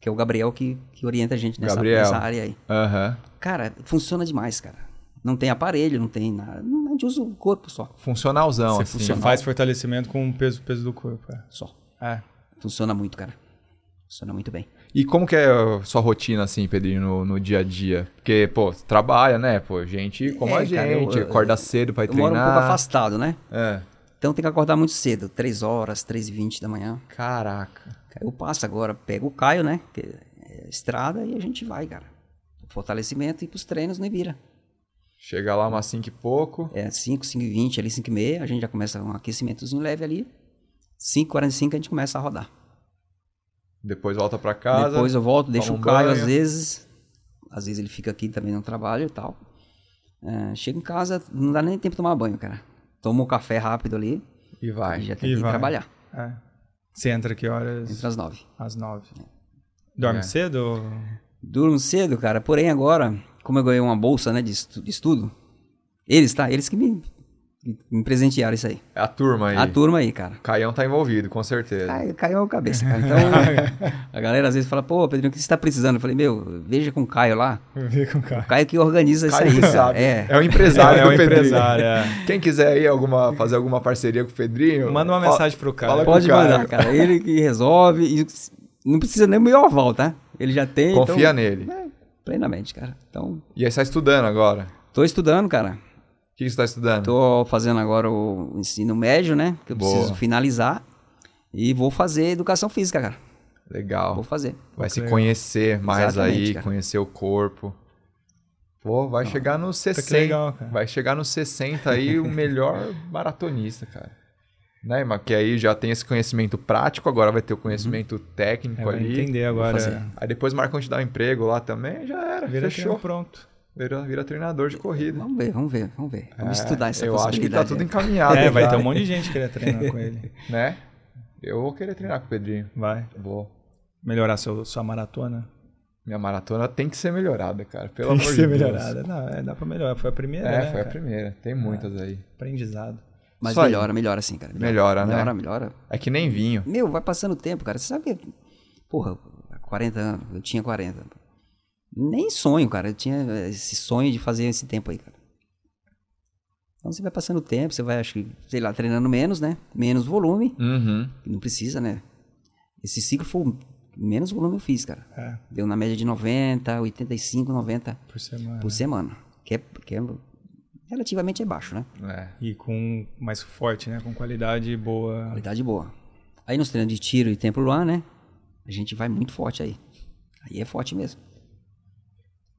[SPEAKER 3] Que é o Gabriel que, que orienta a gente nessa,
[SPEAKER 1] Gabriel.
[SPEAKER 3] nessa área aí.
[SPEAKER 1] Aham.
[SPEAKER 3] Cara, funciona demais, cara. Não tem aparelho, não tem nada. A gente usa o corpo só.
[SPEAKER 1] Funcionalzão,
[SPEAKER 2] você,
[SPEAKER 1] assim.
[SPEAKER 2] você faz fortalecimento com o peso, peso do corpo. é.
[SPEAKER 3] Só.
[SPEAKER 2] É.
[SPEAKER 3] Funciona muito, cara. Funciona muito bem.
[SPEAKER 1] E como que é a sua rotina, assim, Pedrinho, no, no dia a dia? Porque, pô, você trabalha, né? Pô, gente como
[SPEAKER 3] É,
[SPEAKER 1] a gente,
[SPEAKER 3] cara, eu- eu-
[SPEAKER 1] acorda cedo pra ir
[SPEAKER 3] Eu
[SPEAKER 1] treinar.
[SPEAKER 3] moro um pouco afastado, né?
[SPEAKER 1] É.
[SPEAKER 3] Então tem que acordar muito cedo, 3 horas, 3 e 20 da manhã.
[SPEAKER 1] Caraca.
[SPEAKER 3] Cara, Eu passo agora, pego o Caio, né? Que é estrada e a gente vai, cara. Fortalecimento e pros treinos nem vira.
[SPEAKER 1] Chega lá umas 5 e pouco.
[SPEAKER 3] É 5, 5 e 20, ali 5 e meia, a gente já começa um aquecimentozinho leve ali. 5 45 a gente começa a rodar.
[SPEAKER 1] Depois volta pra casa.
[SPEAKER 3] Depois eu volto, deixo
[SPEAKER 1] toma
[SPEAKER 3] o
[SPEAKER 1] um
[SPEAKER 3] Caio
[SPEAKER 1] banho.
[SPEAKER 3] às vezes. Às vezes ele fica aqui também no trabalho e tal. É, chego em casa, não dá nem tempo de tomar banho, cara. Tomo um café rápido ali
[SPEAKER 1] E
[SPEAKER 3] e
[SPEAKER 1] vai.
[SPEAKER 3] já tem
[SPEAKER 2] E
[SPEAKER 3] que ir
[SPEAKER 2] vai.
[SPEAKER 3] trabalhar.
[SPEAKER 2] é. Você entra que horas?
[SPEAKER 3] Entre as 9.
[SPEAKER 2] Às nove. Dorme
[SPEAKER 1] É.
[SPEAKER 2] cedo?
[SPEAKER 3] Durmo cedo, cara. Porém, agora, como eu ganhei uma bolsa né, de, estu- de estudo, eles, tá? Eles que me, me presentearam isso aí.
[SPEAKER 1] É a turma aí.
[SPEAKER 3] A turma aí, cara.
[SPEAKER 1] Caião tá envolvido, com certeza.
[SPEAKER 3] Cai- caiu a cabeça, cara. Então, a galera às vezes fala, pô, Pedrinho, o que você está precisando? Eu falei, meu, veja com o Caio lá.
[SPEAKER 2] Vê com o cara.
[SPEAKER 3] O Caio é que organiza
[SPEAKER 1] Caio
[SPEAKER 3] isso
[SPEAKER 1] que
[SPEAKER 3] aí, cara.
[SPEAKER 1] sabe.
[SPEAKER 3] É.
[SPEAKER 1] o empresário
[SPEAKER 2] É, é
[SPEAKER 1] do
[SPEAKER 2] o
[SPEAKER 1] Pedrinho.
[SPEAKER 2] empresário, é.
[SPEAKER 1] Quem quiser aí alguma, fazer alguma parceria com o Pedrinho...
[SPEAKER 2] Manda uma
[SPEAKER 1] fa-
[SPEAKER 2] mensagem pro cara.
[SPEAKER 1] fala com-
[SPEAKER 3] Pode
[SPEAKER 1] o Caio.
[SPEAKER 3] mandar, cara. Ele que resolve. E não precisa nem o meu aval, tá? Ele já tem.
[SPEAKER 1] Confia
[SPEAKER 3] então,
[SPEAKER 1] nele.
[SPEAKER 3] Plenamente, cara. Então,
[SPEAKER 1] E aí você tá estudando agora.
[SPEAKER 3] tô estudando, cara.
[SPEAKER 1] O que que você tá estudando?
[SPEAKER 3] Tô fazendo agora o ensino médio, né? Que eu
[SPEAKER 1] Boa.
[SPEAKER 3] preciso finalizar. E vou fazer educação física, cara.
[SPEAKER 1] Legal.
[SPEAKER 3] Vou fazer.
[SPEAKER 1] Vai se
[SPEAKER 2] Legal.
[SPEAKER 1] conhecer mais
[SPEAKER 3] Exatamente,
[SPEAKER 1] aí,
[SPEAKER 3] cara.
[SPEAKER 1] conhecer o corpo. Pô, vai chegar nos
[SPEAKER 2] Ah, tá que
[SPEAKER 1] 60.
[SPEAKER 2] legal, cara.
[SPEAKER 1] Vai chegar nos 60 aí o melhor maratonista, cara. Né, mas que aí já tem esse conhecimento prático, agora vai ter o conhecimento
[SPEAKER 2] É,
[SPEAKER 1] técnico
[SPEAKER 2] vai
[SPEAKER 1] ali.
[SPEAKER 2] entender
[SPEAKER 3] fazer.
[SPEAKER 2] agora.
[SPEAKER 1] Aí depois marcam te dar um emprego lá também, já era,
[SPEAKER 2] Vira
[SPEAKER 1] fechou.
[SPEAKER 2] treino pronto.
[SPEAKER 1] Vira, vira treinador de corrida.
[SPEAKER 3] Vamos ver, vamos ver, vamos ver. Vamos
[SPEAKER 1] É,
[SPEAKER 3] estudar essa
[SPEAKER 1] Eu acho que
[SPEAKER 3] possibilidade. né?
[SPEAKER 1] tá tudo
[SPEAKER 3] aí.
[SPEAKER 1] encaminhado.
[SPEAKER 2] É, vai
[SPEAKER 1] já,
[SPEAKER 2] ter um monte de gente querendo treinar com ele.
[SPEAKER 1] Né? Eu vou querer treinar com o Pedrinho.
[SPEAKER 2] Vai.
[SPEAKER 1] Vou.
[SPEAKER 2] Melhorar seu, sua maratona.
[SPEAKER 1] Minha maratona tem que ser melhorada, cara. Pelo
[SPEAKER 2] Tem
[SPEAKER 1] amor
[SPEAKER 2] que
[SPEAKER 1] de
[SPEAKER 2] ser
[SPEAKER 1] Deus.
[SPEAKER 2] melhorada. Não, é, dá pra melhorar. Foi a primeira,
[SPEAKER 1] É,
[SPEAKER 2] né,
[SPEAKER 1] foi a
[SPEAKER 2] cara?
[SPEAKER 1] primeira. Tem muitas aí.
[SPEAKER 2] Aprendizado.
[SPEAKER 3] Mas
[SPEAKER 1] Só aí.
[SPEAKER 3] melhora, melhora sim, cara.
[SPEAKER 1] Melhora, né?
[SPEAKER 3] Melhora, melhora.
[SPEAKER 1] É que nem vinho.
[SPEAKER 3] Meu, vai passando o tempo, cara. Você sabe que. Porra, há 40 anos, eu tinha 40. Nem sonho, cara. Eu tinha eh, esse sonho de fazer esse tempo aí, cara. Então você vai passando o tempo, você vai, acho que, sei lá, treinando menos, né? Menos volume.
[SPEAKER 1] Uhum.
[SPEAKER 3] Não precisa, né? Esse ciclo foi o menos volume eu fiz, cara.
[SPEAKER 2] É,
[SPEAKER 3] Deu na média de 90, 85, 90
[SPEAKER 2] por semana.
[SPEAKER 3] por semana. Que é, que é relativamente é baixo, né?
[SPEAKER 1] É.
[SPEAKER 2] E com mais forte, né? Com qualidade boa.
[SPEAKER 3] Qualidade boa. Aí nos treinos de tiro e tempo lá, né? A gente vai muito forte aí. Aí é forte mesmo.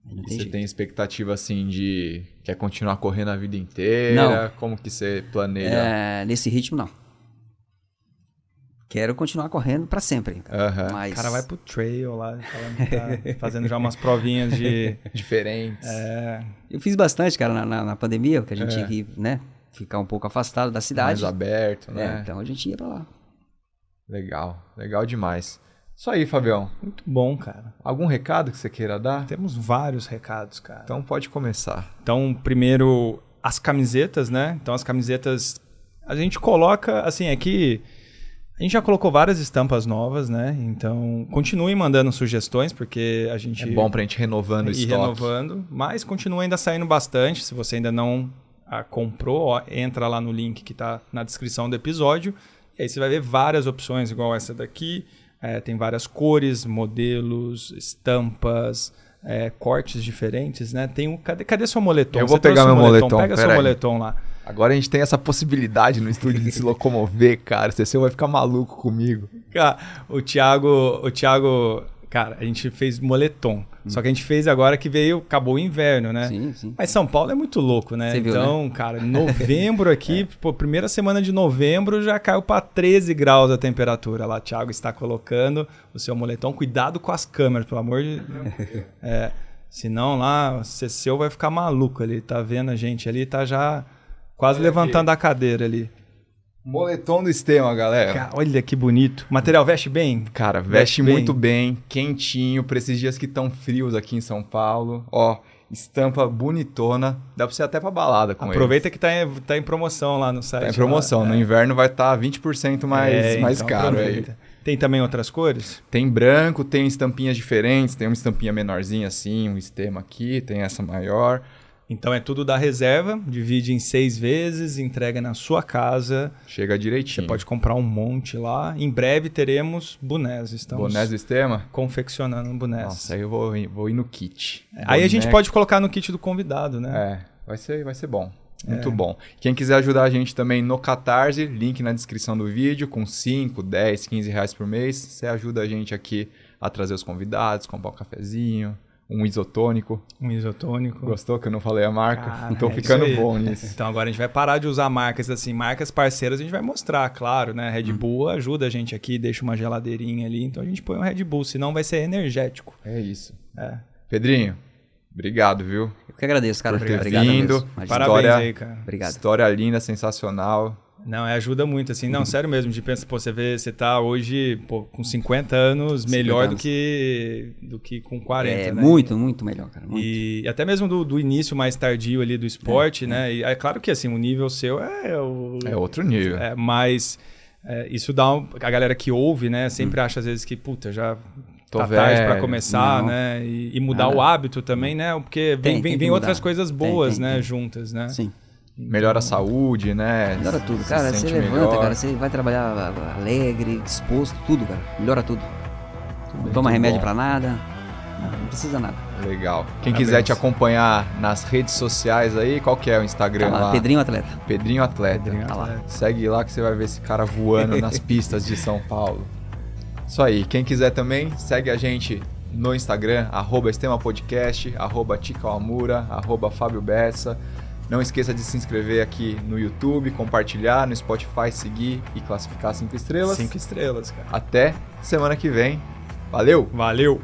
[SPEAKER 3] Aí não
[SPEAKER 1] E
[SPEAKER 3] tem
[SPEAKER 1] você
[SPEAKER 3] jeito.
[SPEAKER 1] tem expectativa assim de quer continuar correndo a vida inteira? Como que você planeja?
[SPEAKER 3] É, nesse ritmo, não. Quero continuar correndo para sempre. cara.
[SPEAKER 1] Aham.
[SPEAKER 3] Mas
[SPEAKER 2] O cara vai pro trail lá, falando que tá fazendo já umas provinhas de.
[SPEAKER 1] Diferentes.
[SPEAKER 2] É,
[SPEAKER 3] eu fiz bastante, cara, na, na- na pandemia, que a gente
[SPEAKER 1] É.
[SPEAKER 3] tinha que, né, ficar um pouco afastado da cidade.
[SPEAKER 1] mais aberto,
[SPEAKER 3] É,
[SPEAKER 1] né?
[SPEAKER 3] então a gente ia pra lá.
[SPEAKER 1] Legal, legal demais. Isso aí, Fabião.
[SPEAKER 2] muito bom, cara.
[SPEAKER 1] Algum recado que você queira dar?
[SPEAKER 2] Temos vários recados, cara.
[SPEAKER 1] Então pode começar.
[SPEAKER 2] Então, primeiro, as camisetas, né? Então, as camisetas. A gente coloca, assim, aqui. A gente já colocou várias estampas novas, né? Então, continuem mandando sugestões, porque a
[SPEAKER 1] É
[SPEAKER 2] gente.
[SPEAKER 1] bom pra gente ir renovando o
[SPEAKER 2] e
[SPEAKER 1] estoque.
[SPEAKER 2] renovando, mas continua ainda saindo bastante. Se você ainda não ah, comprou, ó, entra lá no link que está na descrição do episódio. E aí você vai ver várias opções, igual essa daqui. É, tem várias cores, modelos, estampas, é, cortes diferentes, né? Tem o. Cadê, cadê seu moletom?
[SPEAKER 1] Eu vou
[SPEAKER 2] Você trouxe
[SPEAKER 1] pegar
[SPEAKER 2] um
[SPEAKER 1] meu moletom,
[SPEAKER 2] Pega seu
[SPEAKER 1] peraí.
[SPEAKER 2] moletom lá.
[SPEAKER 1] Agora a gente tem essa possibilidade no estúdio de se locomover, cara. O Cecil vai ficar maluco comigo.
[SPEAKER 2] Cara, o Thiago, o Thiago, cara, a gente fez moletom. Só que a gente fez agora que veio, acabou o inverno, né?
[SPEAKER 3] Hum. Sim, sim.
[SPEAKER 2] Mas São Paulo é muito louco, né?
[SPEAKER 3] Você viu, É.
[SPEAKER 2] então, cara, novembro aqui, pô, primeira semana de novembro já caiu para 13 graus a temperatura lá. Thiago está colocando o seu moletom. Cuidado com as câmeras, pelo amor de é, senão lá, o Ceceu vai ficar maluco ali. Tá vendo a gente ali, tá já quase levantando a cadeira ali.
[SPEAKER 1] Moletom do Estema,
[SPEAKER 3] É.
[SPEAKER 1] galera.
[SPEAKER 2] Cara, olha que bonito. Material veste bem?
[SPEAKER 1] Cara, veste
[SPEAKER 2] Veste bem.
[SPEAKER 1] muito bem, quentinho, pra esses dias que estão frios aqui em São Paulo. Ó, estampa bonitona. Dá pra você ir até pra balada com
[SPEAKER 2] Aproveita que tá em, tá em promoção lá no site.
[SPEAKER 1] ele. Tá em promoção.
[SPEAKER 2] lá.
[SPEAKER 1] No inverno vai tá estar 20% mais,
[SPEAKER 2] É,
[SPEAKER 1] mais
[SPEAKER 2] então
[SPEAKER 1] caro aí.
[SPEAKER 2] aproveita. Tem também outras cores?
[SPEAKER 1] Tem branco, tem estampinhas diferentes, tem uma estampinha menorzinha assim, um estema aqui, tem essa maior.
[SPEAKER 2] Então é tudo da reserva, divide em seis vezes, entrega na sua casa.
[SPEAKER 1] Chega direitinho.
[SPEAKER 2] Você pode comprar um monte lá. Em breve teremos bonés. Estamos
[SPEAKER 1] Bonés do estema?
[SPEAKER 2] confeccionando bonés.
[SPEAKER 1] Nossa, é aí eu vou, ir- vou ir no kit.
[SPEAKER 2] Aí a gente
[SPEAKER 1] Boné-
[SPEAKER 2] pode colocar no kit do convidado, né?
[SPEAKER 1] É, vai ser, vai ser bom.
[SPEAKER 2] É.
[SPEAKER 1] Muito bom. Quem quiser ajudar a gente também no Catarse, link na descrição do vídeo, com 5, 10, 15 reais por mês. Você ajuda a gente aqui a trazer os convidados, comprar um cafezinho, um isotônico.
[SPEAKER 2] Um isotônico.
[SPEAKER 1] Gostou que eu não falei a marca?
[SPEAKER 2] Cara,
[SPEAKER 1] Tô
[SPEAKER 2] é isso
[SPEAKER 1] ficando
[SPEAKER 2] aí.
[SPEAKER 1] bom nisso.
[SPEAKER 2] Então agora a gente vai parar de usar marcas assim, marcas parceiras a gente vai mostrar, claro, né? Red Bull ajuda a gente aqui, deixa uma geladeirinha ali, então a gente põe um Red Bull, senão vai ser energético.
[SPEAKER 1] É isso.
[SPEAKER 2] É.
[SPEAKER 1] Pedrinho, obrigado, viu?
[SPEAKER 3] Eu que agradeço, cara.
[SPEAKER 1] Por ter
[SPEAKER 3] obrigado
[SPEAKER 1] vindo.
[SPEAKER 3] mesmo. Imagina.
[SPEAKER 1] Parabéns.
[SPEAKER 2] Parabéns
[SPEAKER 1] História-
[SPEAKER 2] aí, cara.
[SPEAKER 3] Obrigado.
[SPEAKER 1] História linda, sensacional.
[SPEAKER 2] Não, é, ajuda muito, assim. Não, sério mesmo, de pensar, pô, você vê, você tá hoje, pô, com 50 anos,
[SPEAKER 3] 50
[SPEAKER 2] melhor
[SPEAKER 3] anos.
[SPEAKER 2] do que do que com 40,
[SPEAKER 3] é
[SPEAKER 2] né?
[SPEAKER 3] muito, muito melhor, cara. Muito.
[SPEAKER 2] E até mesmo do, do início mais tardio ali do esporte, né? E é claro que assim, o nível seu é o.
[SPEAKER 1] É outro nível.
[SPEAKER 2] É, mas é, isso dá. um- a galera que ouve, né,
[SPEAKER 3] Hum.
[SPEAKER 2] sempre acha às vezes que, puta, já
[SPEAKER 1] Tô
[SPEAKER 2] tá tarde pra
[SPEAKER 1] velho.
[SPEAKER 2] começar,
[SPEAKER 3] Não. Ah,
[SPEAKER 2] né? E, e mudar
[SPEAKER 3] Não,
[SPEAKER 2] o
[SPEAKER 3] não.
[SPEAKER 2] hábito também, né? Porque vem,
[SPEAKER 3] Tem,
[SPEAKER 2] vem,
[SPEAKER 3] tem que
[SPEAKER 2] vem outras
[SPEAKER 3] mudar.
[SPEAKER 2] coisas
[SPEAKER 3] Tem,
[SPEAKER 2] boas,
[SPEAKER 3] tem,
[SPEAKER 2] né,
[SPEAKER 3] tem.
[SPEAKER 2] juntas, né?
[SPEAKER 3] Sim.
[SPEAKER 1] Melhora a saúde, né?
[SPEAKER 3] Melhora tudo,
[SPEAKER 1] Se
[SPEAKER 3] cara. Você
[SPEAKER 1] sente
[SPEAKER 3] levanta,
[SPEAKER 1] melhor.
[SPEAKER 3] cara. Você vai trabalhar alegre, disposto, tudo, cara. Melhora tudo. Não toma
[SPEAKER 1] tudo
[SPEAKER 3] remédio
[SPEAKER 1] bom.
[SPEAKER 3] pra nada. Não, não precisa nada. Tá
[SPEAKER 1] Legal. Quem
[SPEAKER 2] Parabéns.
[SPEAKER 1] quiser te acompanhar nas redes sociais aí, qual que é o Instagram
[SPEAKER 3] Tá lá,
[SPEAKER 1] lá?
[SPEAKER 3] Pedrinho Atleta.
[SPEAKER 1] Pedrinho Atleta.
[SPEAKER 2] Pedrinho
[SPEAKER 1] Tá lá.
[SPEAKER 2] Atleta.
[SPEAKER 1] Segue lá que você vai ver esse cara voando nas pistas de São Paulo. Isso aí. Quem quiser também, segue a gente no Instagram, arroba Estema Podcast, arroba Tica Almura, arroba Fábio Bessa. Não esqueça de se inscrever aqui no YouTube, compartilhar, no Spotify, seguir e classificar cinco estrelas.
[SPEAKER 2] Cinco estrelas, cara.
[SPEAKER 1] Até semana que vem. Valeu!
[SPEAKER 2] Valeu!